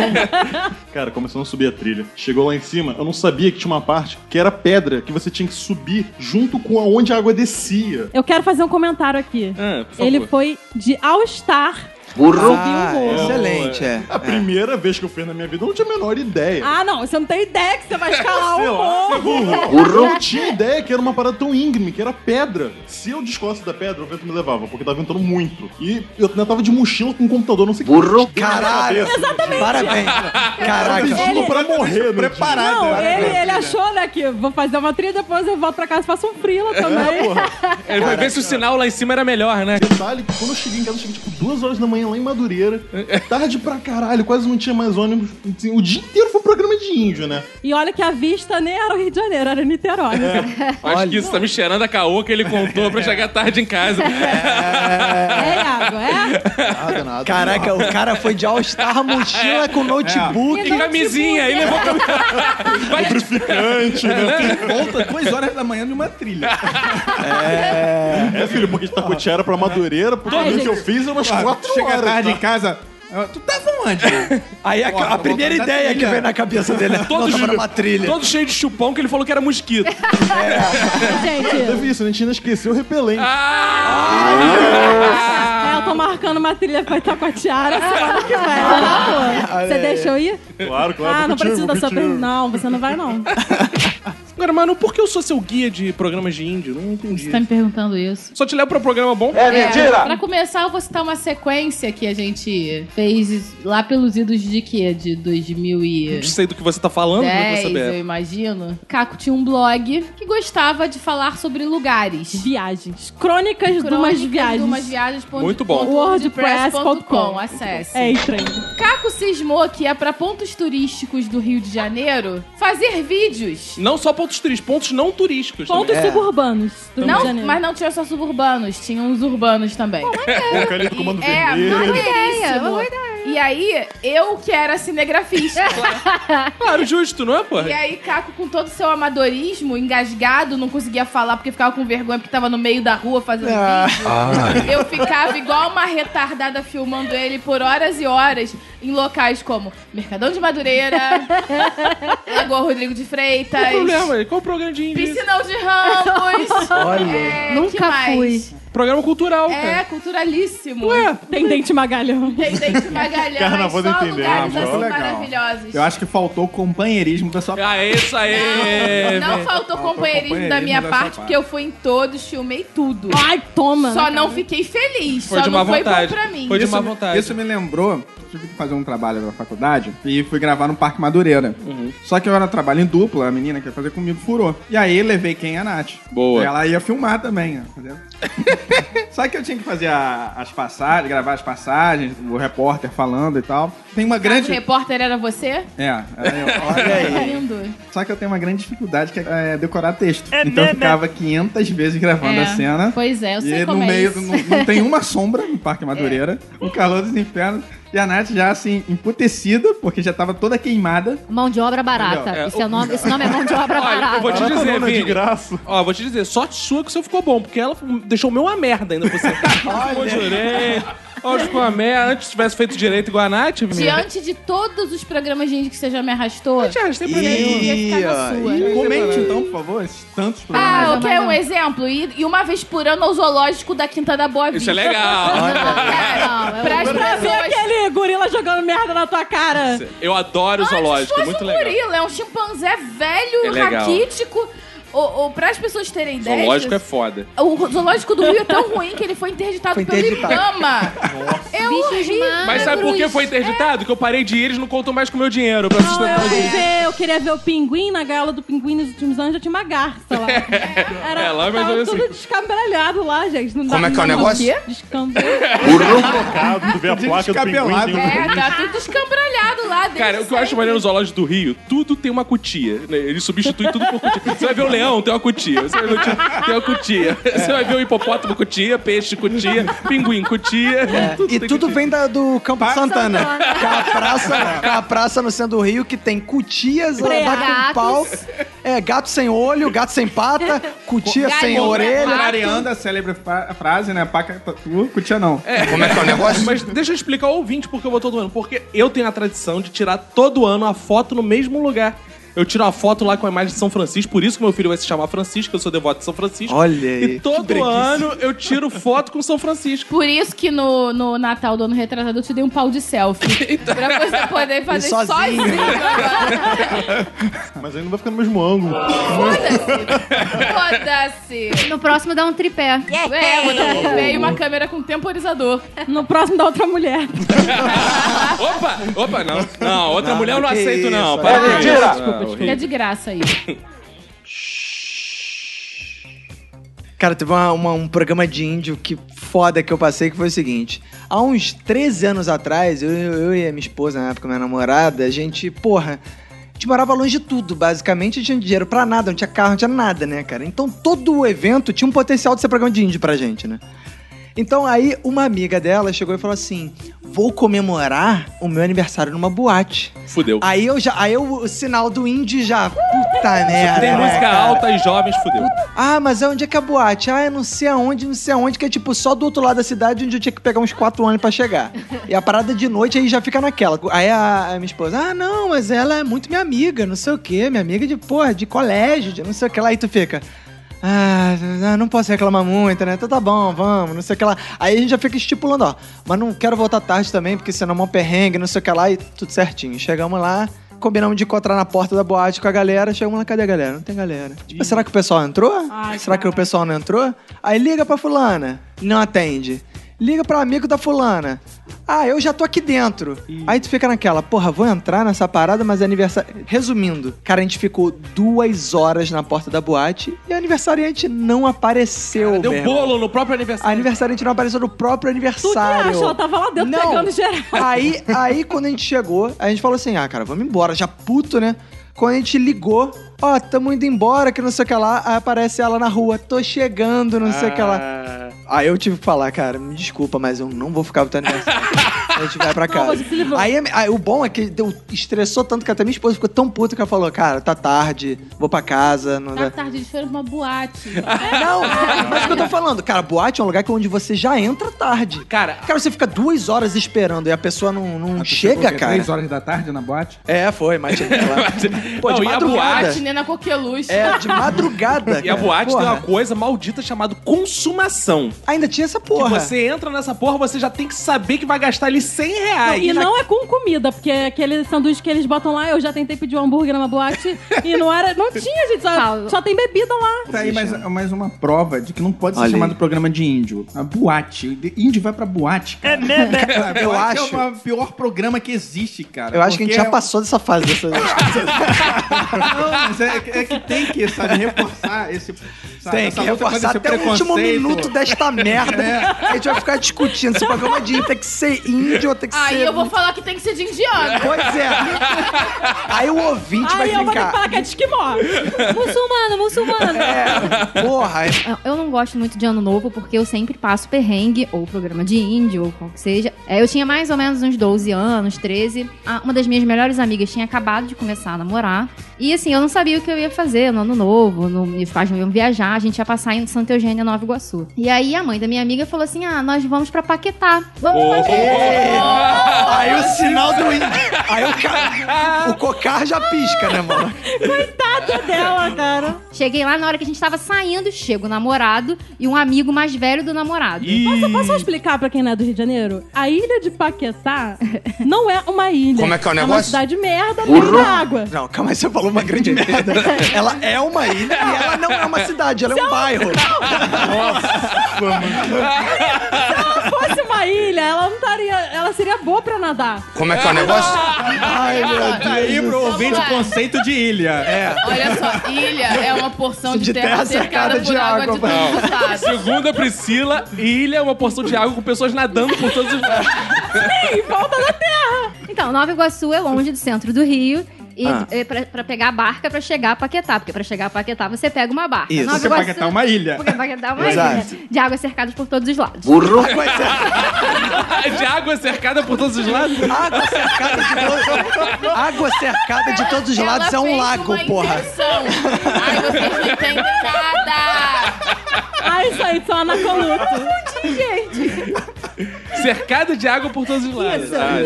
[SPEAKER 4] Cara, começando a subir a trilha. Chegou lá em cima, eu não sabia que tinha uma parte que era pedra, que você tinha que subir junto com aonde a água descia.
[SPEAKER 5] Eu quero fazer um comentário aqui.
[SPEAKER 1] Ah, por favor.
[SPEAKER 5] Ele foi de All-Star.
[SPEAKER 2] Ah, excelente, é.
[SPEAKER 4] A primeira vez que eu fiz na minha vida, eu não tinha a menor ideia.
[SPEAKER 5] Ah, não, você não tem ideia que você vai escalar
[SPEAKER 4] Sei
[SPEAKER 5] um
[SPEAKER 4] lá,
[SPEAKER 5] morro.
[SPEAKER 4] Eu não tinha ideia que era uma parada tão íngreme, que era pedra. Se eu descosse da pedra, o vento me levava, porque tava ventando muito. E eu ainda tava de mochila com o computador, não sei o que.
[SPEAKER 2] Burro.
[SPEAKER 4] deu na
[SPEAKER 2] Caralho.
[SPEAKER 4] cabeça.
[SPEAKER 2] Parabéns.
[SPEAKER 4] Tava
[SPEAKER 2] Caraca.
[SPEAKER 4] pedindo pra morrer, né?
[SPEAKER 7] Preparado.
[SPEAKER 5] Não,
[SPEAKER 7] né?
[SPEAKER 5] ele, ele achou, né, que vou fazer uma trilha, depois eu volto pra casa e faço um frila também.
[SPEAKER 1] Ele vai ver se o sinal lá em cima era melhor, né?
[SPEAKER 4] Detalhe que quando eu cheguei em casa, eu cheguei tipo duas horas da manhã lá em Madureira. Tarde pra caralho, quase não tinha mais ônibus. Assim, O dia inteiro foi programa de índio, né?
[SPEAKER 5] E olha que a vista nem era o Rio de Janeiro, era Niterói.
[SPEAKER 4] É.
[SPEAKER 1] Acho que isso tá me cheirando a caô que ele contou pra chegar tarde em casa.
[SPEAKER 5] É, Iago, é?
[SPEAKER 4] Nada, nada.
[SPEAKER 2] Caraca, o cara foi de All-Star mochila com notebook.
[SPEAKER 1] Que camisinha, aí levou pra... Vai,
[SPEAKER 4] Lubrificante, né?
[SPEAKER 7] Volta duas horas da manhã numa trilha.
[SPEAKER 4] É, filho, porque de Tacotiara pra Madureira, pro
[SPEAKER 5] Ai,
[SPEAKER 4] caminho que eu
[SPEAKER 5] gente.
[SPEAKER 4] fiz, era umas
[SPEAKER 7] Ah,
[SPEAKER 4] quatro
[SPEAKER 7] Chega
[SPEAKER 4] horas.
[SPEAKER 7] tarde
[SPEAKER 4] tá?
[SPEAKER 7] em casa. ah, Tu tava onde?
[SPEAKER 2] Aí a,
[SPEAKER 7] Porra,
[SPEAKER 1] tá
[SPEAKER 2] a primeira
[SPEAKER 7] voltando da
[SPEAKER 2] ideia que
[SPEAKER 7] trilha.
[SPEAKER 2] vem na cabeça dele é
[SPEAKER 1] Todos
[SPEAKER 2] todos uma trilha.
[SPEAKER 1] todo cheio de chupão que ele falou que era mosquito.
[SPEAKER 5] Gente,
[SPEAKER 4] Teve isso, né? a gente ainda esqueceu o repelente.
[SPEAKER 2] Ah!
[SPEAKER 1] Ah!
[SPEAKER 4] Ah.
[SPEAKER 5] é, eu tô marcando uma trilha pra
[SPEAKER 4] É.
[SPEAKER 5] Itacoatiara semana que vem. Tá na boa. Você deixa eu ir?
[SPEAKER 4] Claro, claro.
[SPEAKER 5] Ah, não
[SPEAKER 4] contigo,
[SPEAKER 5] precisa da sua
[SPEAKER 4] contigo.
[SPEAKER 5] perna. Não, você não vai, não.
[SPEAKER 1] Agora, mano, por que eu sou seu guia de programas de índio? Não entendi.
[SPEAKER 9] Você tá me perguntando isso.
[SPEAKER 1] Só te levo pra um programa bom?
[SPEAKER 9] É, pra começar, eu vou citar uma sequência que a gente fez lá pelos idos de quê? De 2000 e...
[SPEAKER 1] Não sei do que você tá falando, mas vou
[SPEAKER 9] 10, eu
[SPEAKER 1] saber.
[SPEAKER 9] imagino. Caco tinha um blog que gostava de falar sobre lugares.
[SPEAKER 5] Viagens. Crônicas, de umas viagens.
[SPEAKER 9] Dumas viagens. ponto-
[SPEAKER 1] Muito bom.
[SPEAKER 9] ponto
[SPEAKER 5] WordPress.com.
[SPEAKER 9] Acesse.
[SPEAKER 5] É, estranho.
[SPEAKER 9] Caco cismou que ia pra pontos turísticos do Rio de Janeiro fazer vídeos.
[SPEAKER 1] Não só pontos turísticos, pontos não turísticos
[SPEAKER 5] Pontos
[SPEAKER 4] É.
[SPEAKER 1] também.
[SPEAKER 5] suburbanos do Rio de
[SPEAKER 9] Não,
[SPEAKER 5] Janeiro.
[SPEAKER 9] mas não tinha só suburbanos, tinha uns urbanos também.
[SPEAKER 4] O Cali do Comando
[SPEAKER 9] é,
[SPEAKER 4] Vermelho.
[SPEAKER 9] maneiríssimo.
[SPEAKER 6] uma boa
[SPEAKER 9] E aí, eu que era cinegrafista.
[SPEAKER 1] Claro, justo, não é, porra?
[SPEAKER 9] e aí, Caco, com todo o seu amadorismo, engasgado, não conseguia falar porque ficava com vergonha porque tava no meio da rua fazendo
[SPEAKER 6] Ah.
[SPEAKER 9] vídeo. Eu ficava igual uma retardada filmando ele por horas e horas em locais como Mercadão de Madureira, Lagoa Rodrigo de Freitas,
[SPEAKER 1] Qual o problema? Qual o programa de índio?
[SPEAKER 9] Piscinão de Ramos.
[SPEAKER 2] Olha.
[SPEAKER 9] é, que
[SPEAKER 6] Nunca
[SPEAKER 9] mais?
[SPEAKER 6] fui.
[SPEAKER 12] Programa cultural,
[SPEAKER 9] É,
[SPEAKER 12] cara.
[SPEAKER 9] culturalíssimo.
[SPEAKER 5] Ah, Tendente Magalhão.
[SPEAKER 9] Tendente Magalhães,
[SPEAKER 4] Carnaval do
[SPEAKER 9] só
[SPEAKER 4] Intendente.
[SPEAKER 9] lugares
[SPEAKER 7] Ah,
[SPEAKER 9] assim
[SPEAKER 7] legal.
[SPEAKER 9] maravilhosos.
[SPEAKER 7] Eu acho que faltou o companheirismo da sua
[SPEAKER 1] Ah, é isso aí! É,
[SPEAKER 9] Não faltou
[SPEAKER 7] Faltou
[SPEAKER 9] companheirismo da minha
[SPEAKER 7] companheirismo da sua
[SPEAKER 9] parte,
[SPEAKER 7] parte.
[SPEAKER 9] porque eu fui em todos, filmei tudo.
[SPEAKER 5] Ai, toma!
[SPEAKER 9] Só não fiquei feliz,
[SPEAKER 1] Foi
[SPEAKER 9] só
[SPEAKER 1] de má
[SPEAKER 9] não foi bom
[SPEAKER 1] vontade.
[SPEAKER 9] pra mim.
[SPEAKER 1] Foi de má
[SPEAKER 7] me-
[SPEAKER 1] vontade.
[SPEAKER 7] Isso me lembrou. Tive que fazer um trabalho na faculdade e fui gravar no Parque Madureira.
[SPEAKER 1] Uhum.
[SPEAKER 7] Só que eu era trabalho em dupla, a menina que ia fazer comigo furou. E aí levei quem? A Nath.
[SPEAKER 1] Boa.
[SPEAKER 7] Ela ia filmar também. ó, entendeu? Só que eu tinha que fazer a- as passagens, gravar as passagens, o repórter falando e tal. Tem uma
[SPEAKER 9] Grande...
[SPEAKER 7] grande.
[SPEAKER 9] repórter era você?
[SPEAKER 7] É, era eu. olha aí.
[SPEAKER 9] Lindo.
[SPEAKER 7] Só que eu tenho uma grande dificuldade que é decorar texto. então eu ficava 500 vezes gravando
[SPEAKER 9] É.
[SPEAKER 7] a cena.
[SPEAKER 9] Pois é, eu sei
[SPEAKER 7] E
[SPEAKER 9] como
[SPEAKER 7] no
[SPEAKER 9] é
[SPEAKER 7] meio
[SPEAKER 9] isso. É.
[SPEAKER 7] Não, não tem uma sombra no Parque Madureira. O calor dos infernos. E a Nath já assim, emputecida, porque já tava toda queimada.
[SPEAKER 6] Mão de obra barata.
[SPEAKER 1] Entendeu? É,
[SPEAKER 6] Esse, é o nome, esse nome é mão de obra
[SPEAKER 1] Olha, eu vou
[SPEAKER 6] barata.
[SPEAKER 1] te dizer,
[SPEAKER 9] é
[SPEAKER 4] Barata de
[SPEAKER 1] Vini.
[SPEAKER 4] graça.
[SPEAKER 1] Ó, vou te dizer, sorte sua que o seu ficou bom, porque ela deixou o meu uma merda ainda por você. Conjurei. Hoje ficou uma merda. Antes tivesse feito direito igual a Nath, Vini.
[SPEAKER 9] Diante de todos os programas de indie que você já me arrastou,
[SPEAKER 1] Já, não tem
[SPEAKER 7] E,
[SPEAKER 1] problema nenhum.
[SPEAKER 9] ia ficar na sua.
[SPEAKER 7] e comente então, por favor, esses tantos problemas.
[SPEAKER 9] Ah,
[SPEAKER 5] Não,
[SPEAKER 9] eu
[SPEAKER 5] mas
[SPEAKER 9] quero um
[SPEAKER 5] não.
[SPEAKER 9] exemplo. E, e uma vez por ano ao zoológico da Quinta da Boa Vista.
[SPEAKER 1] Isso é legal. é
[SPEAKER 9] Cara,
[SPEAKER 6] É, Não,
[SPEAKER 9] Pra as
[SPEAKER 5] Pra ver
[SPEAKER 9] pessoas...
[SPEAKER 5] aquele gorila jogando merda na tua cara.
[SPEAKER 1] Eu adoro o zoológico,
[SPEAKER 9] Antes fosse
[SPEAKER 1] muito
[SPEAKER 9] um
[SPEAKER 1] legal.
[SPEAKER 9] gorila, é um chimpanzé velho,
[SPEAKER 1] É legal.
[SPEAKER 9] raquítico. Ou, ou para as pessoas terem ideia...
[SPEAKER 1] Zoológico é foda.
[SPEAKER 9] O zoológico do Rio é tão ruim que ele foi interditado,
[SPEAKER 2] Foi interditado.
[SPEAKER 9] pelo Ibama. É horrível.
[SPEAKER 1] Mas sabe por que foi interditado? Que eu parei de ir, eles não contam mais com o meu dinheiro pra
[SPEAKER 5] Não, eu
[SPEAKER 1] sustentar
[SPEAKER 5] fui ver, eu queria ver o pinguim na gaiola do pinguim nos últimos anos, já tinha uma garça lá. Era,
[SPEAKER 1] É, lá é mais ou
[SPEAKER 5] tava
[SPEAKER 1] menos
[SPEAKER 5] tudo
[SPEAKER 1] assim.
[SPEAKER 5] descambelhado lá, gente. Não
[SPEAKER 7] Como
[SPEAKER 5] dá,
[SPEAKER 7] é que é o
[SPEAKER 5] não.
[SPEAKER 7] negócio?
[SPEAKER 5] quê? Descambelhado.
[SPEAKER 4] Cado, tu vê a
[SPEAKER 7] De
[SPEAKER 4] placa do pinguim.
[SPEAKER 7] descabelado.
[SPEAKER 4] tem um-
[SPEAKER 9] É, tá tudo escambralhado lá dentro.
[SPEAKER 1] Cara, o que eu acho maneiro nos zoológicos do Rio, tudo tem uma cutia. né? Eles substituem tudo por cutia. Você vai ver o leão, tem uma cutia. Você vai ver o tio, tem uma cutia. Você vai ver o hipopótamo, cutia. Peixe, cutia. Pinguim, cutia.
[SPEAKER 2] E
[SPEAKER 1] tem
[SPEAKER 2] tudo
[SPEAKER 1] cutia.
[SPEAKER 2] vem da- do Campo Santana. Que é a praça, que é a praça no centro do Rio que tem cutias, ela dá com
[SPEAKER 6] Gatos.
[SPEAKER 2] pau. É, gato sem olho, gato sem pata, cutia sem
[SPEAKER 9] Galinha.
[SPEAKER 2] orelha.
[SPEAKER 7] Contrariando a célebre fra- frase, né? Paca tatu, cutia não.
[SPEAKER 8] Como é que é o negócio?
[SPEAKER 1] Mas deixa eu explicar ao ouvinte porque eu vou todo ano. Porque eu tenho a tradição de tirar todo ano a foto no mesmo lugar. Eu tiro a foto lá com a imagem de São Francisco, por isso que meu filho vai se chamar Francisco, eu sou devoto de São Francisco.
[SPEAKER 2] Olha
[SPEAKER 1] E
[SPEAKER 2] aí. que
[SPEAKER 1] todo
[SPEAKER 2] preguiça.
[SPEAKER 1] ano eu tiro foto com São Francisco.
[SPEAKER 9] Por isso que no, no Natal do ano retrasado eu te dei um pau de selfie.
[SPEAKER 5] Então.
[SPEAKER 9] pra você poder fazer sozinho.
[SPEAKER 2] sozinho.
[SPEAKER 4] Mas aí não vai ficar no mesmo ângulo.
[SPEAKER 9] Foda-se. Foda-se.
[SPEAKER 6] No próximo dá um tripé.
[SPEAKER 9] É, vou dar
[SPEAKER 1] Tá
[SPEAKER 9] um e uma câmera com temporizador.
[SPEAKER 2] É.
[SPEAKER 5] No próximo da outra mulher.
[SPEAKER 1] Ah, Opa! Opa, não. Não, outra
[SPEAKER 2] Não,
[SPEAKER 1] mulher eu não
[SPEAKER 2] que
[SPEAKER 1] aceito,
[SPEAKER 2] isso,
[SPEAKER 1] não.
[SPEAKER 2] é
[SPEAKER 1] Para com
[SPEAKER 2] mentira.
[SPEAKER 1] isso.
[SPEAKER 5] Desculpa,
[SPEAKER 1] Não,
[SPEAKER 9] Fica de graça aí.
[SPEAKER 2] Cara, teve uma- uma- um programa de índio que foda que eu passei, que foi o seguinte. Há uns 13 anos atrás, eu, eu e a minha esposa, na época, minha namorada, a gente, porra, a gente morava longe de tudo, basicamente. A gente não tinha dinheiro pra nada, não tinha carro, não tinha nada, né, cara? Então todo o evento tinha um potencial de ser programa de índio pra gente, né? Então aí uma amiga dela chegou e falou assim: vou comemorar o meu aniversário numa boate.
[SPEAKER 1] Fudeu.
[SPEAKER 2] Aí eu já. Aí eu, o sinal do indie já. Puta merda.
[SPEAKER 1] Tem
[SPEAKER 2] né,
[SPEAKER 1] música
[SPEAKER 2] cara?
[SPEAKER 1] alta e jovens, fudeu.
[SPEAKER 2] Ah, mas é onde é que é a boate? Ah, eu não sei aonde, não sei aonde, que é tipo só do outro lado da cidade onde eu tinha que pegar uns quatro anos pra chegar. E a parada de noite aí já fica naquela. Aí a, a minha esposa, ah, não, mas ela é muito minha amiga, não sei o quê, minha amiga de porra, de colégio, de não sei o que lá. Aí tu fica. Ah, ah, não posso reclamar muito, né? Então tá bom, vamos, não sei o que lá. Aí a gente já fica estipulando, ó. Mas não quero voltar tarde também, porque senão é mó perrengue, não sei o que lá, e tudo certinho. Chegamos lá, combinamos de encontrar na porta da boate com a galera. Chegamos lá, cadê a galera? Não tem galera. Tipo, será que o pessoal entrou?
[SPEAKER 5] Ai,
[SPEAKER 2] será que o
[SPEAKER 5] cara.
[SPEAKER 2] pessoal não entrou? Aí liga pra fulana, não atende. Liga pra amigo da fulana. Ah, eu já tô aqui dentro. Aí tu fica naquela, porra, vou entrar nessa parada, mas é aniversário. Resumindo, cara, a gente ficou duas horas na porta da boate e o aniversariante não apareceu.
[SPEAKER 1] Deu
[SPEAKER 2] meu irmão.
[SPEAKER 1] bolo no próprio
[SPEAKER 2] A
[SPEAKER 1] aniversário.
[SPEAKER 2] aniversariante não apareceu no próprio
[SPEAKER 5] Tu te
[SPEAKER 2] aniversário.
[SPEAKER 5] acha? Ela tava lá dentro
[SPEAKER 2] Não.
[SPEAKER 5] pegando geral.
[SPEAKER 2] Aí, aí quando a gente chegou, a gente falou assim: ah, cara, vamos embora, já puto, né? Quando a gente ligou, ó, tamo indo embora, que não sei o que lá, aí aparece ela na rua, tô Ah. chegando, não sei o que lá. Aí eu tive que falar, cara, me desculpa, mas eu não vou ficar pro teu aniversário. A gente vai pra
[SPEAKER 5] Não,
[SPEAKER 2] casa.
[SPEAKER 5] você se livrou.
[SPEAKER 2] Aí, aí o bom é que deu, estressou tanto que até minha esposa ficou tão puta que ela falou: Cara, tá tarde, vou pra casa. Não,
[SPEAKER 3] Na
[SPEAKER 2] dá.
[SPEAKER 3] tarde eles foram pra uma boate.
[SPEAKER 5] Tá
[SPEAKER 2] não mas o que eu tô falando? Cara, boate é um lugar que é onde você já entra tarde.
[SPEAKER 1] Cara,
[SPEAKER 2] Cara, você fica duas horas esperando e a pessoa não, não
[SPEAKER 7] Ah, tu chegou o
[SPEAKER 2] chega,
[SPEAKER 7] quê?
[SPEAKER 2] cara.
[SPEAKER 7] Três horas da tarde na boate?
[SPEAKER 2] É, foi, mas. Pô,
[SPEAKER 1] Não,
[SPEAKER 2] de
[SPEAKER 1] e a
[SPEAKER 2] madrugada.
[SPEAKER 9] Boate, né? Na Coqueluche.
[SPEAKER 2] É, de madrugada.
[SPEAKER 1] E a
[SPEAKER 2] cara.
[SPEAKER 1] boate
[SPEAKER 2] Porra.
[SPEAKER 1] tem uma coisa maldita chamada consumação.
[SPEAKER 2] Ainda tinha essa
[SPEAKER 1] Que
[SPEAKER 2] porra.
[SPEAKER 1] você entra nessa porra, você já tem que saber que vai gastar ali 100
[SPEAKER 5] Não,
[SPEAKER 1] reais.
[SPEAKER 5] e não é com comida, porque aquele sanduíche que eles botam lá, eu já tentei pedir um hambúrguer numa boate e não era. Não tinha, gente. Só,
[SPEAKER 6] Paulo.
[SPEAKER 5] só tem bebida lá.
[SPEAKER 7] Tá aí mais, mais uma prova de que não pode ser
[SPEAKER 2] Olha aí.
[SPEAKER 7] chamado programa de índio. A boate. De- Índio vai pra boate, cara. É, né, né?
[SPEAKER 2] Eu
[SPEAKER 7] Eu acho.
[SPEAKER 2] acho-
[SPEAKER 7] É o pior programa que existe, cara.
[SPEAKER 2] Eu acho que a gente
[SPEAKER 7] Porque é um-
[SPEAKER 2] já passou dessa fase. Dessa...
[SPEAKER 7] Não, mas é, é que tem que, sabe, reforçar esse. Sabe,
[SPEAKER 2] Tem
[SPEAKER 7] essa
[SPEAKER 2] que
[SPEAKER 7] luta
[SPEAKER 2] reforçar
[SPEAKER 7] contra esse
[SPEAKER 2] até o último
[SPEAKER 7] preconceito.
[SPEAKER 2] minuto desta merda. A gente vai ficar discutindo se o programa é de índio tem que ser índio ou tem que
[SPEAKER 9] Aí
[SPEAKER 2] ser...
[SPEAKER 9] eu vou falar que tem que ser de indiano.
[SPEAKER 2] Pois é. Aí o ouvinte
[SPEAKER 5] Aí
[SPEAKER 2] vai
[SPEAKER 5] eu vou ter que
[SPEAKER 2] ficar...
[SPEAKER 5] falar que é de esquimó.
[SPEAKER 6] Muçulmana, muçulmana.
[SPEAKER 2] É, porra. é-
[SPEAKER 6] Eu não gosto muito de ano novo porque eu sempre passo perrengue, ou programa de índio, ou qual que seja. É, Eu tinha mais ou menos uns 12 anos, 13. Ah, Uma das minhas melhores amigas tinha acabado de começar a namorar. E assim, eu não sabia o que eu ia fazer no ano novo, não, meus pais não iam viajar, a gente ia passar em Santa Eugênia, Nova Iguaçu. E aí a mãe da minha amiga falou assim: ah, nós vamos pra Paquetá. Vamos pra
[SPEAKER 2] Aí o sinal do índio... Aí o, ca... o cocar já pisca, né, mano?
[SPEAKER 5] Coitada dela, cara.
[SPEAKER 6] Cheguei lá na hora que a gente tava saindo, chega o namorado e um amigo mais velho do namorado.
[SPEAKER 5] Posso, posso explicar pra quem não é do Rio de Janeiro? A ilha de Paquetá não é uma ilha.
[SPEAKER 13] Como é que é o
[SPEAKER 5] É uma
[SPEAKER 13] negócio?
[SPEAKER 5] cidade merda, meio da água.
[SPEAKER 2] Não, calma aí, você falou uma grande merda. Ela é uma ilha e ela não é uma cidade, ela é um bairro.
[SPEAKER 5] Se fosse uma ilha, ela não estaria. Ela seria boa pra nadar.
[SPEAKER 13] Como é que é o negócio?
[SPEAKER 2] Ai, É, meu
[SPEAKER 7] Tá aí
[SPEAKER 2] Deus.
[SPEAKER 7] pro ouvinte o
[SPEAKER 9] lá.
[SPEAKER 7] conceito de ilha. É.
[SPEAKER 9] Olha só, ilha é uma porção de,
[SPEAKER 2] De
[SPEAKER 9] terra,
[SPEAKER 2] terra
[SPEAKER 9] cercada por água, de todos os lados.
[SPEAKER 1] Segundo a Priscila, ilha é uma porção de água com pessoas nadando por todos os
[SPEAKER 5] Em volta da terra.
[SPEAKER 6] Então, Nova Iguaçu é longe do centro do Rio. E
[SPEAKER 2] Ah.
[SPEAKER 6] é, pra, pra pegar a barca pra chegar a Paquetá. Porque pra chegar a Paquetá você pega uma barca.
[SPEAKER 2] Isso.
[SPEAKER 6] Nova
[SPEAKER 7] Porque
[SPEAKER 6] Iguaçu-
[SPEAKER 7] Paquetá é uma ilha.
[SPEAKER 6] Porque Paquetá é uma
[SPEAKER 2] Exato.
[SPEAKER 6] ilha de águas cercadas por todos os lados.
[SPEAKER 2] Burro. Pois é.
[SPEAKER 1] de água cercada por todos os lados.
[SPEAKER 2] Água cercada de todos, água cercada de todos os
[SPEAKER 9] Ela
[SPEAKER 2] lados é um
[SPEAKER 9] fez
[SPEAKER 2] lago,
[SPEAKER 9] uma
[SPEAKER 2] porra.
[SPEAKER 9] inserção. Ai, vocês não entendem nada.
[SPEAKER 5] Ah, isso aí, só na coluta.
[SPEAKER 1] Cercada de água por todos os lados. Ah,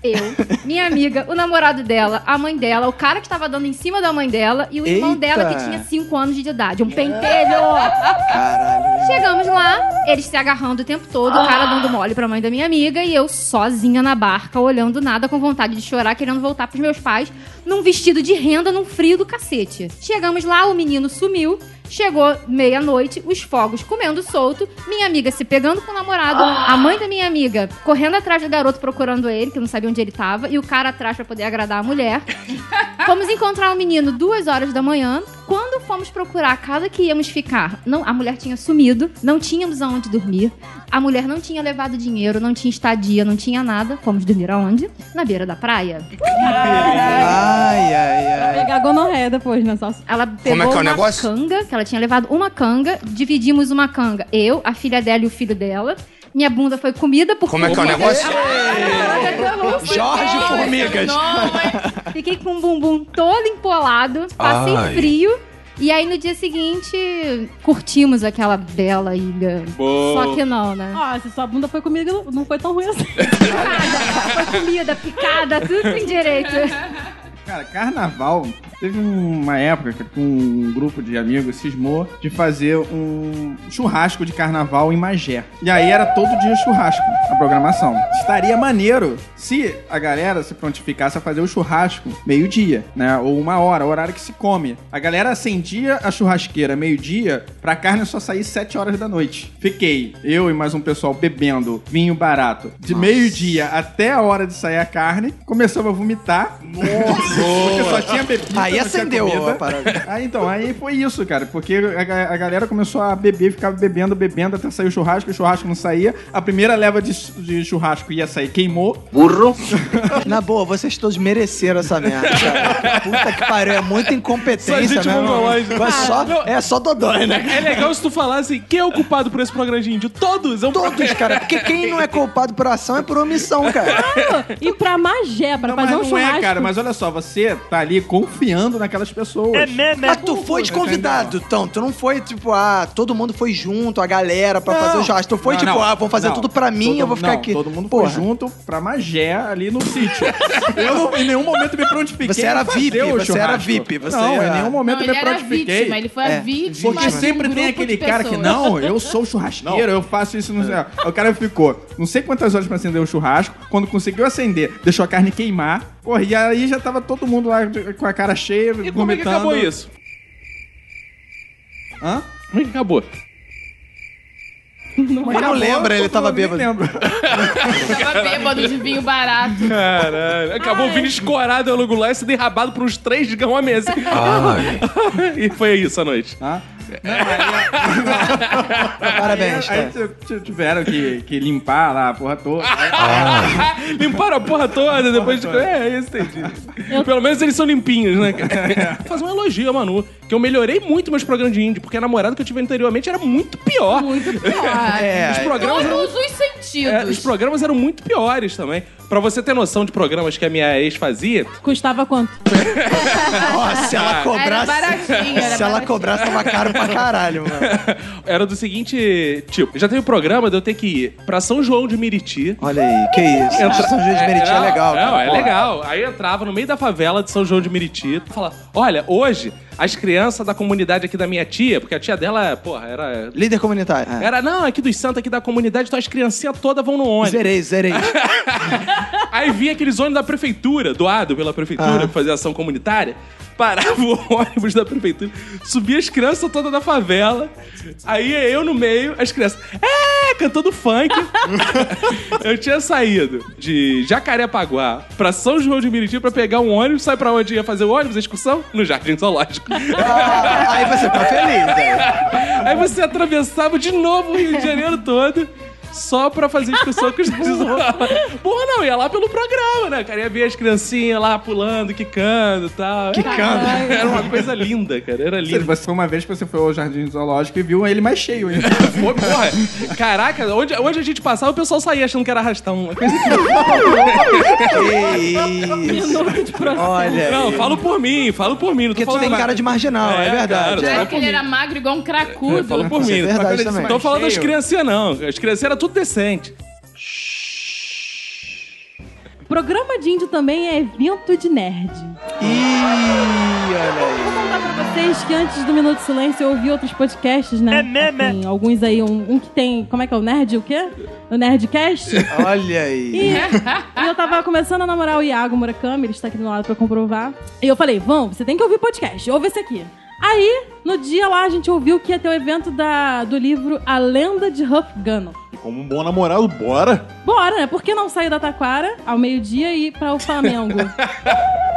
[SPEAKER 6] Eu, minha amiga, o namorado dela, a mãe dela, o cara que tava dando em cima da mãe dela e o irmão
[SPEAKER 2] Eita.
[SPEAKER 6] dela que tinha 5 anos de idade. Um pentelho!
[SPEAKER 2] Caralho.
[SPEAKER 6] Chegamos lá, eles se agarrando o tempo todo, o cara dando mole pra mãe da minha amiga e eu sozinha na barca, olhando nada, com vontade de chorar, querendo voltar pros meus pais, num vestido de renda, num frio do cacete. Chegamos lá, o menino sumiu, chegou meia-noite, os fogos comendo solto, minha amiga se pegando com o namorado, a mãe da minha amiga correndo atrás do garoto procurando ele, que não sabia onde ele tava, e o cara atrás pra poder agradar a mulher. Fomos encontrar o menino duas horas da manhã. Quando fomos procurar a casa que íamos ficar, não, a mulher tinha sumido, não tínhamos aonde dormir, a mulher não tinha levado dinheiro, não tinha estadia, não tinha nada. Fomos dormir aonde? Na beira da praia.
[SPEAKER 2] Ai, ai, ai.
[SPEAKER 5] Pegar gonorreia depois, né? Só
[SPEAKER 6] Ela pegou
[SPEAKER 13] é que é o
[SPEAKER 6] uma
[SPEAKER 13] negócio?
[SPEAKER 6] canga, que ela tinha levado uma canga, dividimos uma canga, eu, a filha dela e o filho dela. Minha bunda foi comida por
[SPEAKER 13] Como é que é o
[SPEAKER 6] formigas.
[SPEAKER 13] negócio?
[SPEAKER 2] Jorge Formigas.
[SPEAKER 6] Fiquei com o bumbum todo empolado, passei
[SPEAKER 8] Ai.
[SPEAKER 6] frio. E aí no dia seguinte, curtimos aquela bela ilha.
[SPEAKER 1] Boa.
[SPEAKER 6] Só que não, né?
[SPEAKER 5] Ó, se sua bunda foi comigo, não foi tão ruim assim.
[SPEAKER 6] Picada, foi comida, picada, tudo sem direito.
[SPEAKER 7] Cara, carnaval. Teve uma época que um grupo de amigos cismou de fazer um churrasco de carnaval em Magé. E aí era todo dia churrasco, a programação. Estaria maneiro se a galera se prontificasse a fazer o churrasco meio-dia, né? Ou uma hora, o horário que se come. A galera acendia a churrasqueira meio-dia pra carne só sair 7 horas da noite. Fiquei, eu e mais um pessoal bebendo vinho barato. De meio-dia até a hora de sair a carne, começamos a vomitar. Porque só tinha bebida.
[SPEAKER 2] Aí
[SPEAKER 7] não tinha
[SPEAKER 2] acendeu né?
[SPEAKER 7] comida.
[SPEAKER 2] a parada.
[SPEAKER 7] Aí então, aí foi isso, cara. Porque a, ga- a galera começou a beber, ficava bebendo, bebendo, até sair o churrasco, o churrasco não saía. A primeira leva de, chu- de churrasco ia sair, queimou.
[SPEAKER 2] Na boa, vocês todos mereceram essa merda, cara. Puta que pariu, é muita
[SPEAKER 1] Só
[SPEAKER 2] incompetência
[SPEAKER 1] gente mongolóide.
[SPEAKER 2] mesmo. É só,
[SPEAKER 1] Não.
[SPEAKER 2] é só dodói, né?
[SPEAKER 1] É legal se tu falar assim, quem é o culpado por esse programa de índio? Todos! É um
[SPEAKER 2] Todos, cara. Porque quem não é culpado por ação é por omissão, cara.
[SPEAKER 5] E pra Magé, pra
[SPEAKER 7] Não, mas
[SPEAKER 5] fazer um
[SPEAKER 7] não
[SPEAKER 5] churrasco.
[SPEAKER 7] é, cara. Mas olha só, você tá ali confiando naquelas pessoas. É mesmo?
[SPEAKER 2] Mas tu foi de convidado, então. Tu não foi, tipo, ah, todo mundo foi junto, a galera, pra
[SPEAKER 7] Não.
[SPEAKER 2] fazer o churrasco. Tu foi,
[SPEAKER 7] Não,
[SPEAKER 2] tipo,
[SPEAKER 7] não,
[SPEAKER 2] ah, vão fazer
[SPEAKER 7] não.
[SPEAKER 2] tudo pra mim,
[SPEAKER 7] Todo-
[SPEAKER 2] eu vou ficar
[SPEAKER 7] não,
[SPEAKER 2] aqui.
[SPEAKER 7] Todo mundo
[SPEAKER 2] Porra,
[SPEAKER 7] foi junto pra Magé ali no sítio. eu não, em nenhum momento me prontifiquei.
[SPEAKER 2] Você era
[SPEAKER 7] a fazer
[SPEAKER 2] VIP,
[SPEAKER 7] o
[SPEAKER 2] você
[SPEAKER 7] churrasco.
[SPEAKER 2] era VIP, você
[SPEAKER 7] não,
[SPEAKER 2] era-
[SPEAKER 7] em nenhum momento
[SPEAKER 9] Não,
[SPEAKER 7] eu
[SPEAKER 9] ele
[SPEAKER 7] me
[SPEAKER 9] era
[SPEAKER 7] prontifiquei.
[SPEAKER 9] vítima, ele foi a
[SPEAKER 2] É,
[SPEAKER 9] vítima.
[SPEAKER 7] Porque
[SPEAKER 9] de um
[SPEAKER 7] sempre tem
[SPEAKER 9] grupo
[SPEAKER 7] aquele
[SPEAKER 9] de
[SPEAKER 7] cara que,
[SPEAKER 9] pessoas.
[SPEAKER 7] não, eu sou churrasqueiro, eu faço isso no.
[SPEAKER 2] É.
[SPEAKER 7] O cara ficou não sei quantas horas pra acender o churrasco. Quando conseguiu acender, deixou a carne queimar. Porra, e aí já tava todo mundo lá de- com a cara cheia,
[SPEAKER 1] E como é que acabou isso?
[SPEAKER 7] Hã?
[SPEAKER 1] Como é que acabou?
[SPEAKER 7] Mas
[SPEAKER 2] não lembra, ele tava bêbado.
[SPEAKER 7] Não lembro.
[SPEAKER 9] Tava bêbado de vinho barato.
[SPEAKER 1] Caralho. Acabou o Vini escorado ao longo lá e se derrabado por uns três de gão a mesa. e foi isso a noite.
[SPEAKER 7] Hã? Não, aí,
[SPEAKER 2] parabéns, é.
[SPEAKER 7] aí,
[SPEAKER 2] cara.
[SPEAKER 7] t- t- tiveram que, que limpar lá a porra toda.
[SPEAKER 1] Limparam a porra toda depois de. É, isso entendi. Pelo menos eles são limpinhos, né, cara? Fazer um elogio, Manu, que eu melhorei muito meus programas de indie, porque a namorada que eu tive anteriormente era muito pior.
[SPEAKER 9] Muito pior.
[SPEAKER 2] É,
[SPEAKER 1] Os programas eram
[SPEAKER 9] Todos os
[SPEAKER 1] É, os
[SPEAKER 9] sentidos.
[SPEAKER 1] programas eram muito piores também. Pra você ter noção de programas que a minha ex fazia,
[SPEAKER 5] Custava quanto?
[SPEAKER 2] ó, se ela
[SPEAKER 9] Era
[SPEAKER 2] cobrasse.
[SPEAKER 9] baratinho, era
[SPEAKER 2] se ela
[SPEAKER 9] baratinho.
[SPEAKER 2] cobrasse, tava caro pra caralho, mano.
[SPEAKER 1] era do seguinte tipo: já teve o programa de eu ter que ir pra São João de Miriti.
[SPEAKER 2] Olha aí, que isso.
[SPEAKER 1] Entra-
[SPEAKER 2] São João de Meriti é
[SPEAKER 1] não,
[SPEAKER 2] legal.
[SPEAKER 1] Não,
[SPEAKER 2] cara.
[SPEAKER 1] é
[SPEAKER 2] Pô.
[SPEAKER 1] legal. Aí eu entrava no meio da favela de São João de Meriti e falava: Olha, hoje as crianças da comunidade aqui da minha tia, porque a tia dela, porra, era.
[SPEAKER 2] Líder comunitário. É.
[SPEAKER 1] Era, não, aqui dos santos, aqui da comunidade, então as criancinhas todas vão no ônibus.
[SPEAKER 2] Zerei, zerei.
[SPEAKER 1] Aí vinha aqueles ônibus da prefeitura, doado pela prefeitura,
[SPEAKER 2] Ah.
[SPEAKER 1] pra fazer ação comunitária. Parava o ônibus da prefeitura, subia as crianças todas da favela. Aí eu no meio, as crianças. É! Cantando funk. eu tinha saído de Jacarepaguá pra São João de Meriti pra pegar um ônibus. Sai pra onde ia fazer o ônibus, a excursão? No Jardim Zoológico.
[SPEAKER 2] Ah, aí você tá feliz. Né?
[SPEAKER 1] Aí você atravessava de novo o Rio de Janeiro todo. Só pra fazer discussão com os Porra, não, ia lá pelo programa, né, cara? Ia ver as criancinhas lá pulando, quicando e tal.
[SPEAKER 2] Quicando.
[SPEAKER 1] Era uma coisa linda, cara. Era
[SPEAKER 7] Você-
[SPEAKER 1] linda.
[SPEAKER 7] Você foi uma vez que você foi ao jardim zoológico e viu ele mais cheio. hein?
[SPEAKER 1] Pô, Porra, caraca, onde, onde a gente passava, o pessoal saía achando que era arrastão. Uma coisa assim. que-
[SPEAKER 2] Que isso. Olha.
[SPEAKER 1] Não,
[SPEAKER 2] aí.
[SPEAKER 1] falo por mim, falo por mim. Não tô
[SPEAKER 2] Porque tu
[SPEAKER 1] falando
[SPEAKER 2] tem
[SPEAKER 1] mais-
[SPEAKER 2] cara de marginal, é,
[SPEAKER 1] É,
[SPEAKER 2] verdade.
[SPEAKER 1] cara,
[SPEAKER 9] É
[SPEAKER 2] é.
[SPEAKER 9] que ele era magro igual um
[SPEAKER 1] É,
[SPEAKER 9] cracudo.
[SPEAKER 1] falo por
[SPEAKER 2] Isso
[SPEAKER 1] mim.
[SPEAKER 2] é verdade também.
[SPEAKER 1] Tô falando das
[SPEAKER 7] Cheio.
[SPEAKER 1] criancinhas, não. As criancinhas eram tudo decente.
[SPEAKER 5] Programa de índio também é evento de nerd.
[SPEAKER 2] Ih,
[SPEAKER 5] Vou
[SPEAKER 2] olha aí.
[SPEAKER 5] contar pra vocês que antes do Minuto de Silêncio eu ouvi outros podcasts, né? É mesmo? Alguns aí, um, um que tem. Como é que é? O Nerd, o quê? O Nerdcast?
[SPEAKER 2] Olha aí.
[SPEAKER 5] E, e eu tava começando a namorar o Iago Murakami, ele está aqui do meu lado pra comprovar. E eu falei, vão, você tem que ouvir podcast, ouve esse aqui. Aí, no dia lá, a gente ouviu que ia ter o evento da, do livro A Lenda de Huff Gunn.
[SPEAKER 4] E como um bom namorado, bora.
[SPEAKER 5] Bora, né? Por que não sair da Taquara ao meio-dia e ir pra o Flamengo?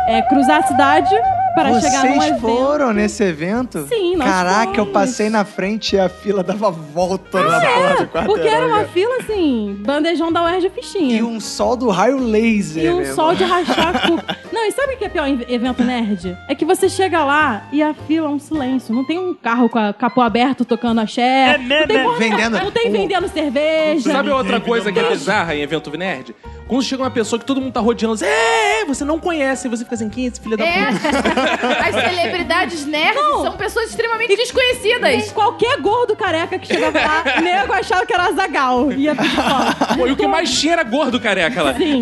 [SPEAKER 5] é, cruzar a cidade para chegar num
[SPEAKER 2] Vocês
[SPEAKER 5] evento.
[SPEAKER 2] foram nesse evento?
[SPEAKER 5] Sim, nós
[SPEAKER 2] Caraca, eu
[SPEAKER 5] fomos. é.
[SPEAKER 2] passei na frente e a fila dava volta na porra do
[SPEAKER 5] Porque era
[SPEAKER 2] quarteirão.
[SPEAKER 5] uma fila, assim, bandejão da UERJ fichinha.
[SPEAKER 2] E um sol do raio laser.
[SPEAKER 5] E um
[SPEAKER 2] meu irmão.
[SPEAKER 5] sol de rachar a cuca. Não, e sabe o que é pior em evento nerd? É que você chega lá e a fila é um silêncio. Não tem um carro com a capô aberto tocando axé. É, não tem porra
[SPEAKER 2] Vendendo.
[SPEAKER 5] nenhuma. Não tem vendendo cerveja.
[SPEAKER 1] Sabe outra coisa que é bizarra em evento nerd? Quando chega uma pessoa que todo mundo tá rodeando, assim, é, é, você não conhece, e você fica assim, quem é esse filho da
[SPEAKER 9] É,
[SPEAKER 1] puta?
[SPEAKER 9] as celebridades nerds são pessoas extremamente
[SPEAKER 5] Tem
[SPEAKER 9] desconhecidas.
[SPEAKER 5] Qualquer gordo careca que chegava lá, nego achava que era Zagal. Ia pistola.
[SPEAKER 1] Pô, e o que mais tinha era gordo careca lá.
[SPEAKER 5] Sim.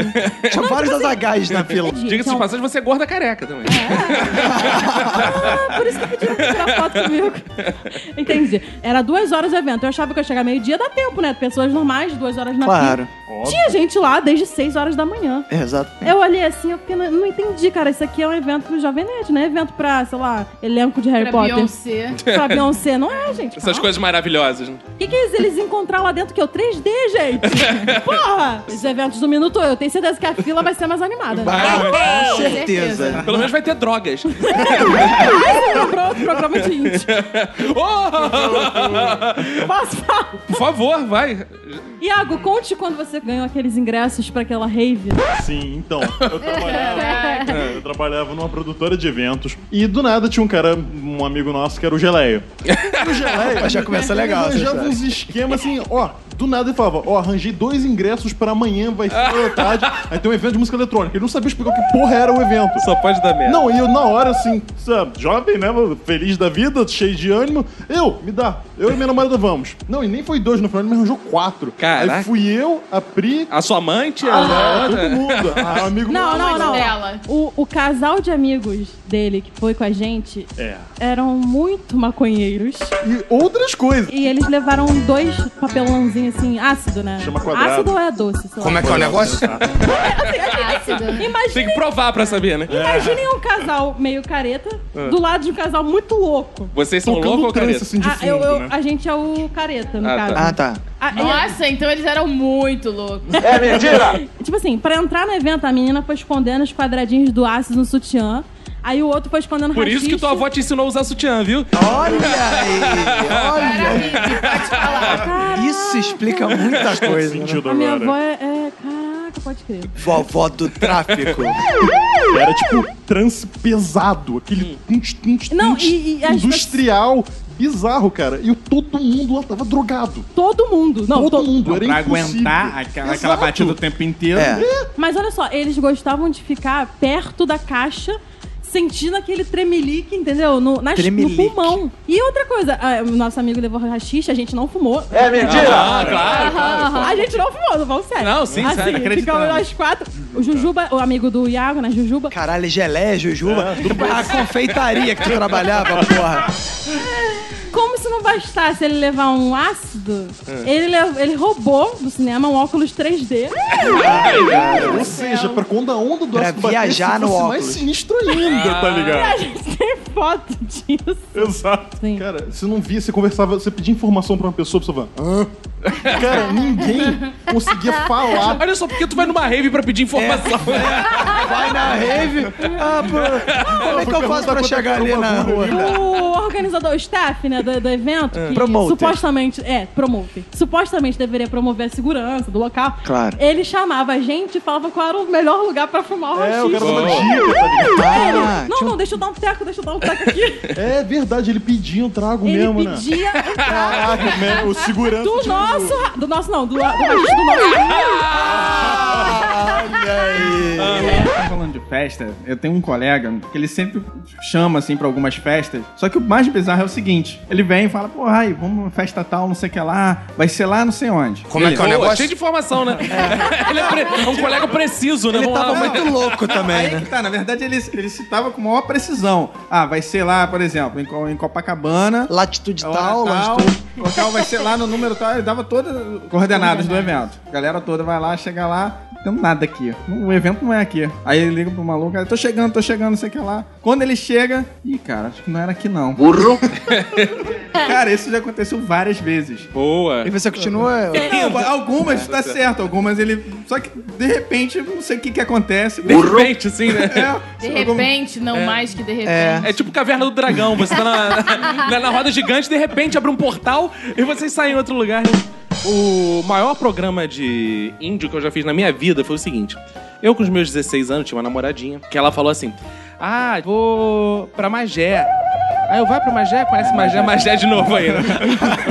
[SPEAKER 2] Tinha vários azagais na fila.
[SPEAKER 1] Diga-se de
[SPEAKER 5] Então,
[SPEAKER 1] passagem, você é gorda careca também.
[SPEAKER 5] Ah, por isso que pediram pra tirar foto comigo. Entendi. Era duas horas de evento. Eu achava que eu ia chegar meio-dia, dá tempo, né? Pessoas normais, duas horas na fila.
[SPEAKER 2] Claro.
[SPEAKER 5] Tinha gente lá desde seis horas da manhã.
[SPEAKER 2] É, exato.
[SPEAKER 5] Eu olhei assim, eu fiquei, não, não entendi, cara. Isso aqui é um evento pro Jovem Nerd, não é evento pra, sei lá, elenco de Harry
[SPEAKER 9] Pra
[SPEAKER 5] Potter.
[SPEAKER 9] Beyoncé.
[SPEAKER 5] Pra Beyoncé, não é, gente.
[SPEAKER 1] Essas
[SPEAKER 5] calma.
[SPEAKER 1] coisas maravilhosas. né?
[SPEAKER 5] O que, que eles, eles encontraram lá dentro que é eu 3D, gente? Porra! Esses eventos do minuto, eu tenho certeza que a fila vai ser mais animada. Né?
[SPEAKER 2] Com certeza.
[SPEAKER 1] Pelo menos vai ter drogas.
[SPEAKER 5] Ai, você lembrou do é, programa de índio.
[SPEAKER 1] Oh!
[SPEAKER 5] Posso falar?
[SPEAKER 1] Por favor, vai.
[SPEAKER 5] Iago, conte quando você ganhou aqueles ingressos pra aquela rave.
[SPEAKER 4] Sim, então. Eu trabalhava, é, eu trabalhava numa produtora de eventos e do nada tinha um cara, um amigo nosso, que era o Geleia. E o Geleia.
[SPEAKER 2] Mas já começa legal essa
[SPEAKER 4] Ele arranjava
[SPEAKER 2] história.
[SPEAKER 4] uns esquemas assim, ó. Do nada ele falava, ó, arranjei dois ingressos pra amanhã, vai ser à tarde. Aí tem um evento de música eletrônica. Ele não sabia explicar o que porra era o evento.
[SPEAKER 1] Só pode dar merda.
[SPEAKER 4] Não, e eu na hora, assim, sabe, jovem, né? Feliz da vida, cheio de ânimo. Eu, me dá. Eu e minha namorada vamos. Não, e nem foi dois no final, ele me arranjou quatro.
[SPEAKER 1] Caraca.
[SPEAKER 4] Aí fui eu, a Pri,
[SPEAKER 1] A sua né? amante?
[SPEAKER 4] ah,
[SPEAKER 1] a
[SPEAKER 4] todo mundo. Ah, um amigo meu.
[SPEAKER 5] Não, não, não.
[SPEAKER 9] dela.
[SPEAKER 5] O, o casal de amigos dele que foi com a gente
[SPEAKER 4] É.
[SPEAKER 5] eram muito maconheiros.
[SPEAKER 4] E outras coisas.
[SPEAKER 5] E eles levaram dois papelãozinhos assim, ácido, né?
[SPEAKER 4] Chama quadrado.
[SPEAKER 5] Ácido ou é doce? Sei lá.
[SPEAKER 7] Como é que é o negócio?
[SPEAKER 5] É
[SPEAKER 6] Ácido, né?
[SPEAKER 5] Imagina
[SPEAKER 1] Tem que provar pra saber, né?
[SPEAKER 5] Imaginem
[SPEAKER 4] É.
[SPEAKER 5] um casal meio careta do lado de um casal muito louco.
[SPEAKER 1] Vocês são
[SPEAKER 4] Tocando
[SPEAKER 1] loucos ou
[SPEAKER 4] trance,
[SPEAKER 1] careta?
[SPEAKER 4] assim, É. de
[SPEAKER 5] Ah, eu-
[SPEAKER 4] fundo,
[SPEAKER 5] eu-
[SPEAKER 4] né?
[SPEAKER 5] A gente é o careta, no
[SPEAKER 1] Ah,
[SPEAKER 5] caso.
[SPEAKER 2] Ah, tá.
[SPEAKER 5] Ah, e-
[SPEAKER 9] Nossa, então eles eram muito loucos.
[SPEAKER 5] tipo assim, pra entrar no evento, a menina foi escondendo os quadradinhos do ácido no sutiã. Aí o outro foi escondendo
[SPEAKER 1] Por isso que
[SPEAKER 5] rachixe.
[SPEAKER 1] tua avó te ensinou a usar sutiã, viu?
[SPEAKER 2] Olha aí, olha.
[SPEAKER 5] Caraca,
[SPEAKER 2] Isso explica muita coisa. né?
[SPEAKER 4] Sentido
[SPEAKER 5] A minha avó
[SPEAKER 4] agora.
[SPEAKER 5] é, é- Caraca, pode crer.
[SPEAKER 2] Vovó do tráfico.
[SPEAKER 4] Era tipo trance pesado, aquele tunt, tunt,
[SPEAKER 5] Não,
[SPEAKER 4] tunt,
[SPEAKER 5] e- e as
[SPEAKER 4] industrial bizarro, cara. E todo mundo lá tava drogado.
[SPEAKER 5] Todo mundo. Não,
[SPEAKER 4] todo
[SPEAKER 5] to-
[SPEAKER 4] mundo, era
[SPEAKER 7] pra
[SPEAKER 4] é impossível.
[SPEAKER 7] aguentar aquela, aquela
[SPEAKER 4] Exato.
[SPEAKER 7] batida o tempo inteiro.
[SPEAKER 2] É.
[SPEAKER 5] Mas olha só, eles gostavam de ficar perto da caixa, sentindo aquele tremelique, entendeu? No, nas- no
[SPEAKER 2] Tremelique.
[SPEAKER 5] pulmão. E outra coisa, ah, o nosso amigo levou rachixe, a gente não fumou.
[SPEAKER 1] Ah, claro, claro.
[SPEAKER 5] A gente não fumou, não vamos sério.
[SPEAKER 1] Não, sim,
[SPEAKER 5] assim,
[SPEAKER 1] sério, acreditamos.
[SPEAKER 5] Ficamos nós quatro. O Jujuba, o amigo do Iago, né? Jujuba.
[SPEAKER 2] Caralho, gelé, jujuba. a confeitaria que tu trabalhava, porra.
[SPEAKER 5] Como se não bastasse ele levar um ácido,
[SPEAKER 1] É.
[SPEAKER 5] ele, le- ele roubou do cinema um óculos 3D.
[SPEAKER 4] Ou seja, pra quando a onda do
[SPEAKER 2] Pra
[SPEAKER 4] ácido bater,
[SPEAKER 2] viajar
[SPEAKER 4] isso
[SPEAKER 2] no
[SPEAKER 4] fosse mais
[SPEAKER 2] óculos.
[SPEAKER 4] sinistro ainda, tá
[SPEAKER 5] A
[SPEAKER 4] ligado?
[SPEAKER 5] gente tem foto disso.
[SPEAKER 4] Exato.
[SPEAKER 5] Sim.
[SPEAKER 4] Cara, você não via, você conversava, você pedia informação pra uma pessoa, a pessoa falava, "Hã?" Cara, ninguém conseguia falar.
[SPEAKER 1] Olha só, porque tu vai numa rave pra pedir informação.
[SPEAKER 2] Vai na rave. Ah, pô. Como é que eu faço pra chegar ali na rua?
[SPEAKER 5] O organizador, o staff, né, do, do evento,
[SPEAKER 9] É.
[SPEAKER 5] que
[SPEAKER 2] Promoter.
[SPEAKER 5] supostamente. É, promoter. Supostamente deveria promover a segurança do local.
[SPEAKER 2] Claro.
[SPEAKER 5] Ele chamava a gente e falava qual era o melhor lugar pra fumar o
[SPEAKER 4] É, o cara
[SPEAKER 5] rachixe.
[SPEAKER 4] dava dica, tá ligado?
[SPEAKER 5] Ele,
[SPEAKER 2] Ah,
[SPEAKER 5] não, não, deixa eu dar um teco, deixa eu dar um teco aqui.
[SPEAKER 4] É verdade, ele pedia um trago
[SPEAKER 5] Ele
[SPEAKER 4] mesmo, né?
[SPEAKER 5] pedia um trago
[SPEAKER 4] Caraca, man, o segurança.
[SPEAKER 5] do
[SPEAKER 4] tipo,
[SPEAKER 5] nosso. ra- Do nosso não, do, do
[SPEAKER 9] "Ah,
[SPEAKER 5] rachis do nosso.
[SPEAKER 7] Tá falando de festa, eu tenho um colega que ele sempre chama, assim, pra algumas festas. Só que o mais bizarro é o seguinte: ele vem e fala, porra, aí, vamos numa festa tal, não sei o que lá, vai ser lá, não sei onde.
[SPEAKER 1] Como é que é o negócio? Cheio de informação, né? Ele é, pre- é um colega preciso, né?
[SPEAKER 2] ele
[SPEAKER 1] Vamos lá,
[SPEAKER 2] tava
[SPEAKER 1] vamos-
[SPEAKER 2] muito louco também,
[SPEAKER 7] Aí
[SPEAKER 2] né?
[SPEAKER 7] que tá, na verdade ele, ele citava com maior precisão. Ah, vai ser lá, por exemplo, em, Co- em Copacabana.
[SPEAKER 2] Latitude
[SPEAKER 7] hora
[SPEAKER 2] tal,
[SPEAKER 7] tal,
[SPEAKER 2] longitude.
[SPEAKER 7] É o local vai ser lá no número tal, ele dava todas as coordenadas do evento. A galera toda vai lá, chega lá, não tem nada aqui. O evento não é aqui. Aí ele liga pro maluco, cara, tô chegando, tô chegando, não sei o que lá. Quando ele chega, ih, cara, acho que não era aqui não. Burro! cara, isso já aconteceu várias vezes.
[SPEAKER 1] Boa.
[SPEAKER 2] E você continua.
[SPEAKER 1] É, um
[SPEAKER 7] Não, algumas tá certo, algumas ele. Só que de repente, não sei o que que acontece.
[SPEAKER 1] De repente, sim, né?
[SPEAKER 9] De
[SPEAKER 7] É, algum-
[SPEAKER 9] repente, não mais que de repente.
[SPEAKER 1] É tipo Caverna do Dragão. Você tá na, na, na roda gigante, de repente abre um portal e vocês saem em outro lugar. O maior programa de índio que eu já fiz na minha vida foi o seguinte. Eu, com os meus 16 anos, tinha uma namoradinha, que ela falou assim: Ah, vou pra Magé. Aí eu, vai pra Magé? Conhece Magé? Magé de novo aí, né?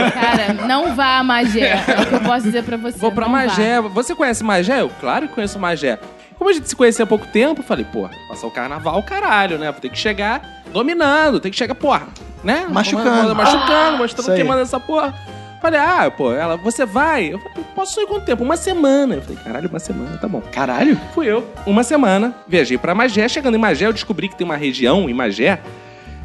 [SPEAKER 9] ah, Cara, não vá a Magé. É o que eu posso dizer pra você.
[SPEAKER 1] Vou pra
[SPEAKER 9] não vá.
[SPEAKER 1] Magé. Você conhece Magé? Eu, claro que conheço Magé. Como a gente se conhecia há pouco tempo, eu falei, porra, passar o carnaval, caralho, né? Vou ter que chegar dominando, tem que chegar, porra, né?
[SPEAKER 2] Machucando. Ah,
[SPEAKER 1] Manda- Machucando,
[SPEAKER 2] Isso
[SPEAKER 1] mostrando
[SPEAKER 2] aí.
[SPEAKER 1] quem manda essa porra. Falei, ah, pô, ela, você vai? Eu falei, posso ir quanto tempo? Uma semana. Eu falei, caralho, uma semana, tá bom.
[SPEAKER 2] Caralho.
[SPEAKER 1] Fui eu. Uma semana, viajei pra Magé. Chegando em Magé, eu descobri que tem uma região em Magé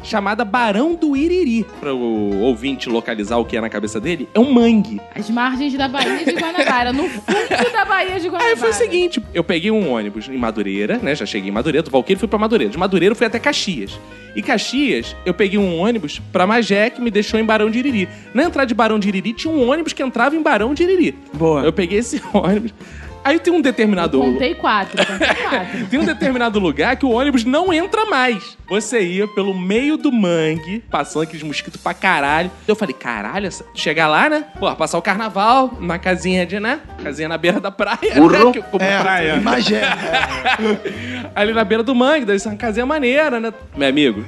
[SPEAKER 1] chamada Barão do Iriri. Para o ouvinte localizar o que é na cabeça dele, é um mangue.
[SPEAKER 9] As margens da Baía de Guanabara, no fundo da Baía de Guanabara.
[SPEAKER 1] Aí foi o seguinte, eu peguei um ônibus em Madureira, né? Já cheguei em Madureira, do Valqueiro fui pra Madureira. De Madureira eu fui até Caxias. E Caxias, eu peguei um ônibus pra Magé que me deixou em Barão de Iriri. Na entrada de Barão de Iriri tinha um ônibus que entrava em Barão de Iriri.
[SPEAKER 2] Boa.
[SPEAKER 1] Eu peguei esse ônibus. Aí tem um determinado
[SPEAKER 9] Contei quatro, contei quatro.
[SPEAKER 1] tem um determinado lugar que o ônibus não entra mais. Você ia pelo meio do mangue, passando aqueles mosquitos pra caralho. Eu falei, caralho, essa- chegar lá, né? Pô, passar o carnaval na casinha de, né? Casinha na beira da praia. Burro. Né? Que-
[SPEAKER 2] É.
[SPEAKER 1] como praia.
[SPEAKER 2] Magé.
[SPEAKER 1] Ali na beira do mangue, daí essa casinha maneira, né? Meu amigo,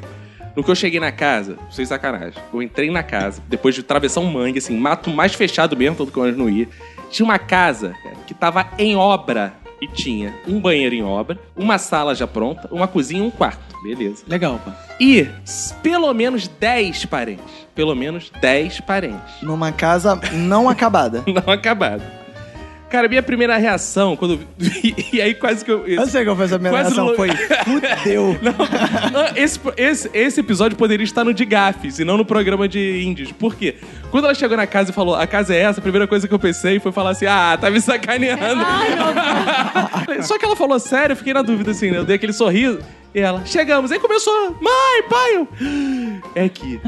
[SPEAKER 1] no que eu cheguei na casa, sem sacanagem, eu entrei na casa, depois de atravessar um mangue, assim, mato mais fechado mesmo, tanto que eu não ia. Tinha uma casa cara, que tava em obra e tinha um banheiro em obra, uma sala já pronta, uma cozinha e um quarto. Beleza.
[SPEAKER 2] Legal, pá.
[SPEAKER 1] E s- pelo menos 10 parentes. Pelo menos 10 parentes
[SPEAKER 2] Numa casa não acabada.
[SPEAKER 1] não acabado. Cara, minha primeira reação quando eu vi, e aí quase que eu
[SPEAKER 2] Eu sei qual foi essa minha
[SPEAKER 1] Quase
[SPEAKER 2] reação.
[SPEAKER 1] lo-
[SPEAKER 2] Foi, fudeu.
[SPEAKER 1] Ah, esse, esse, esse episódio poderia estar no de gafes e não no programa de índios. Por quê? Quando ela chegou na casa e falou, a casa é essa, a primeira coisa que eu pensei foi falar assim, ah, tá me sacaneando. Só que ela falou sério, eu fiquei na dúvida assim, né? Eu dei aquele sorriso e ela, chegamos. Aí começou, mãe, pai, eu... É aqui.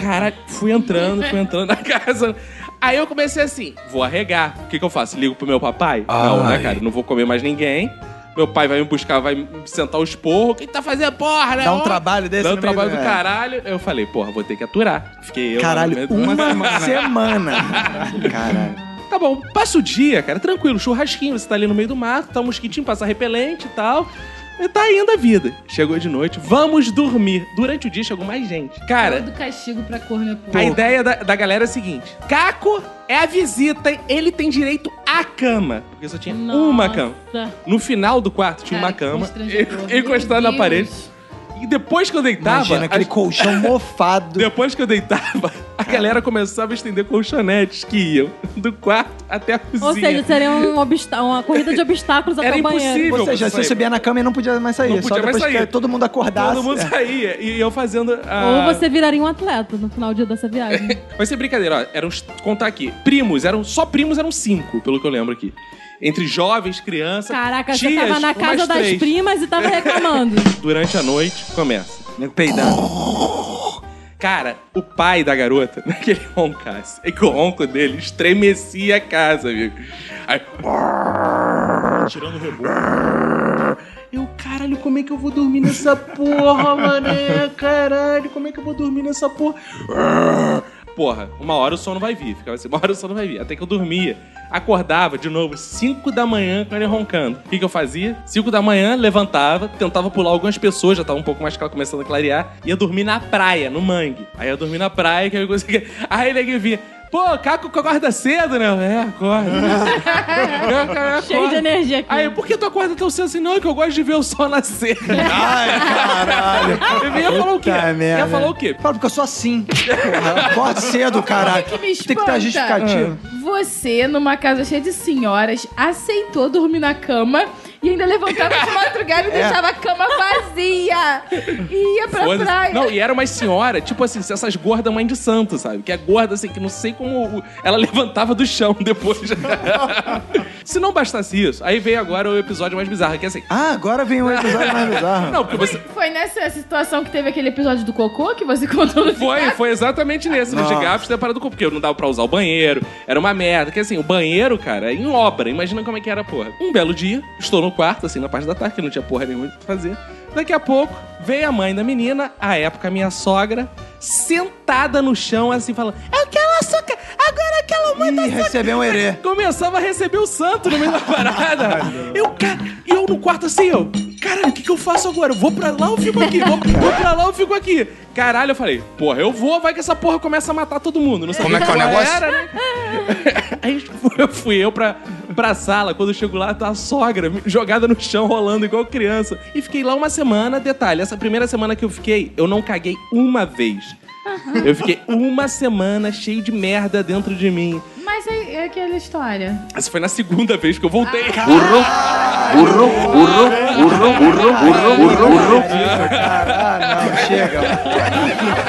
[SPEAKER 1] Cara, fui entrando, fui entrando na casa. Aí eu comecei assim, vou arregar. O que, que eu faço? Ligo pro meu papai? Não, né,
[SPEAKER 12] Ai.
[SPEAKER 1] cara? Não vou comer mais ninguém. Meu pai vai me buscar, vai me sentar os porros. O que que tá fazendo, porra? né?
[SPEAKER 2] Dá um
[SPEAKER 1] Ó,
[SPEAKER 2] trabalho desse
[SPEAKER 1] Dá um
[SPEAKER 2] no meio
[SPEAKER 1] trabalho
[SPEAKER 2] do-
[SPEAKER 1] do
[SPEAKER 2] é.
[SPEAKER 1] caralho. Eu falei, porra, vou ter que aturar. Fiquei eu. lá no
[SPEAKER 2] Caralho,
[SPEAKER 1] meio do-
[SPEAKER 2] uma semana. Caralho.
[SPEAKER 1] Tá bom, passa o dia, cara, tranquilo, churrasquinho, você tá ali no meio do mato, tá um mosquitinho, passa repelente e tal. E tá indo a vida. Chegou de noite, vamos dormir. Durante o dia chegou mais gente. Cara,
[SPEAKER 9] Do castigo pra corno
[SPEAKER 1] a ideia da, da galera é a seguinte: Caco é a visita, hein? ele tem direito à cama. Porque só tinha uma cama.
[SPEAKER 5] Tá.
[SPEAKER 1] No final do quarto tinha
[SPEAKER 9] Cara,
[SPEAKER 1] uma
[SPEAKER 9] que
[SPEAKER 1] cama,
[SPEAKER 9] constrangedor.
[SPEAKER 1] eu- encostado na
[SPEAKER 9] Meu Deus.
[SPEAKER 1] parede. E depois que eu deitava.
[SPEAKER 2] Imagina aquele
[SPEAKER 1] as-
[SPEAKER 2] colchão mofado.
[SPEAKER 1] depois que eu deitava, a galera começava a estender colchonetes que iam do quarto até a cozinha.
[SPEAKER 5] Ou seja, seria um obsta- uma corrida de obstáculos até
[SPEAKER 1] é. Era
[SPEAKER 5] o banheiro.
[SPEAKER 1] impossível.
[SPEAKER 2] Ou seja,
[SPEAKER 1] você
[SPEAKER 2] você subia na cama e não podia mais sair.
[SPEAKER 1] Não
[SPEAKER 2] Só
[SPEAKER 1] podia mais
[SPEAKER 2] depois
[SPEAKER 1] sair.
[SPEAKER 2] que todo mundo acordasse.
[SPEAKER 1] Todo mundo
[SPEAKER 2] é.
[SPEAKER 1] saía. E eu fazendo
[SPEAKER 5] Ou
[SPEAKER 1] a...
[SPEAKER 5] você viraria um atleta no final do dia dessa viagem.
[SPEAKER 1] Vai ser brincadeira, ó. Eram, contar aqui. Primos, eram só primos eram cinco, pelo que eu lembro aqui. Entre jovens, crianças,
[SPEAKER 5] Caraca,
[SPEAKER 1] tias,
[SPEAKER 5] você tava na
[SPEAKER 1] umas
[SPEAKER 5] casa das
[SPEAKER 1] três.
[SPEAKER 5] primas e tava reclamando.
[SPEAKER 1] Durante a noite, começa.
[SPEAKER 2] Nego peidando.
[SPEAKER 1] Cara, o pai da garota, naquele roncasse, é que o ronco dele estremecia a casa, amigo. Aí. Eu, caralho, como é que eu vou dormir nessa porra, mané? Caralho, como é que eu vou dormir nessa porra? Porra, uma hora o sono vai vir. Ficava assim, uma hora o sono vai vir. Até que eu dormia. Acordava de novo, 5 da manhã, com ele roncando. O que, que eu fazia? 5 da manhã, levantava, tentava pular algumas pessoas, já tava um pouco mais cla- começando a clarear. Ia dormir na praia, no mangue. Aí eu dormi na praia, que eu conseguia. Aí ele vinha. Pô, Caco acorda cedo, né? É, acorda. Eu, cara,
[SPEAKER 5] Cheio de
[SPEAKER 1] acorda.
[SPEAKER 5] energia aqui.
[SPEAKER 1] Aí, por que tu acorda tão cedo assim? Não, é que eu gosto de ver o sol nascer.
[SPEAKER 2] Ai, caralho.
[SPEAKER 1] Eu ia falar o quê?
[SPEAKER 2] Puta merda.
[SPEAKER 1] Ia falar o quê?
[SPEAKER 2] Fala, porque eu sou assim. Porra, acorda cedo, caralho.
[SPEAKER 9] que me
[SPEAKER 2] Tem que
[SPEAKER 9] espanta.
[SPEAKER 2] ter justificativo.
[SPEAKER 9] Você, numa casa cheia de senhoras, aceitou dormir na cama e ainda levantava de madrugada
[SPEAKER 2] É.
[SPEAKER 9] e deixava a cama vazia. E ia pra
[SPEAKER 1] Foda-se.
[SPEAKER 9] praia.
[SPEAKER 1] assim. Não, e era uma senhora, tipo assim, essas gordas mãe de santo, sabe? Que é gorda, assim, que não sei como o- ela levantava do chão depois. Se não bastasse isso, aí veio agora o episódio mais bizarro, que é assim.
[SPEAKER 2] Ah, agora vem um episódio mais bizarro.
[SPEAKER 1] Não, porque você.
[SPEAKER 9] Foi nessa situação que teve aquele episódio do cocô que você contou no
[SPEAKER 1] Foi, foi exatamente nesse, no
[SPEAKER 2] Nossa.
[SPEAKER 1] Gigafos, da parada do cu, porque não dava pra usar o banheiro, era uma merda. Que assim, o banheiro, cara, é em obra, imagina como é que era, porra. Um belo dia, estou no quarto, assim, na parte da tarde, que não tinha porra nenhuma pra fazer. Daqui a pouco, veio a mãe da menina, à época minha sogra, sentada no chão, assim, falando: Eu quero açúcar, agora é eu quero muito
[SPEAKER 9] tá
[SPEAKER 2] Ih, recebeu um herê.
[SPEAKER 1] Começava a receber o santo no meio da parada. eu, cara, eu no quarto assim, eu. Caralho, o que, que eu faço agora? Eu vou pra lá ou fico aqui? Vou, vou pra lá ou fico aqui? Caralho, eu falei, porra, eu vou, vai que essa porra começa a matar todo mundo. Não sei
[SPEAKER 8] Como é que é o negócio?
[SPEAKER 1] Era, né? Aí fui, fui eu pra, pra sala, quando eu chego lá, tá a sogra me- jogada no chão, rolando igual criança. E fiquei lá uma semana, detalhe, essa primeira semana que eu fiquei, eu não caguei uma vez. Eu fiquei uma semana cheio de merda dentro de mim.
[SPEAKER 9] Mas essa é aquela história.
[SPEAKER 1] Essa foi na segunda vez que eu voltei.
[SPEAKER 2] Ah,
[SPEAKER 8] Burro, burro, burro, burro, burro, burro, burro.
[SPEAKER 2] Ah, não, chega.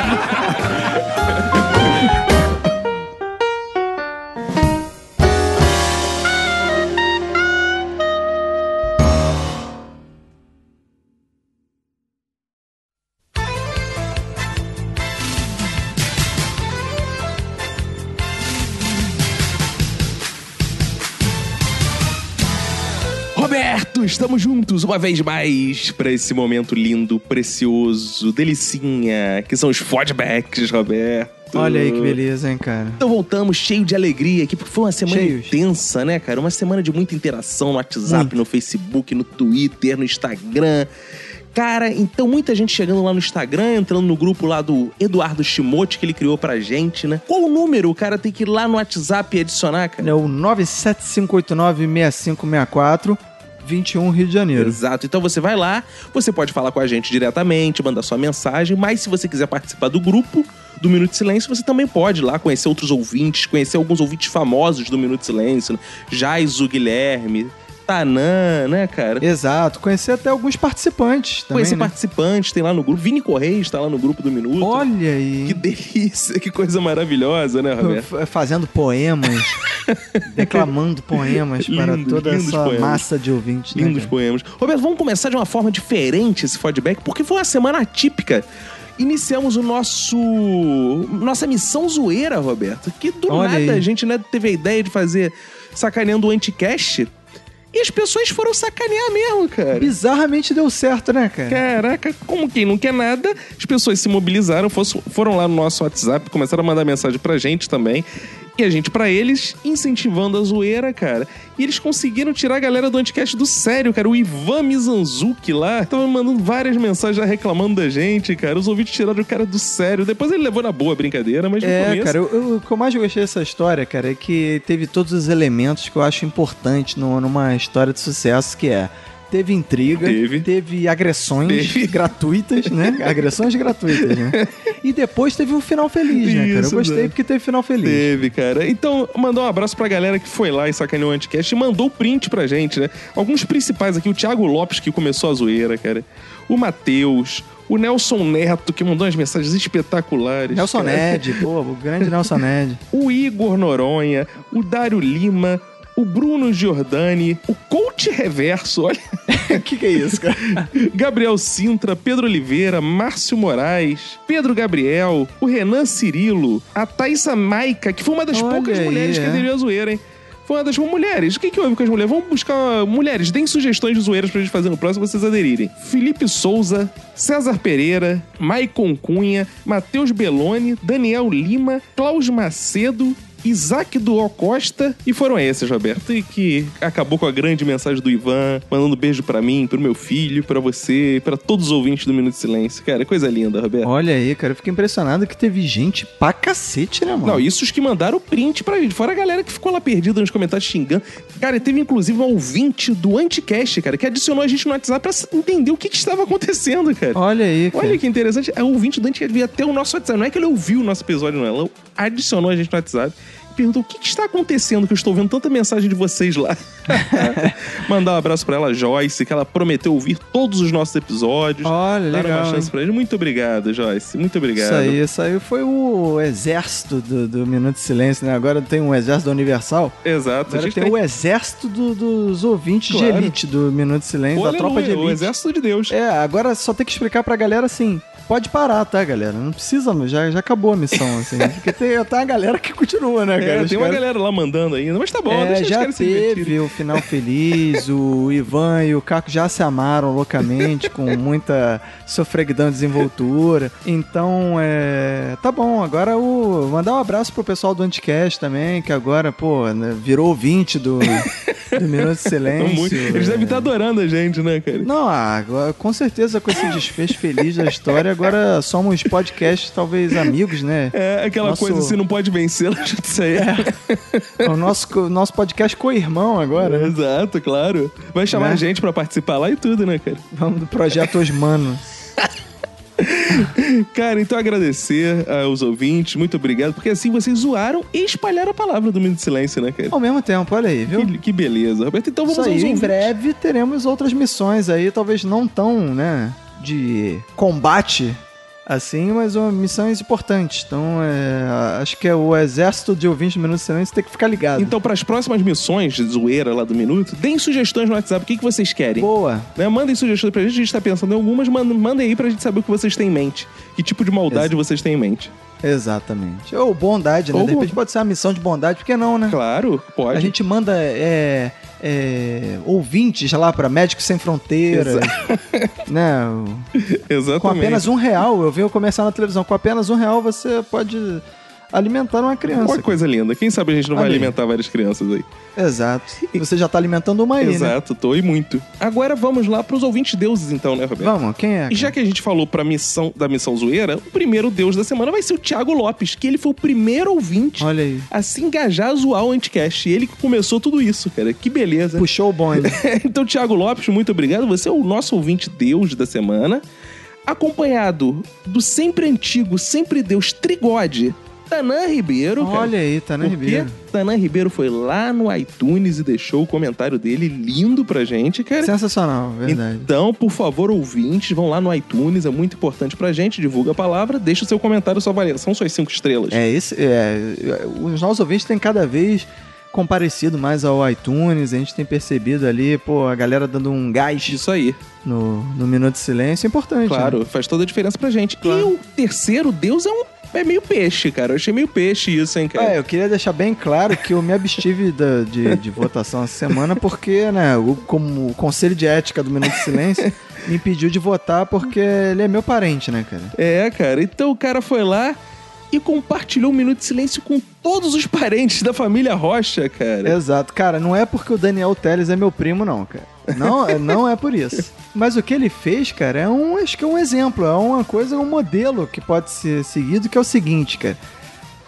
[SPEAKER 1] Roberto, estamos juntos uma vez mais para esse momento lindo, precioso, delicinha, que são os fodbacks, Roberto.
[SPEAKER 2] Olha aí que beleza, hein, cara.
[SPEAKER 1] Então voltamos cheio de alegria aqui, porque foi uma semana
[SPEAKER 2] Cheios.
[SPEAKER 1] intensa, né, cara? Uma semana de muita interação no WhatsApp, no Facebook, no Twitter, no Instagram. Cara, então muita gente chegando lá no Instagram, entrando no grupo lá do Eduardo Shimote que ele criou pra gente, né? Qual o número o cara tem que ir lá no WhatsApp e adicionar, cara?
[SPEAKER 2] É o 97589-6564, 21 Rio de Janeiro.
[SPEAKER 1] Exato. Então você vai lá, você pode falar com a gente diretamente, mandar sua mensagem, mas se você quiser participar do grupo do Minuto de Silêncio, você também pode ir lá conhecer outros ouvintes, conhecer alguns ouvintes famosos do Minuto de Silêncio, né? Jaiso Guilherme, Tanã, né, cara?
[SPEAKER 2] Exato. Conheci até alguns participantes também,
[SPEAKER 1] conhecer
[SPEAKER 2] né?
[SPEAKER 1] participantes, tem lá no grupo. Vini Correia está lá no grupo do Minuto.
[SPEAKER 2] Olha aí.
[SPEAKER 1] Que delícia, que coisa maravilhosa, né, Roberto?
[SPEAKER 2] F- Fazendo poemas, declamando poemas para
[SPEAKER 1] Lindos,
[SPEAKER 2] toda
[SPEAKER 1] lindos
[SPEAKER 2] essa
[SPEAKER 1] poemas.
[SPEAKER 2] massa de ouvintes. né,
[SPEAKER 1] Lindos
[SPEAKER 2] cara?
[SPEAKER 1] poemas. Roberto, vamos começar de uma forma diferente esse feedback, porque foi uma semana atípica. Iniciamos o nosso. Nossa missão zoeira, Roberto. Que do
[SPEAKER 2] Olha
[SPEAKER 1] nada
[SPEAKER 2] aí.
[SPEAKER 1] a gente né, teve a ideia de fazer sacaneando o anticast. E as pessoas foram sacanear mesmo, cara.
[SPEAKER 2] Bizarramente deu certo, né, cara?
[SPEAKER 1] Caraca, como quem não quer nada, as pessoas se mobilizaram, fosse- foram lá no nosso WhatsApp, começaram a mandar mensagem pra gente também. E a gente pra eles, incentivando a zoeira, cara. E eles conseguiram tirar a galera do Anticast do sério, cara. O Ivan Mizanzuki lá tava me mandando várias mensagens já reclamando da gente, cara. Os ouvintes tiraram o cara do sério. Depois ele levou na boa a brincadeira, mas no
[SPEAKER 2] É,
[SPEAKER 1] começo...
[SPEAKER 2] cara, eu- eu- o que eu mais gostei dessa história, cara, é que teve todos os elementos que eu acho importante no- numa história de sucesso, que é teve intriga,
[SPEAKER 1] Teve.
[SPEAKER 2] agressões
[SPEAKER 1] Teve.
[SPEAKER 2] gratuitas, né? agressões gratuitas, né? E depois teve um final feliz, né, cara? Eu
[SPEAKER 1] Isso,
[SPEAKER 2] gostei
[SPEAKER 1] né?
[SPEAKER 2] porque teve final feliz.
[SPEAKER 1] Teve, cara. Então, mandar um abraço pra galera que foi lá e sacaneou o Anticast e mandou o print pra gente, né? Alguns principais aqui, o Thiago Lopes, que começou a zoeira, cara. O Matheus, o Nelson Neto, que mandou umas mensagens espetaculares.
[SPEAKER 2] Nelson
[SPEAKER 1] cara.
[SPEAKER 2] Ned, pô, o grande Nelson Ned.
[SPEAKER 1] O Igor Noronha, o Dário Lima, o Bruno Giordani, o Coach Reverso, olha.
[SPEAKER 2] O que, que é isso, cara?
[SPEAKER 1] Gabriel Sintra, Pedro Oliveira, Márcio Moraes, Pedro Gabriel, o Renan Cirilo, a Thaisa Maica, que foi uma das
[SPEAKER 2] Olha
[SPEAKER 1] poucas
[SPEAKER 2] aí,
[SPEAKER 1] mulheres que
[SPEAKER 2] é.
[SPEAKER 1] aderiu à zoeira, hein? Foi uma das mulheres. O que, que houve com as mulheres? Vamos buscar mulheres. Deem sugestões de zoeiras pra gente fazer no próximo, vocês aderirem. Felipe Souza, César Pereira, Maicon Cunha, Matheus Belloni, Daniel Lima, Klaus Macedo, Isaac Duó Costa. E foram esses, Roberto. E que acabou com a grande mensagem do Ivan, mandando beijo pra mim, pro meu filho, pra você, pra todos os ouvintes do Minuto de Silêncio. Cara, coisa linda, Roberto.
[SPEAKER 2] Olha aí, cara, eu fiquei impressionado que teve gente pra cacete, né, mano?
[SPEAKER 1] Não, isso os que mandaram o print pra gente. Fora a galera que ficou lá perdida nos comentários xingando. Cara, teve inclusive um ouvinte do Anticast, cara, que adicionou a gente no WhatsApp pra entender o que, que estava acontecendo, cara.
[SPEAKER 2] Olha aí, cara.
[SPEAKER 1] Olha que interessante. É o ouvinte do Anticast veio até o nosso WhatsApp. Não é que ele ouviu o nosso episódio, não. Ela adicionou a gente no WhatsApp. e Perguntou o que, que está acontecendo, que eu estou vendo tanta mensagem de vocês lá. Mandar um abraço pra ela, Joyce, que ela prometeu ouvir todos os nossos episódios.
[SPEAKER 2] Olha,
[SPEAKER 1] Dar uma
[SPEAKER 2] legal. hein?
[SPEAKER 1] chance pra ele. Muito obrigado, Joyce. Muito obrigado.
[SPEAKER 2] Isso aí, isso aí foi o exército do, do Minuto de Silêncio, né? Agora tem um exército da Universal.
[SPEAKER 1] Exato.
[SPEAKER 2] Agora tem um o exército do- dos ouvintes
[SPEAKER 1] Claro.
[SPEAKER 2] de elite do Minuto de Silêncio,
[SPEAKER 1] Aleluia,
[SPEAKER 2] da tropa de
[SPEAKER 1] O
[SPEAKER 2] elite.
[SPEAKER 1] exército é de Deus.
[SPEAKER 2] É, agora só tem que explicar pra galera assim. Pode parar, tá, galera? Não precisa, já, já acabou a missão, assim. Porque tem, tem a galera que continua, né,
[SPEAKER 1] É,
[SPEAKER 2] cara? Os
[SPEAKER 1] tem uma
[SPEAKER 2] caras-
[SPEAKER 1] galera lá mandando ainda, mas tá bom,
[SPEAKER 2] é,
[SPEAKER 1] deixa os
[SPEAKER 2] já
[SPEAKER 1] caras se né? divertirem.
[SPEAKER 2] teve o final feliz, o Ivan e o Caco já se amaram loucamente, com muita sofreguidão e desenvoltura. Então, é. Tá bom, agora o. Mandar um abraço pro pessoal do Anticast também, que agora, pô, né, virou ouvinte do, do Minuto de
[SPEAKER 1] Tão
[SPEAKER 2] Silêncio.
[SPEAKER 1] muito- Eles
[SPEAKER 2] é.
[SPEAKER 1] devem tá estar adorando a gente, né, cara?
[SPEAKER 2] Não, ah, agora, com certeza com esse desfecho feliz da história, agora somos podcasts, talvez amigos, né?
[SPEAKER 1] É aquela
[SPEAKER 2] Nosso-
[SPEAKER 1] coisa, se não pode vencer, ela já disse aí.
[SPEAKER 2] É, O nosso, co- nosso podcast co-irmão agora. né?
[SPEAKER 1] Exato, claro. Vai chamar
[SPEAKER 2] Né?
[SPEAKER 1] a gente pra participar lá e tudo, né, cara?
[SPEAKER 2] Vamos do projeto Osmano.
[SPEAKER 1] Cara, então agradecer aos ouvintes, muito obrigado, porque assim vocês zoaram e espalharam a palavra do Minuto de Silêncio, né, cara?
[SPEAKER 2] Ao mesmo tempo, olha aí, viu?
[SPEAKER 1] Que, que beleza, Roberto. Então vamos
[SPEAKER 2] Isso aí,
[SPEAKER 1] aos
[SPEAKER 2] em
[SPEAKER 1] ouvintes.
[SPEAKER 2] breve teremos outras missões aí, talvez não tão, né, de combate assim, mas uma, missões importantes. Então, é, acho que é o exército de ouvintes do Minuto de Silêncio tem que ficar ligado.
[SPEAKER 1] Então, para as próximas missões de zoeira lá do Minuto, deem sugestões no WhatsApp, o que, que vocês querem.
[SPEAKER 2] Boa.
[SPEAKER 1] Né? Mandem sugestões pra gente, a gente tá pensando em algumas, man- mandem aí pra gente saber o que vocês têm em mente. Que tipo de maldade vocês têm em mente.
[SPEAKER 2] Exatamente. Ou bondade, né?
[SPEAKER 1] Ou
[SPEAKER 2] de repente pode ser uma missão de bondade, por que não, né?
[SPEAKER 1] Claro, pode.
[SPEAKER 2] A gente manda é, é, ouvintes lá pra Médicos Sem Fronteiras, né?
[SPEAKER 1] Exatamente.
[SPEAKER 2] Com apenas um real, eu vi eu começar na televisão, com apenas um real você pode alimentar uma criança.
[SPEAKER 1] Uma coisa linda. Quem sabe a gente não vai
[SPEAKER 2] Olha aí.
[SPEAKER 1] alimentar várias crianças aí.
[SPEAKER 2] Exato. E Você já tá alimentando uma aí, né?
[SPEAKER 1] Exato, tô e muito. Agora vamos lá pros ouvintes deuses, então, né, Roberto?
[SPEAKER 2] Vamos, quem é?
[SPEAKER 1] E já que a gente falou pra missão, da missão zoeira, o primeiro deus da semana vai ser o Thiago Lopes, que ele foi o primeiro ouvinte
[SPEAKER 2] Olha aí.
[SPEAKER 1] a se engajar a zoar o Anticast. E ele que começou tudo isso, cara. Que beleza.
[SPEAKER 2] Puxou o bonde.
[SPEAKER 1] então, Thiago Lopes, muito obrigado. Você é o nosso ouvinte Deus da semana. Acompanhado do sempre antigo, sempre Deus Trigode, Tanã Ribeiro. cara.
[SPEAKER 2] Olha aí, tá né,
[SPEAKER 1] Porque
[SPEAKER 2] Ribeiro?
[SPEAKER 1] Tanã Ribeiro foi lá no iTunes e deixou o comentário dele lindo pra gente, cara.
[SPEAKER 2] Sensacional, é verdade.
[SPEAKER 1] Então, por favor, ouvintes, vão lá no iTunes, é muito importante pra gente, divulga a palavra, deixa o seu comentário, sua avaliação, suas cinco estrelas.
[SPEAKER 2] É, esse, é, os nossos ouvintes têm cada vez comparecido mais ao iTunes, a gente tem percebido ali, pô, a galera dando um gás
[SPEAKER 1] Isso aí,
[SPEAKER 2] no, no Minuto de Silêncio, é importante.
[SPEAKER 1] claro, faz toda a diferença pra gente. E o terceiro deus é um é meio peixe, cara. Eu achei meio peixe isso, hein, cara.
[SPEAKER 2] É, eu queria deixar bem claro que eu me abstive da- de, de votação essa semana porque, né, o, como o Conselho de Ética do Minuto de Silêncio me impediu de votar porque ele é meu parente, né, cara?
[SPEAKER 1] É, cara. Então o cara foi lá e compartilhou um minuto de silêncio com todos os parentes da família Rocha, cara.
[SPEAKER 2] Exato. Cara, não é porque o Daniel Teles é meu primo, não, cara. Não, é- não é por isso. Mas o que ele fez, cara, é um, acho que é um exemplo, é uma coisa, um modelo que pode ser seguido, que é o seguinte, cara.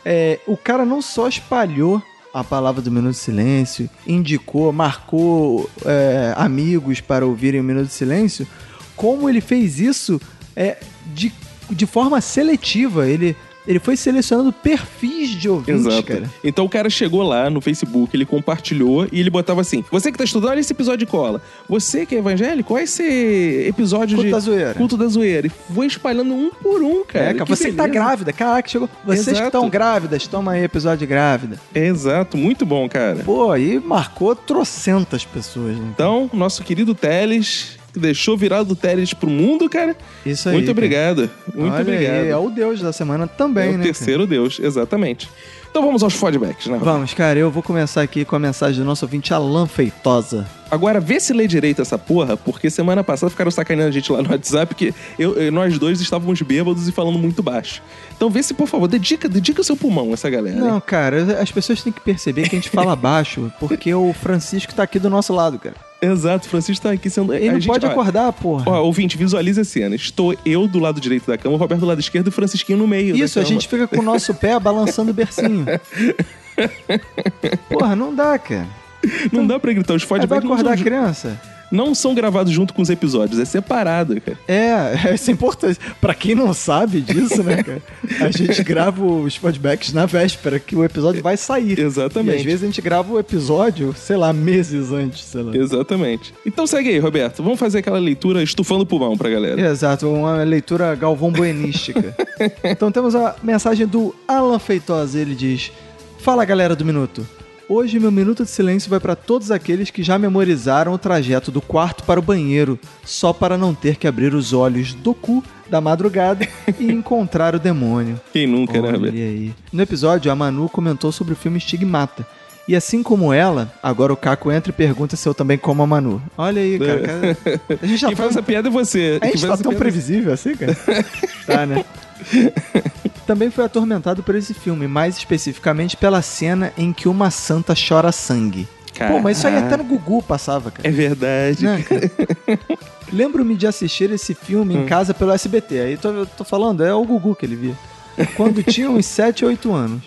[SPEAKER 2] É, o cara não só espalhou a palavra do Minuto de Silêncio, indicou, marcou é, amigos para ouvirem o Minuto de Silêncio, como ele fez isso é, de, de forma seletiva. Ele, ele foi selecionando perfis de ouvintes,
[SPEAKER 1] Exato.
[SPEAKER 2] cara.
[SPEAKER 1] Então o cara chegou lá no Facebook, ele compartilhou e ele botava assim: Você que tá estudando, olha esse episódio de cola. Você que é evangélico, olha esse episódio
[SPEAKER 2] Culto
[SPEAKER 1] de
[SPEAKER 2] da zoeira.
[SPEAKER 1] culto da zoeira. E foi espalhando um por um, cara.
[SPEAKER 2] É, cara,
[SPEAKER 1] Que
[SPEAKER 2] você que tá
[SPEAKER 1] beleza.
[SPEAKER 2] grávida, caraca, chegou. Vocês que
[SPEAKER 1] Exato.
[SPEAKER 2] estão grávidas, toma aí episódio de grávida.
[SPEAKER 1] Exato, muito bom, cara.
[SPEAKER 2] Pô, aí marcou trocentas pessoas, né?
[SPEAKER 1] É. Então, nosso querido Teles, que deixou virado o Teles pro mundo, cara.
[SPEAKER 2] Isso aí.
[SPEAKER 1] muito
[SPEAKER 2] cara.
[SPEAKER 1] obrigado. Muito
[SPEAKER 2] Olha
[SPEAKER 1] obrigado.
[SPEAKER 2] Aí, é o Deus da semana também,
[SPEAKER 1] É o
[SPEAKER 2] né? cara?
[SPEAKER 1] terceiro Deus, exatamente. Então vamos aos feedbacks, né?
[SPEAKER 2] Vamos, cara, eu vou começar aqui com a mensagem do nosso ouvinte Alan Feitosa.
[SPEAKER 1] Agora, vê se lê direito essa porra, porque semana passada ficaram sacaneando a gente lá no WhatsApp que eu- eu- nós dois estávamos bêbados e falando muito baixo. Então vê se, por favor, dedica, dedica o seu pulmão a essa galera. hein?
[SPEAKER 2] Não, cara, as pessoas têm que perceber que a gente fala baixo, porque o Francisco tá aqui do nosso lado, cara.
[SPEAKER 1] Exato, o Francisco tá aqui sendo...
[SPEAKER 2] Ele
[SPEAKER 1] a
[SPEAKER 2] não
[SPEAKER 1] gente-
[SPEAKER 2] pode
[SPEAKER 1] ó,
[SPEAKER 2] acordar, porra.
[SPEAKER 1] Ó, ouvinte, visualiza a cena. Estou eu do lado direito da cama, o Roberto do lado esquerdo e o Francisquinho no meio da
[SPEAKER 2] Isso, a
[SPEAKER 1] cama.
[SPEAKER 2] gente fica com o nosso pé balançando o bercinho. Porra, não dá, cara.
[SPEAKER 1] Não dá pra gritar, os
[SPEAKER 2] Aí vai
[SPEAKER 1] feedbacks não,
[SPEAKER 2] tá- É acordar a
[SPEAKER 1] são-
[SPEAKER 2] criança.
[SPEAKER 1] não são gravados junto com os episódios, é separado, cara.
[SPEAKER 2] É, isso é importante. Pra quem não sabe disso, né, cara? A gente grava os feedbacks na véspera, que o episódio vai sair. E às
[SPEAKER 1] Exatamente.
[SPEAKER 2] vezes a gente grava o episódio, sei lá, meses antes, sei lá.
[SPEAKER 1] Exatamente. Então segue aí, Roberto. Vamos fazer aquela leitura estufando o pulmão pra galera.
[SPEAKER 2] Exato, uma leitura galvão buenística. então temos a mensagem do Alan Feitosa, ele diz: Fala galera do Minuto. Hoje meu minuto de silêncio vai para todos aqueles que já memorizaram o trajeto do quarto para o banheiro, só para não ter que abrir os olhos do cu da madrugada e encontrar o demônio.
[SPEAKER 1] Quem nunca, né,
[SPEAKER 2] Olha
[SPEAKER 1] Roberto?
[SPEAKER 2] aí. No episódio, a Manu comentou sobre o filme Estigmata. E assim como ela, agora o Caco entra e pergunta se eu também como a Manu. Olha aí, cara. cara. A gente já
[SPEAKER 1] Quem faz essa piada é você.
[SPEAKER 2] a
[SPEAKER 1] Quem faz
[SPEAKER 2] gente tá
[SPEAKER 1] essa
[SPEAKER 2] tão
[SPEAKER 1] piada é você.
[SPEAKER 2] previsível assim, cara? tá, né? Também foi atormentado por esse filme, mais especificamente pela cena em que uma santa chora sangue. Pô, mas isso aí é até no Gugu passava, cara.
[SPEAKER 1] É verdade.
[SPEAKER 2] Né, cara? Lembro-me de assistir esse filme
[SPEAKER 1] Hum.
[SPEAKER 2] em casa pelo SBT. Aí tô, tô falando, é o Gugu que ele via. Quando tinha uns 7, 8 anos.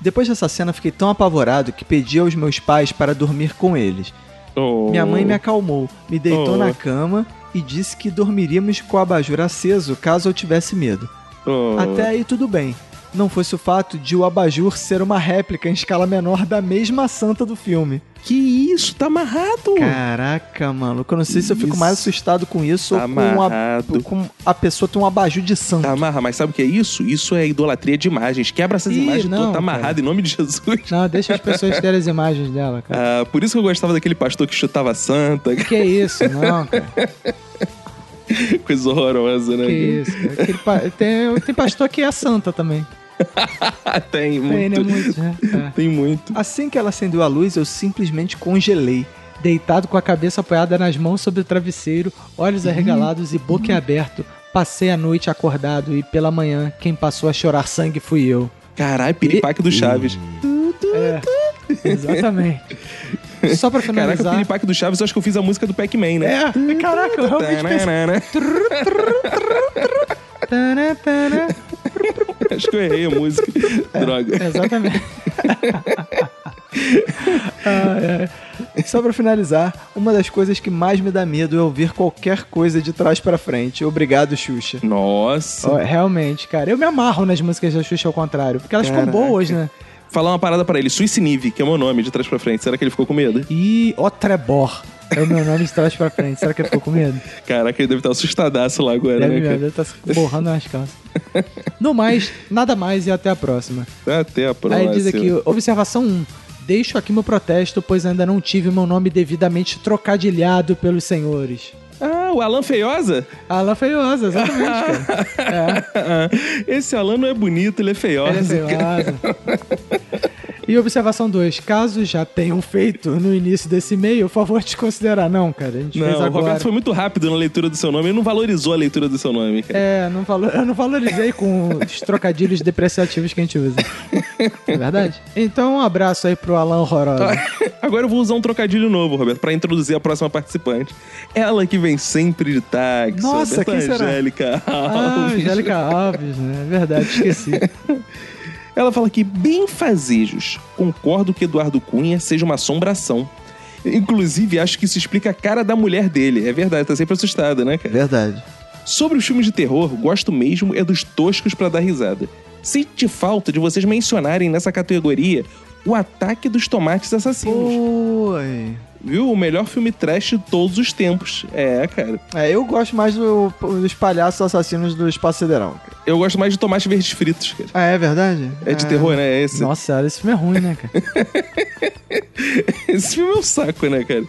[SPEAKER 2] Depois dessa cena, fiquei tão apavorado que pedi aos meus pais para dormir com eles.
[SPEAKER 1] Oh.
[SPEAKER 2] Minha mãe me acalmou, me deitou
[SPEAKER 1] Oh.
[SPEAKER 2] na cama e disse que dormiríamos com o abajur aceso caso eu tivesse medo.
[SPEAKER 1] Oh.
[SPEAKER 2] Até aí tudo bem. Não fosse o fato de o abajur ser uma réplica em escala menor da mesma santa do filme.
[SPEAKER 1] Que isso, tá amarrado!
[SPEAKER 2] Caraca, maluco, eu não sei se eu fico mais assustado com isso
[SPEAKER 1] Tá
[SPEAKER 2] ou com a,
[SPEAKER 1] amarrado.
[SPEAKER 2] com a pessoa ter um abajur de santo.
[SPEAKER 1] Tá amarra, mas sabe o que é isso? Isso é idolatria de imagens. Quebra essas
[SPEAKER 2] Ih,
[SPEAKER 1] imagens,
[SPEAKER 2] não,
[SPEAKER 1] tu tá amarrado
[SPEAKER 2] cara.
[SPEAKER 1] em nome de Jesus.
[SPEAKER 2] Não, deixa as pessoas terem as imagens dela, cara.
[SPEAKER 1] Ah, por isso que eu gostava daquele pastor que chutava a santa,
[SPEAKER 2] Que isso, não, cara.
[SPEAKER 1] coisa horrorosa, né?
[SPEAKER 2] Que isso, cara. Aquele pa- Tem, tem pastor que é santa também.
[SPEAKER 1] Tem muito.
[SPEAKER 2] Tem, né? Muito, né? É.
[SPEAKER 1] Tem muito.
[SPEAKER 2] Assim que ela acendeu a luz, eu simplesmente congelei. Deitado com a cabeça apoiada nas mãos sobre o travesseiro, olhos
[SPEAKER 1] Hum.
[SPEAKER 2] arregalados e boca aberto, passei a noite acordado e pela manhã quem passou a chorar sangue fui eu.
[SPEAKER 1] Caralho, piripaque do Chaves.
[SPEAKER 2] Exatamente. Só pra
[SPEAKER 1] Caraca, o
[SPEAKER 2] finalizar.
[SPEAKER 1] piripaque do Chaves, eu acho que eu fiz a música do Pac-Man, né?
[SPEAKER 2] É, caraca, eu
[SPEAKER 1] Tá,
[SPEAKER 2] realmente pensei.
[SPEAKER 1] Tanana.
[SPEAKER 2] Tanã, tanã.
[SPEAKER 1] Acho que eu errei a música.
[SPEAKER 2] É.
[SPEAKER 1] Droga.
[SPEAKER 2] Exatamente. Ah, é. Só pra finalizar, uma das coisas que mais me dá medo é ouvir qualquer coisa de trás pra frente. Obrigado, Xuxa.
[SPEAKER 1] Nossa.
[SPEAKER 2] Ó, realmente, cara. Eu me amarro nas músicas da Xuxa ao contrário, porque elas ficam
[SPEAKER 1] Caraca.
[SPEAKER 2] boas, né?
[SPEAKER 1] Falar uma parada pra ele. Suicinive, que é o meu nome, de trás pra frente. Será que ele ficou com medo?
[SPEAKER 2] E ó Trebor. É o meu nome de trás pra frente. Será que ele ficou com medo?
[SPEAKER 1] Caraca, ele deve estar assustadaço lá agora,
[SPEAKER 2] Deve,
[SPEAKER 1] né?
[SPEAKER 2] deve tá se borrando nas calças. No mais, nada mais e até a próxima.
[SPEAKER 1] cara? Ah, Até a próxima.
[SPEAKER 2] Aí ele diz aqui, observação 1. Deixo aqui meu protesto, pois ainda não tive meu nome devidamente trocadilhado pelos senhores. Ah,
[SPEAKER 1] Ah, o Alan Feiosa?
[SPEAKER 2] Alan Feiosa, exatamente, cara.
[SPEAKER 1] Esse Alan não é bonito, ele é feiosa.
[SPEAKER 2] Ele é feiosa. E observação 2. Caso já tenham feito no início desse e-mail, por favor, te considerar. Não, cara, a gente fez
[SPEAKER 1] Não, o
[SPEAKER 2] agora.
[SPEAKER 1] Roberto foi muito rápido na leitura do seu nome. Ele não valorizou a leitura do seu nome, cara.
[SPEAKER 2] É, não valo- eu não valorizei com os trocadilhos depreciativos que a gente usa. É verdade? Então, um abraço aí pro Alan Horrorosa.
[SPEAKER 1] Agora eu vou usar um trocadilho novo, Roberto, pra introduzir a próxima participante. Ela que vem sempre de táxi.
[SPEAKER 2] Nossa,
[SPEAKER 1] Roberto,
[SPEAKER 2] quem será?
[SPEAKER 1] Angélica
[SPEAKER 2] Ah,
[SPEAKER 1] Alves.
[SPEAKER 2] Angélica Alves, né? É verdade, esqueci.
[SPEAKER 1] Ela fala que bem fazejos. Concordo que Eduardo Cunha seja uma assombração. Inclusive, acho que isso explica a cara da mulher dele. É verdade, tá sempre assustada, né, cara?
[SPEAKER 2] Verdade.
[SPEAKER 1] Sobre os filmes de terror, gosto mesmo é dos toscos pra dar risada. Senti falta de vocês mencionarem nessa categoria o ataque dos tomates assassinos.
[SPEAKER 2] Oi.
[SPEAKER 1] Viu? O melhor filme trash de todos os tempos. É, cara.
[SPEAKER 2] É, eu gosto mais do- dos palhaços assassinos do Espaço Sideral.
[SPEAKER 1] Eu gosto mais de tomates verdes fritos, cara.
[SPEAKER 2] Ah, é verdade?
[SPEAKER 1] É de terror, né? É esse.
[SPEAKER 2] Nossa, olha, esse filme é ruim, né, cara?
[SPEAKER 1] Esse filme é um saco, né, cara?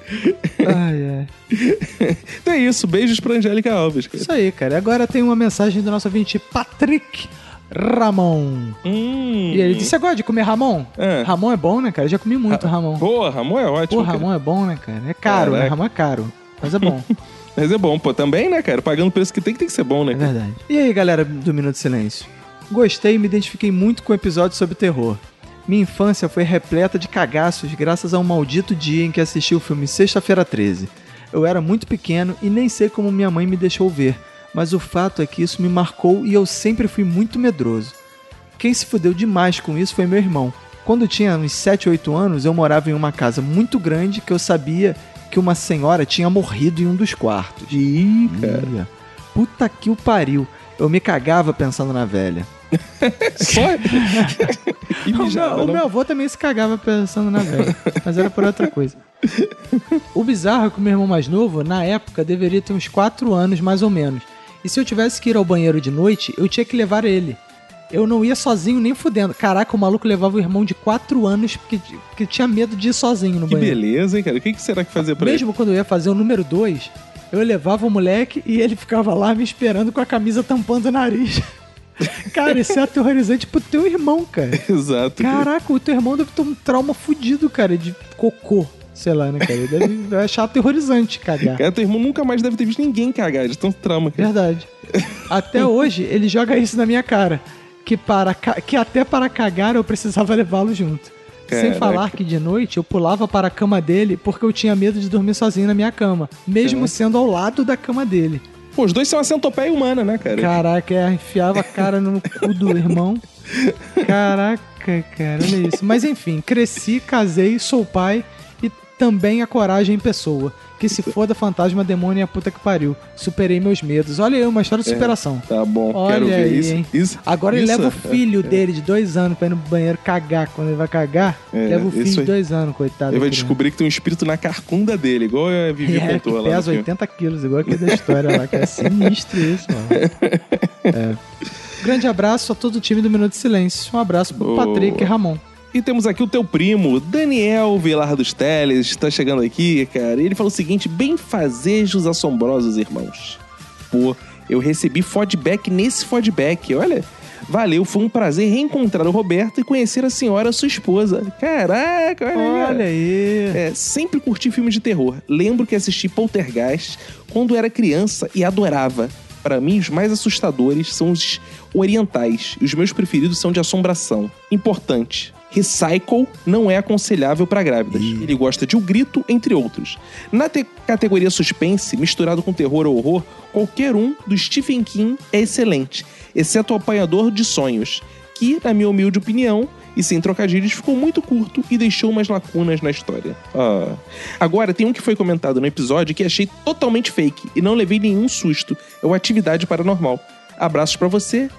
[SPEAKER 2] Ai, ai.
[SPEAKER 1] Então é isso. Beijos pra Angélica Alves, cara.
[SPEAKER 2] Isso aí, cara. Agora tem uma mensagem do nosso ouvinte, Patrick Ramon.
[SPEAKER 1] Hum.
[SPEAKER 2] E ele disse, você gosta de comer Ramon?
[SPEAKER 1] É.
[SPEAKER 2] Ramon Uhum. é bom, né, cara? Eu já comi muito Ramon.
[SPEAKER 1] Porra, Ramon é ótimo.
[SPEAKER 2] Pô,
[SPEAKER 1] cara.
[SPEAKER 2] Ramon é bom, né, cara? É caro, né?
[SPEAKER 1] Caraca.
[SPEAKER 2] Ramon é caro. Mas é bom,
[SPEAKER 1] Mas é bom, pô. Também, né, cara? Pagando o preço que tem, que tem que ser bom, né?
[SPEAKER 2] é
[SPEAKER 1] cara?
[SPEAKER 2] verdade. E aí, galera do Minuto de Silêncio? Gostei e me identifiquei muito com o episódio sobre terror. Minha infância foi repleta de cagaços graças a um maldito dia em que assisti o filme Sexta-feira 13. Eu era muito pequeno e nem sei como minha mãe me deixou ver, mas o fato é que isso me marcou e eu sempre fui muito medroso. Quem se fudeu demais com isso foi meu irmão. Quando eu tinha uns 7, 8 anos, eu morava em uma casa muito grande que eu sabia que uma senhora tinha morrido em um dos quartos. Ih, cara. Puta que o pariu. Eu me cagava pensando na velha.
[SPEAKER 1] Só. e
[SPEAKER 2] O
[SPEAKER 1] mijada,
[SPEAKER 2] meu, o
[SPEAKER 1] não?
[SPEAKER 2] meu avô também se cagava pensando na velha, mas era por outra coisa. O bizarro é que o meu irmão mais novo, na época, deveria ter uns 4 anos mais ou menos. E se eu tivesse que ir ao banheiro de noite, eu tinha que levar ele. Eu não ia sozinho nem fudendo. Caraca, o maluco levava o irmão de 4 anos porque, porque tinha medo de ir sozinho no
[SPEAKER 1] Que
[SPEAKER 2] banheiro.
[SPEAKER 1] beleza, hein, cara? O que, que será que fazer pra
[SPEAKER 2] Mesmo quando eu ia fazer o número 2, eu levava o moleque e ele ficava lá me esperando com a camisa tampando o nariz. Cara, isso é aterrorizante pro teu irmão, É. cara.
[SPEAKER 1] ele? Exato.
[SPEAKER 2] Caraca, o teu irmão deve ter um trauma fudido, cara, de cocô. Sei lá, né, cara? Ele deve achar aterrorizante cagar.
[SPEAKER 1] Cara, teu irmão nunca mais deve ter visto ninguém cagar de tanto trauma, cara.
[SPEAKER 2] Verdade. Até hoje, ele joga isso na minha cara. Que, para ca- que até para cagar eu precisava levá-lo junto. Sem
[SPEAKER 1] Caraca.
[SPEAKER 2] falar que de noite eu pulava para a cama dele porque eu tinha medo de dormir sozinho na minha cama, mesmo sendo ao lado da cama dele.
[SPEAKER 1] Pô, os dois são a centopeia humana, né, cara?
[SPEAKER 2] Caraca, é, enfiava a cara no cu do irmão. Caraca, cara, olha isso. Mas enfim, cresci, casei, sou pai e Também a coragem em pessoa. Que se foda fantasma, demônio e a puta que pariu. Superei meus medos. Olha aí, uma história de
[SPEAKER 1] É,
[SPEAKER 2] superação.
[SPEAKER 1] tá bom,
[SPEAKER 2] Olha
[SPEAKER 1] quero ver
[SPEAKER 2] aí,
[SPEAKER 1] isso,
[SPEAKER 2] hein?
[SPEAKER 1] isso,
[SPEAKER 2] Agora ele
[SPEAKER 1] isso,
[SPEAKER 2] leva o
[SPEAKER 1] é,
[SPEAKER 2] filho
[SPEAKER 1] é.
[SPEAKER 2] dele de dois anos pra ir no banheiro cagar. Quando ele vai cagar,
[SPEAKER 1] É,
[SPEAKER 2] leva o
[SPEAKER 1] isso
[SPEAKER 2] filho de
[SPEAKER 1] aí.
[SPEAKER 2] dois anos, coitado.
[SPEAKER 1] Ele vai
[SPEAKER 2] da criança.
[SPEAKER 1] descobrir que tem um espírito na carcunda dele, igual a Vivi
[SPEAKER 2] É, que
[SPEAKER 1] contou lá. no
[SPEAKER 2] pesa
[SPEAKER 1] filme.
[SPEAKER 2] 80 quilos, igual aquele da história lá, que é sinistro isso, mano. É. Grande abraço a todo o time do Minuto de Silêncio. Um abraço pro
[SPEAKER 1] Boa.
[SPEAKER 2] Patrick e Ramon.
[SPEAKER 1] E temos aqui o teu primo, Daniel Velar dos Teles, tá chegando aqui, cara. Ele fala o seguinte: bem-fazejos assombrosos, irmãos. Pô, eu recebi feedback nesse feedback, olha. Valeu, foi um prazer reencontrar o Roberto e conhecer a senhora, sua esposa. Caraca, olha,
[SPEAKER 2] Olha aí.
[SPEAKER 1] É, sempre curti filmes de terror. Lembro que assisti Poltergeist quando era criança e adorava. Pra mim, os mais assustadores são os orientais, e os meus preferidos são de assombração. Importante. Recycle não é aconselhável pra grávidas. Ele gosta de O Grito, entre outros. Na te- categoria suspense, misturado com terror ou horror, qualquer um do Stephen King é excelente, exceto O Apanhador de Sonhos, que, na minha humilde opinião, e sem trocadilhos, ficou muito curto e deixou umas lacunas na história. Ah. Agora, tem um que foi comentado no episódio que achei totalmente fake e não levei nenhum susto. É o Atividade Paranormal. Abraços pra você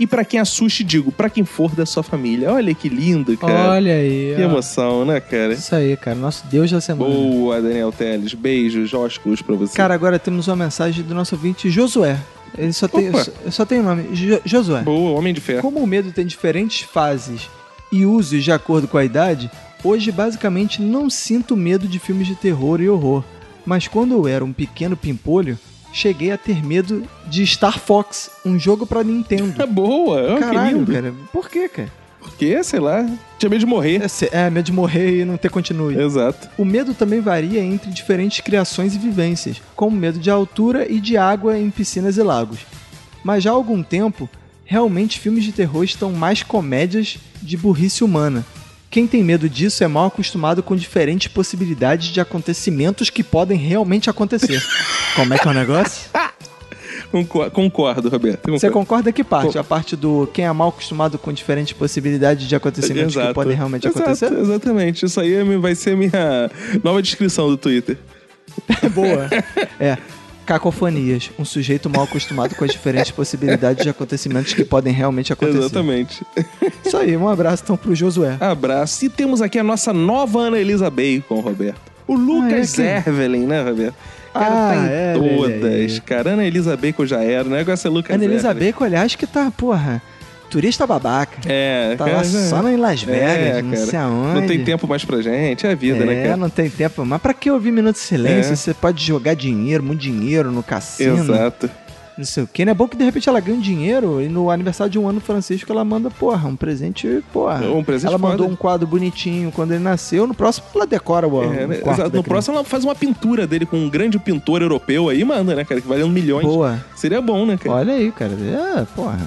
[SPEAKER 1] e pra quem assuste, digo, pra quem for da sua família. Olha que lindo, cara.
[SPEAKER 2] Olha aí.
[SPEAKER 1] Que
[SPEAKER 2] ó.
[SPEAKER 1] emoção, né, cara?
[SPEAKER 2] Isso aí, cara. Nosso Deus da semana.
[SPEAKER 1] Boa, Daniel Teles. Beijos, ósculos pra você.
[SPEAKER 2] Cara, agora temos uma mensagem do nosso ouvinte Josué. Ele só tem,
[SPEAKER 1] Opa.
[SPEAKER 2] só, só tem o nome. Jo- Josué.
[SPEAKER 1] Boa, Homem de Ferro.
[SPEAKER 2] Como o medo tem diferentes fases e usos de acordo com a idade, hoje basicamente não sinto medo de filmes de terror e horror. Mas quando eu era um pequeno pimpolho, cheguei a ter medo de Star Fox, um jogo pra Nintendo.
[SPEAKER 1] É Boa, ó, que
[SPEAKER 2] Caralho,
[SPEAKER 1] lindo.
[SPEAKER 2] cara. Por que, cara?
[SPEAKER 1] Porque, sei lá, tinha medo de morrer.
[SPEAKER 2] É, medo de morrer e não ter continue.
[SPEAKER 1] Exato.
[SPEAKER 2] O medo também varia entre diferentes criações e vivências, como medo de altura e de água em piscinas e lagos. Mas já há algum tempo, realmente filmes de terror estão mais comédias de burrice humana. Quem tem medo disso é mal acostumado com diferentes possibilidades de acontecimentos que podem realmente acontecer. Como é que é o negócio?
[SPEAKER 1] Concor- Concordo, Roberto.
[SPEAKER 2] Você é
[SPEAKER 1] concorda?
[SPEAKER 2] concorda que parte?
[SPEAKER 1] Com-
[SPEAKER 2] A parte do quem é mal acostumado com diferentes possibilidades né, de acontecimentos que podem realmente
[SPEAKER 1] Exato,
[SPEAKER 2] acontecer?
[SPEAKER 1] Exatamente. Isso aí é mi- vai ser minha nova descrição do Twitter.
[SPEAKER 2] Boa. É. Cacofonias, um sujeito mal acostumado com as diferentes possibilidades de acontecimentos que podem realmente acontecer.
[SPEAKER 1] Exatamente. Ah,
[SPEAKER 2] Isso aí, um abraço então pro Josué.
[SPEAKER 1] Abraço. E temos aqui a nossa nova Ana Elisa Bacon, Roberto. O Lucas
[SPEAKER 2] Ah, é,
[SPEAKER 1] Ervelin, né, Roberto? Cara,
[SPEAKER 2] Ah,
[SPEAKER 1] tá em
[SPEAKER 2] é, olha
[SPEAKER 1] todas.
[SPEAKER 2] aí.
[SPEAKER 1] Cara, Ana Elisa Bacon já era, né? Agora essa é Lucas
[SPEAKER 2] Ana Elisa
[SPEAKER 1] Ervelin.
[SPEAKER 2] Bacon, aliás, que tá, porra, turista babaca.
[SPEAKER 1] É,
[SPEAKER 2] Tá lá só em Las Vegas, não sei aonde.
[SPEAKER 1] Não tem tempo mais pra gente, é a vida, né,
[SPEAKER 2] É,
[SPEAKER 1] cara?
[SPEAKER 2] não tem tempo. Mas pra que ouvir Minuto de Silêncio?
[SPEAKER 1] É.
[SPEAKER 2] Você pode jogar dinheiro, muito dinheiro no cassino.
[SPEAKER 1] Exato.
[SPEAKER 2] Não sei o que, né? É bom que de repente ela ganha um dinheiro e no aniversário de um ano Francisco ela manda, porra, um presente, porra.
[SPEAKER 1] Um presente
[SPEAKER 2] ela mandou
[SPEAKER 1] foda.
[SPEAKER 2] um quadro bonitinho quando ele nasceu. No próximo ela decora o,
[SPEAKER 1] É,
[SPEAKER 2] o
[SPEAKER 1] né?
[SPEAKER 2] quarto da
[SPEAKER 1] Exato. No
[SPEAKER 2] criança.
[SPEAKER 1] próximo ela faz uma pintura dele com um grande pintor europeu aí, manda, né, cara? Que valendo milhões.
[SPEAKER 2] Boa.
[SPEAKER 1] Seria bom, né, cara?
[SPEAKER 2] Olha aí, cara. É, porra,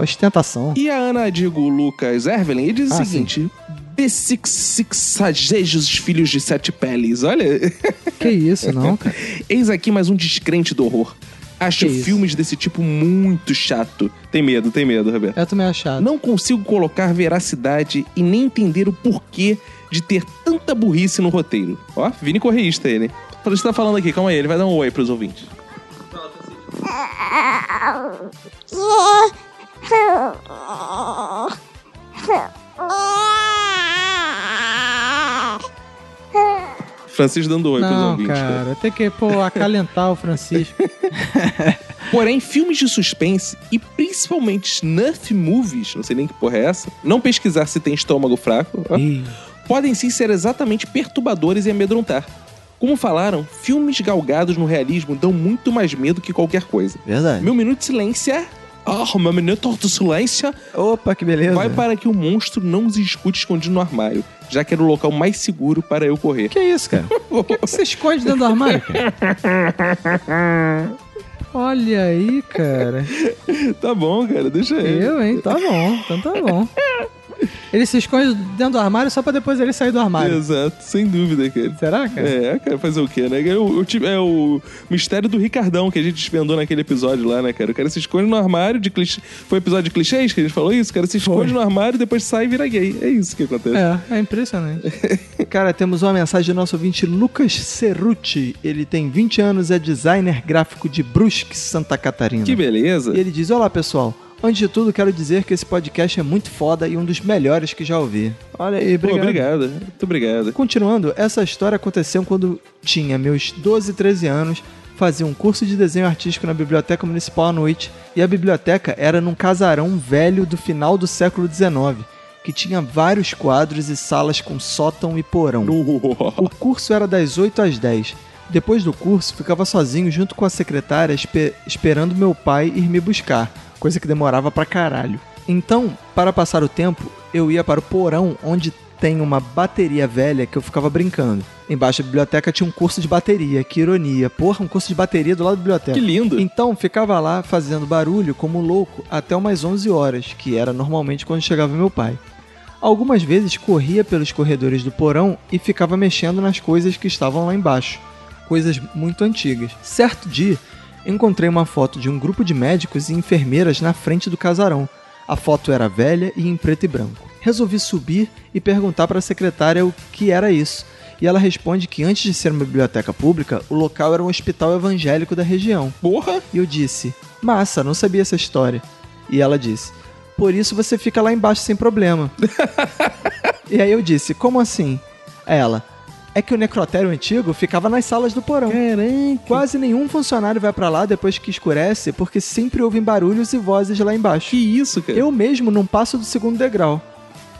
[SPEAKER 2] ostentação.
[SPEAKER 1] E a Ana, digo, Lucas Ervelin, ele diz o
[SPEAKER 2] Ah,
[SPEAKER 1] seguinte: Bessixixajejos filhos de sete peles. Olha.
[SPEAKER 2] Que isso, não, cara.
[SPEAKER 1] Eis aqui mais um descrente do horror. Acho
[SPEAKER 2] Que isso.
[SPEAKER 1] filmes desse tipo muito chato. Tem medo, tem medo, Roberto.
[SPEAKER 2] Eu também achado.
[SPEAKER 1] Não consigo colocar veracidade e nem entender o porquê de ter tanta burrice no roteiro. Ó, Vini Correísta ele. Você tá falando aqui, calma aí, ele vai dar um oi pros ouvintes. Francisco dando oi pros
[SPEAKER 2] Não,
[SPEAKER 1] ouvintes.
[SPEAKER 2] cara, tem que, pô, acalentar o Francisco.
[SPEAKER 1] Porém, filmes de suspense e principalmente snuff movies, não sei nem que porra é essa, não pesquisar se tem estômago fraco, ó, podem sim ser exatamente perturbadores e amedrontar. Como falaram, filmes galgados no realismo dão muito mais medo que qualquer coisa.
[SPEAKER 2] Verdade.
[SPEAKER 1] Meu minuto de silêncio é. Oh, meu minuto de silêncio
[SPEAKER 2] Opa, que beleza.
[SPEAKER 1] vai para que o monstro não nos escute escondido no armário, já que era o local mais seguro para eu correr.
[SPEAKER 2] Que isso, cara?
[SPEAKER 1] Por que
[SPEAKER 2] que você esconde dentro do armário, cara? Olha aí, cara.
[SPEAKER 1] Tá bom, cara, deixa ele.
[SPEAKER 2] Eu, hein? Tá bom, então tá bom. Ele se esconde dentro do armário só pra depois ele sair do armário.
[SPEAKER 1] Exato, sem dúvida, cara.
[SPEAKER 2] Será, cara?
[SPEAKER 1] É, cara, fazer o quê, né? É o, o ti- é o mistério do Ricardão que a gente desvendou naquele episódio lá, né, cara? O cara se esconde no armário de clichê. Foi episódio de clichês que a gente falou isso? O cara se esconde no armário, depois sai e vira gay. É isso que acontece.
[SPEAKER 2] É, é impressionante. cara, temos uma mensagem do nosso ouvinte Lucas Cerruti. Ele tem 20 anos, é designer gráfico de Brusque, Santa Catarina.
[SPEAKER 1] Que beleza.
[SPEAKER 2] E ele diz: Olá, pessoal. Antes de tudo, quero dizer que esse podcast é muito foda e um dos melhores que já ouvi. Olha aí,
[SPEAKER 1] Pô,
[SPEAKER 2] obrigado.
[SPEAKER 1] obrigado. Muito obrigado.
[SPEAKER 2] Continuando, essa história aconteceu quando tinha meus 12, 13 anos, fazia um curso de desenho artístico na Biblioteca Municipal à noite, e a biblioteca era num casarão velho do final do século XIX, que tinha vários quadros e salas com sótão e porão. O curso era das 8 às 10. Depois do curso, ficava sozinho junto com a secretária espe- esperando meu pai ir me buscar, coisa que demorava pra caralho. Então, para passar o tempo, eu ia para o porão onde tem uma bateria velha que eu ficava brincando. Embaixo da biblioteca tinha um curso de bateria, que ironia. Porra, um curso de bateria do lado da biblioteca.
[SPEAKER 1] Que lindo.
[SPEAKER 2] Então ficava lá fazendo barulho como louco até umas 11 horas, que era normalmente quando chegava meu pai. Algumas vezes corria pelos corredores do porão e ficava mexendo nas coisas que estavam lá embaixo, coisas muito antigas. Certo dia, encontrei uma foto de um grupo de médicos e enfermeiras na frente do casarão. A foto era velha e em preto e branco. Resolvi subir e perguntar para a secretária o que era isso. E ela responde que antes de ser uma biblioteca pública, o local era um hospital evangélico da região.
[SPEAKER 1] Porra!
[SPEAKER 2] E eu disse: "Massa, não sabia essa história". E ela disse: "Por isso você fica lá embaixo sem problema". E aí eu disse, como assim? Ela, é que o necrotério antigo ficava nas salas do porão.
[SPEAKER 1] Caraca.
[SPEAKER 2] Quase nenhum funcionário vai pra lá depois que escurece, porque sempre ouvem barulhos e vozes lá embaixo. Que
[SPEAKER 1] isso, cara?
[SPEAKER 2] Eu mesmo não passo do segundo degrau.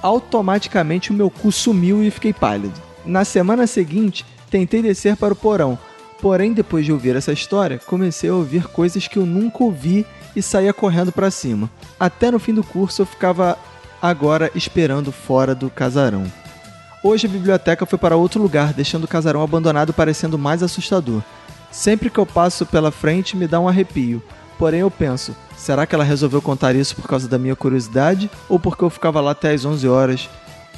[SPEAKER 2] Automaticamente o meu cu sumiu e fiquei pálido. Na semana seguinte, tentei descer para o porão. Porém, depois de ouvir essa história, comecei a ouvir coisas que eu nunca ouvi e saía correndo pra cima. Até no fim do curso eu ficava agora esperando fora do casarão. Hoje a biblioteca foi para outro lugar, deixando o casarão abandonado parecendo mais assustador. Sempre que eu passo pela frente me dá um arrepio. Porém eu penso, será que ela resolveu contar isso por causa da minha curiosidade ou porque eu ficava lá até as 11 horas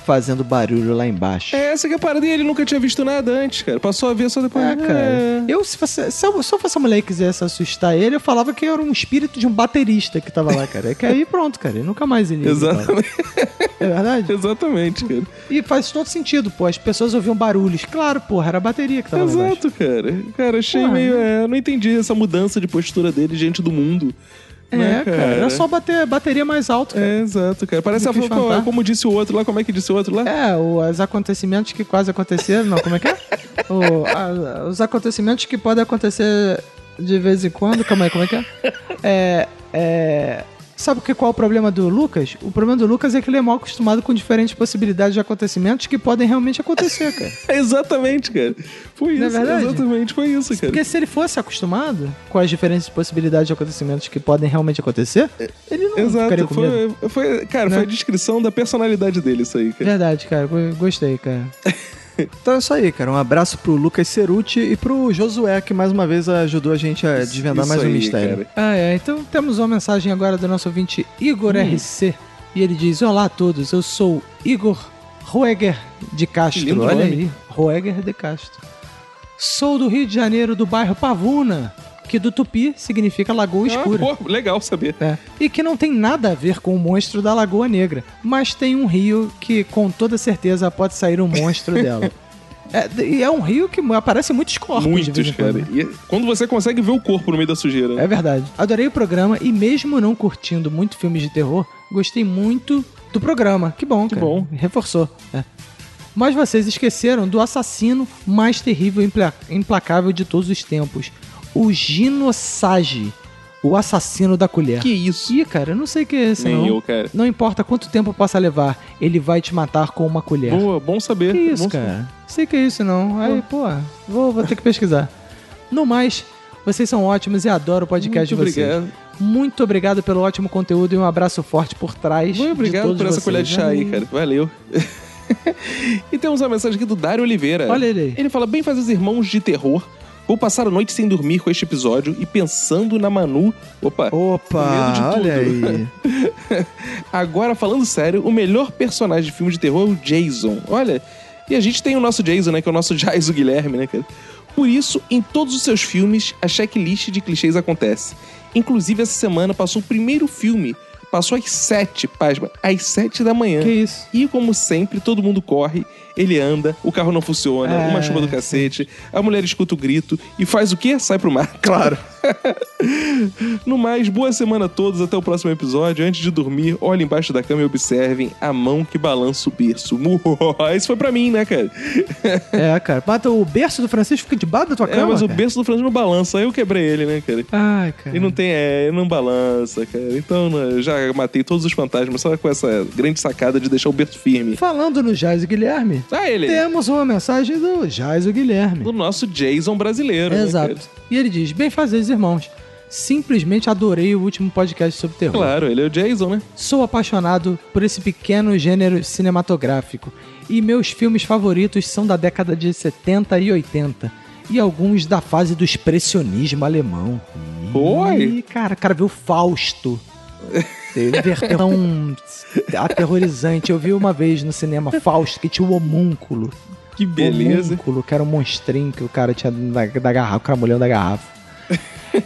[SPEAKER 2] fazendo barulho lá embaixo?
[SPEAKER 1] É essa que é a parada e ele nunca tinha visto nada antes, cara. Passou a ver só depois.
[SPEAKER 2] Ah, cara. Eu, se fosse, se eu, se eu fosse uma mulher e quisesse assustar ele, eu falava que eu era um espírito de um baterista que tava lá, cara. É que aí pronto, cara. ele Nunca mais ele ia
[SPEAKER 1] Exatamente.
[SPEAKER 2] É verdade?
[SPEAKER 1] Exatamente, cara.
[SPEAKER 2] E faz todo sentido, pô. As pessoas ouviam barulhos. Claro, porra, era a bateria que tava lá embaixo.
[SPEAKER 1] Exato, cara. Cara, achei
[SPEAKER 2] Porra.
[SPEAKER 1] meio. É, eu não entendi essa mudança de postura dele diante do mundo. né,
[SPEAKER 2] É, cara, era só bater bateria mais alto.
[SPEAKER 1] É, exato, cara. Parece
[SPEAKER 2] Do
[SPEAKER 1] a
[SPEAKER 2] que
[SPEAKER 1] qual-
[SPEAKER 2] espantar.
[SPEAKER 1] como disse o outro lá, como é que disse o outro lá?
[SPEAKER 2] É, o- os acontecimentos que quase aconteceram, não, como é que é? O- a- os acontecimentos que podem acontecer de vez em quando, calma aí, como é que é? É. é, Sabe o que, qual é o problema do Lucas? O problema do Lucas é que ele é mal acostumado com diferentes possibilidades de acontecimentos que podem realmente acontecer, cara.
[SPEAKER 1] É exatamente, cara. Foi
[SPEAKER 2] Não é
[SPEAKER 1] isso.
[SPEAKER 2] verdade?
[SPEAKER 1] Exatamente, foi isso, cara.
[SPEAKER 2] Porque se ele fosse acostumado com as diferentes possibilidades de acontecimentos que podem realmente acontecer, ele não ficaria
[SPEAKER 1] Exato,
[SPEAKER 2] com medo. Né?
[SPEAKER 1] foi, foi- cara, foi a descrição da personalidade dele isso aí, cara.
[SPEAKER 2] Verdade, cara. Go- Gostei, cara. Então é isso aí, cara. Um abraço pro Lucas Ceruti e pro Josué, que mais uma vez ajudou a gente a desvendar
[SPEAKER 1] isso
[SPEAKER 2] mais um
[SPEAKER 1] aí,
[SPEAKER 2] mistério.
[SPEAKER 1] cara.
[SPEAKER 2] Ah, é. Então temos uma mensagem agora do nosso ouvinte Igor RC. E ele diz: Olá a todos, eu sou Igor Roeger de
[SPEAKER 1] Que
[SPEAKER 2] Castro.
[SPEAKER 1] lindo
[SPEAKER 2] Olha
[SPEAKER 1] nome.
[SPEAKER 2] aí, Roeger de Castro. Sou do Rio de Janeiro, do bairro Pavuna, que do Tupi significa Lagoa Escura.
[SPEAKER 1] Ah, pô, legal saber.
[SPEAKER 2] É. E que não tem nada a ver com o monstro da Lagoa Negra, mas tem um rio que com toda certeza pode sair um monstro dela. É, d- e é um rio que aparece muitos corpos. de vez
[SPEAKER 1] Muitos,
[SPEAKER 2] em quando.
[SPEAKER 1] cara. E é- quando você consegue ver o corpo no meio da sujeira.
[SPEAKER 2] É verdade. Adorei o programa e mesmo não curtindo muito filmes de terror, gostei muito do programa. Que bom, cara. Que bom. Reforçou. É. Mas vocês esqueceram do assassino mais terrível e impla- implacável de todos os tempos. O Gino Sage, o assassino da colher.
[SPEAKER 1] Que isso?
[SPEAKER 2] Ih, cara, eu não sei o que é esse,
[SPEAKER 1] Nem
[SPEAKER 2] não.
[SPEAKER 1] eu, cara.
[SPEAKER 2] Não importa quanto tempo possa levar, ele vai te matar com uma colher.
[SPEAKER 1] Boa, bom saber.
[SPEAKER 2] Que isso,
[SPEAKER 1] bom
[SPEAKER 2] cara? Sei que é isso, não. Aí, pô, vou, vou ter que pesquisar. No mais, vocês são ótimos e adoro o podcast
[SPEAKER 1] Muito
[SPEAKER 2] de vocês.
[SPEAKER 1] obrigado.
[SPEAKER 2] Muito obrigado pelo ótimo conteúdo e um abraço forte por trás. Muito
[SPEAKER 1] Obrigado por essa colher de
[SPEAKER 2] né?
[SPEAKER 1] chá aí, cara. Valeu. e temos uma mensagem aqui do Dário Oliveira.
[SPEAKER 2] Olha ele aí.
[SPEAKER 1] Ele fala: bem fazer os irmãos de terror. Vou passar a noite sem dormir com este episódio e pensando na Manu. Opa.
[SPEAKER 2] Opa,
[SPEAKER 1] com medo
[SPEAKER 2] olha
[SPEAKER 1] de tudo.
[SPEAKER 2] aí.
[SPEAKER 1] Agora, falando sério, o melhor personagem de filme de terror é o Jason. Olha, e a gente tem o nosso Jason, né? Que é o nosso Jaiso Guilherme, né, cara? Por isso, em todos os seus filmes, a checklist de clichês acontece. Inclusive, essa semana passou o primeiro filme Passou às sete, pasma, às sete da manhã.
[SPEAKER 2] Que isso?
[SPEAKER 1] E como sempre, todo mundo corre, ele anda, o carro não funciona,
[SPEAKER 2] É,
[SPEAKER 1] uma chuva do cacete, a mulher escuta o grito e faz o quê? Sai pro mar. Claro. no mais, boa semana a todos, até o próximo episódio. Antes de dormir, olhem embaixo da cama e observem a mão que balança o berço. Isso foi pra mim, né, cara?
[SPEAKER 2] É, cara. Bata o berço do Francisco fica debaixo da tua
[SPEAKER 1] É,
[SPEAKER 2] cama.
[SPEAKER 1] mas o
[SPEAKER 2] cara.
[SPEAKER 1] berço do Francisco não balança, eu quebrei ele, né, cara?
[SPEAKER 2] Ai, cara.
[SPEAKER 1] E não tem, é, não balança, cara. Então, né, eu já matei todos os fantasmas só com essa grande sacada de deixar o berço firme.
[SPEAKER 2] Falando no Jaiso Guilherme,
[SPEAKER 1] Ah, ele.
[SPEAKER 2] temos uma mensagem do Jaiso Guilherme.
[SPEAKER 1] Do nosso Jason brasileiro, né,
[SPEAKER 2] Exato.
[SPEAKER 1] cara?
[SPEAKER 2] E ele diz: Bem fazeres, irmãos. Simplesmente adorei o último podcast sobre terror.
[SPEAKER 1] Claro, ele é o Jason, né?
[SPEAKER 2] Sou apaixonado por esse pequeno gênero cinematográfico e meus filmes favoritos são da década de 70 e 80 e alguns da fase do expressionismo alemão.
[SPEAKER 1] Oi!
[SPEAKER 2] Ih, cara, o cara viu Fausto. Teve versão aterrorizante. Eu vi uma vez no cinema Fausto que tinha o homúnculo.
[SPEAKER 1] Que
[SPEAKER 2] Uhum.
[SPEAKER 1] beleza.
[SPEAKER 2] Homúnculo, que era um monstrinho que o cara tinha da, da garrafa, o cara molhando da garrafa.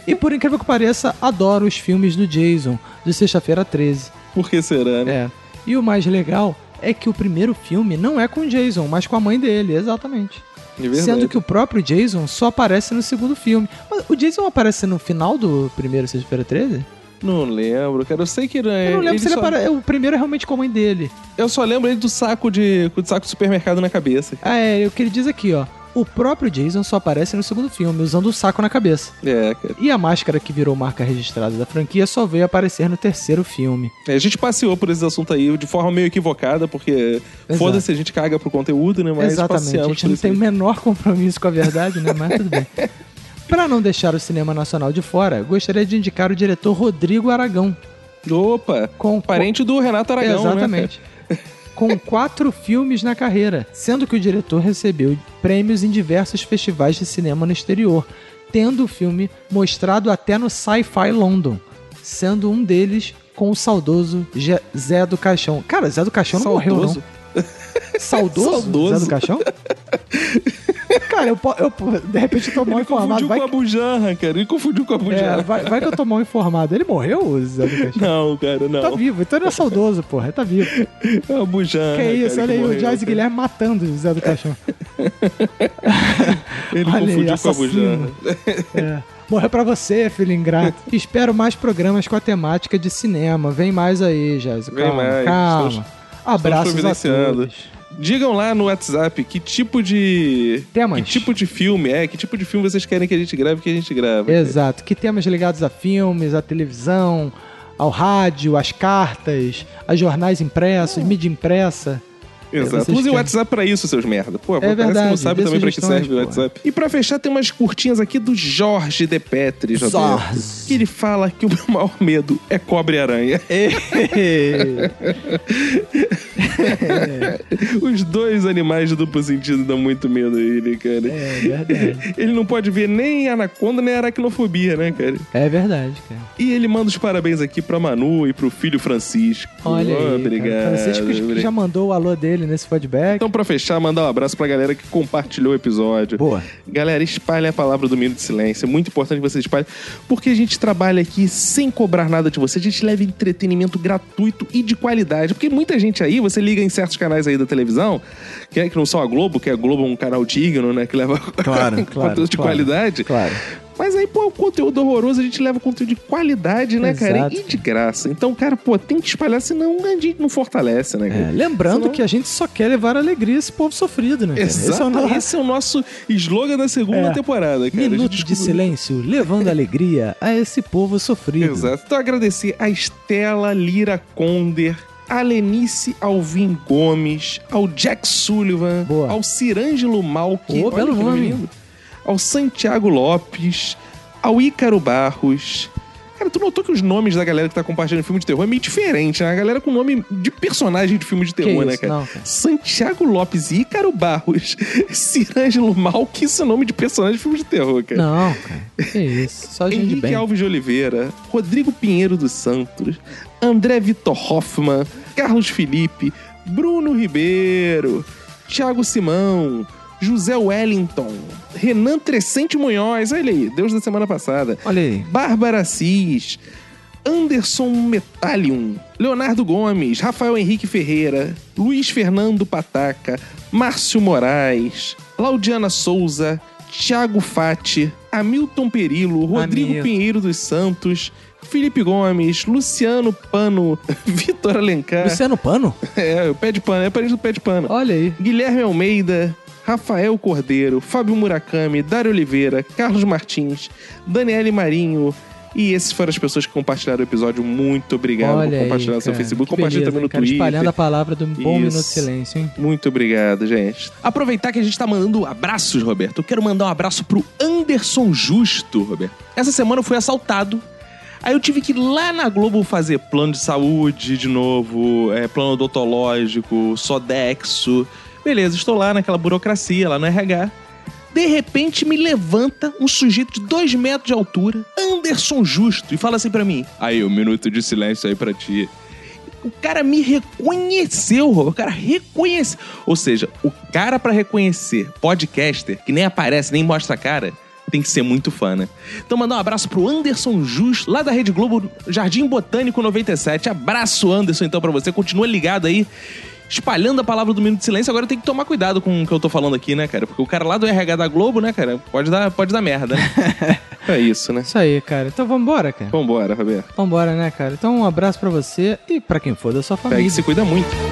[SPEAKER 2] e por incrível que pareça, adoro os filmes do Jason, de sexta-feira 13.
[SPEAKER 1] Por que será, né?
[SPEAKER 2] É. E o mais legal é que o primeiro filme não é com o Jason, mas com a mãe dele, exatamente.
[SPEAKER 1] É verdade.
[SPEAKER 2] Sendo que o próprio Jason só aparece no segundo filme. Mas o Jason aparece no final do primeiro Sexta-feira 13?
[SPEAKER 1] Não lembro, cara. Eu sei que É, ele
[SPEAKER 2] Eu não lembro se ele
[SPEAKER 1] só-
[SPEAKER 2] apare- O primeiro é realmente com a mãe dele.
[SPEAKER 1] Eu só lembro ele do saco de, com o saco de supermercado na cabeça.
[SPEAKER 2] Ah, é, o que ele diz aqui, ó. O próprio Jason só aparece no segundo filme, usando o saco na cabeça.
[SPEAKER 1] É, cara.
[SPEAKER 2] E a máscara que virou marca registrada da franquia só veio aparecer no terceiro filme.
[SPEAKER 1] É, a gente passeou por esse assunto aí de forma meio equivocada, porque
[SPEAKER 2] Exato.
[SPEAKER 1] foda-se, a gente caga pro conteúdo, né? Mas
[SPEAKER 2] Exatamente. A
[SPEAKER 1] passeamos
[SPEAKER 2] gente
[SPEAKER 1] por
[SPEAKER 2] não
[SPEAKER 1] esse-
[SPEAKER 2] tem o menor compromisso com a verdade, né? Mas tudo bem. Pra não deixar o cinema nacional de fora, gostaria de indicar o diretor Rodrigo Aragão.
[SPEAKER 1] Opa!
[SPEAKER 2] Com
[SPEAKER 1] Parente do Renato Aragão, né,
[SPEAKER 2] Exatamente. com quatro filmes na carreira, sendo que o diretor recebeu prêmios em diversos festivais de cinema no exterior, tendo o filme mostrado até no Sci-Fi London, sendo um deles com o saudoso Je- Zé do Caixão. Cara, Zé do Caixão não morreu,
[SPEAKER 1] Saudoso?
[SPEAKER 2] não. Saudoso?
[SPEAKER 1] Saudoso.
[SPEAKER 2] Zé do Caixão? Cara, eu, po- eu po- de repente eu tô mal
[SPEAKER 1] Ele
[SPEAKER 2] informado.
[SPEAKER 1] confundiu
[SPEAKER 2] Vai,
[SPEAKER 1] com a né? Bujanra, cara. Ele confundiu com a Bujanra.
[SPEAKER 2] é, vai- vai que eu tô mal informado. Ele morreu, o Zé do Caixão?
[SPEAKER 1] Não, cara, não.
[SPEAKER 2] É. Tá vivo, então ele é saudoso, porra. Ele tá vivo.
[SPEAKER 1] É uma bujanra.
[SPEAKER 2] Que isso,
[SPEAKER 1] cara, que
[SPEAKER 2] olha aí o
[SPEAKER 1] morreu,
[SPEAKER 2] Joyce
[SPEAKER 1] cara.
[SPEAKER 2] Guilherme matando o Zé do Caixão.
[SPEAKER 1] É, Ele
[SPEAKER 2] Olha aí,
[SPEAKER 1] confundiu com a
[SPEAKER 2] assassino.
[SPEAKER 1] bujanra.
[SPEAKER 2] É. Morreu pra você, filho ingrato. Espero mais programas com a temática de cinema. Vem mais aí, Joyce.
[SPEAKER 1] Vem
[SPEAKER 2] calma,
[SPEAKER 1] mais.
[SPEAKER 2] Calma.
[SPEAKER 1] Estamos-
[SPEAKER 2] Abraços a
[SPEAKER 1] providenciando.
[SPEAKER 2] todos.
[SPEAKER 1] Digam lá no WhatsApp que tipo de.
[SPEAKER 2] Temas.
[SPEAKER 1] Que tipo de filme é, que tipo de filme vocês querem que a gente grave que a gente
[SPEAKER 2] É,
[SPEAKER 1] grava.
[SPEAKER 2] Exato. Que temas ligados a filmes, à televisão, ao rádio, às cartas, a jornais
[SPEAKER 1] Hum.
[SPEAKER 2] impressos, mídia impressa.
[SPEAKER 1] Exato.
[SPEAKER 2] é, Vocês
[SPEAKER 1] Usem o
[SPEAKER 2] querem-
[SPEAKER 1] WhatsApp pra isso, seus merda. Pô,
[SPEAKER 2] É
[SPEAKER 1] parece que não
[SPEAKER 2] verdade,
[SPEAKER 1] sabe
[SPEAKER 2] dê
[SPEAKER 1] também pra que
[SPEAKER 2] sugestões,
[SPEAKER 1] serve o
[SPEAKER 2] pô.
[SPEAKER 1] WhatsApp. E pra fechar, tem umas curtinhas aqui do Jorge De Petri, Roberto,
[SPEAKER 2] Zorz.
[SPEAKER 1] Que ele fala que o meu maior medo é cobre-aranha. Os dois animais de duplo sentido dão muito medo a ele, cara.
[SPEAKER 2] É verdade.
[SPEAKER 1] Ele não pode ver nem anaconda nem aracnofobia, né, cara?
[SPEAKER 2] É verdade, cara.
[SPEAKER 1] E ele manda os parabéns aqui pra Manu e pro filho Francisco.
[SPEAKER 2] Olha aí, cara.
[SPEAKER 1] Obrigado.
[SPEAKER 2] Francisco
[SPEAKER 1] obrigado.
[SPEAKER 2] já mandou o alô dele nesse feedback.
[SPEAKER 1] Então, pra fechar, mandar um abraço pra galera que compartilhou o episódio.
[SPEAKER 2] Boa.
[SPEAKER 1] Galera, espalha a palavra do Minuto de Silêncio. É muito importante que você espalhe, porque a gente trabalha aqui sem cobrar nada de você. A gente leva entretenimento gratuito e de qualidade. Porque muita gente aí, você liga em certos canais aí da televisão, que, é, que não são a Globo, que a Globo é um canal digno, né? Que leva
[SPEAKER 2] Claro, claro,
[SPEAKER 1] conteúdo de
[SPEAKER 2] claro.
[SPEAKER 1] qualidade.
[SPEAKER 2] Claro.
[SPEAKER 1] Mas aí, pô, o conteúdo horroroso, a gente leva conteúdo de qualidade, né, cara?
[SPEAKER 2] Exato.
[SPEAKER 1] E de graça. Então, cara, pô, tem que espalhar, senão a gente não fortalece, né, cara?
[SPEAKER 2] É, lembrando que a gente só quer levar alegria a esse povo sofrido, né? cara? Esse é o
[SPEAKER 1] Exato.
[SPEAKER 2] nosso-
[SPEAKER 1] Esse é o nosso slogan da segunda
[SPEAKER 2] É.
[SPEAKER 1] temporada, cara. A gente
[SPEAKER 2] Minuto de
[SPEAKER 1] descobriu-
[SPEAKER 2] silêncio, levando alegria a esse povo sofrido.
[SPEAKER 1] Exato. Então, agradecer a Estela Lira Conder, a Lenice Alvim Gomes, ao Jack Sullivan,
[SPEAKER 2] Boa.
[SPEAKER 1] ao Cirângelo Malki,
[SPEAKER 2] Ô,
[SPEAKER 1] olha
[SPEAKER 2] belo
[SPEAKER 1] que
[SPEAKER 2] nome.
[SPEAKER 1] lindo, ao Santiago Lopes, ao Ícaro Barros. Cara, tu notou que os nomes da galera que tá compartilhando filme de terror é meio diferente, né? A galera com nome de personagem de filme de
[SPEAKER 2] Que
[SPEAKER 1] terror, né,
[SPEAKER 2] isso,
[SPEAKER 1] cara?
[SPEAKER 2] não, cara.
[SPEAKER 1] Santiago Lopes e Ícaro Barros. Cirângelo Malki, isso é nome de personagem de filme de terror, cara.
[SPEAKER 2] Não, cara. Que isso. Só gente
[SPEAKER 1] Henrique
[SPEAKER 2] bem.
[SPEAKER 1] Alves de Oliveira, Rodrigo Pinheiro dos Santos, André Vitor Hoffman, Carlos Felipe, Bruno Ribeiro, Thiago Simão, José Wellington, Renan Trescente Munhoz, olha aí, Deus da semana passada,
[SPEAKER 2] Olha aí.
[SPEAKER 1] Bárbara Assis, Anderson Metallium, Leonardo Gomes, Rafael Henrique Ferreira, Luiz Fernando Pataca, Márcio Moraes, Laudiana Souza, Thiago Fati, Hamilton Perilo, Rodrigo
[SPEAKER 14] Hamilton.
[SPEAKER 1] Pinheiro dos Santos, Felipe Gomes, Luciano Pano, Vitor Alencar.
[SPEAKER 2] Luciano Pano?
[SPEAKER 1] É, o pé de pano, é parente do pé de pano.
[SPEAKER 2] Olha aí.
[SPEAKER 1] Guilherme Almeida, Rafael Cordeiro, Fábio Murakami, Dário Oliveira, Carlos Martins, Daniele Marinho. E esses foram as pessoas que compartilharam o episódio. Muito obrigado
[SPEAKER 2] Olha
[SPEAKER 1] por
[SPEAKER 2] aí,
[SPEAKER 1] compartilhar no seu
[SPEAKER 2] cara.
[SPEAKER 1] Facebook.
[SPEAKER 2] Que
[SPEAKER 1] Compartilha
[SPEAKER 2] beleza,
[SPEAKER 1] também
[SPEAKER 2] hein,
[SPEAKER 1] no
[SPEAKER 2] cara,
[SPEAKER 1] Twitter.
[SPEAKER 2] Espalhando a palavra do bom
[SPEAKER 1] Isso.
[SPEAKER 2] minuto de silêncio, hein?
[SPEAKER 1] Muito obrigado, gente. Aproveitar que a gente tá mandando abraços, Roberto. Eu quero mandar um abraço pro Anderson Justo, Roberto. Essa semana eu fui assaltado. Aí eu tive que ir lá na Globo fazer plano de saúde de novo, é, plano odontológico, Sodexo. Beleza, estou lá naquela burocracia, lá no RH. De repente me levanta um sujeito de dois metros de altura, Anderson Justo, e fala assim pra mim: Aí, um minuto de silêncio aí pra ti. O cara me reconheceu, Rob. O cara reconhece. Ou seja, o cara pra reconhecer podcaster, que nem aparece, nem mostra a cara, tem que ser muito fã, né? Então, mandar um abraço pro Anderson Jus, lá da Rede Globo, Jardim Botânico 97. Abraço, Anderson, então, pra você. Continua ligado aí. Espalhando a palavra do minuto de silêncio, agora tem que tomar cuidado com o que eu tô falando aqui, né, cara? Porque o cara lá do RH da Globo, né, cara, pode dar, pode dar merda, né? é isso, né?
[SPEAKER 2] Isso aí, cara. Então vambora, cara.
[SPEAKER 1] Vambora, Roberto.
[SPEAKER 2] Vambora, né, cara? Então um abraço pra você e pra quem for da sua família.
[SPEAKER 1] Pega e se cuida muito.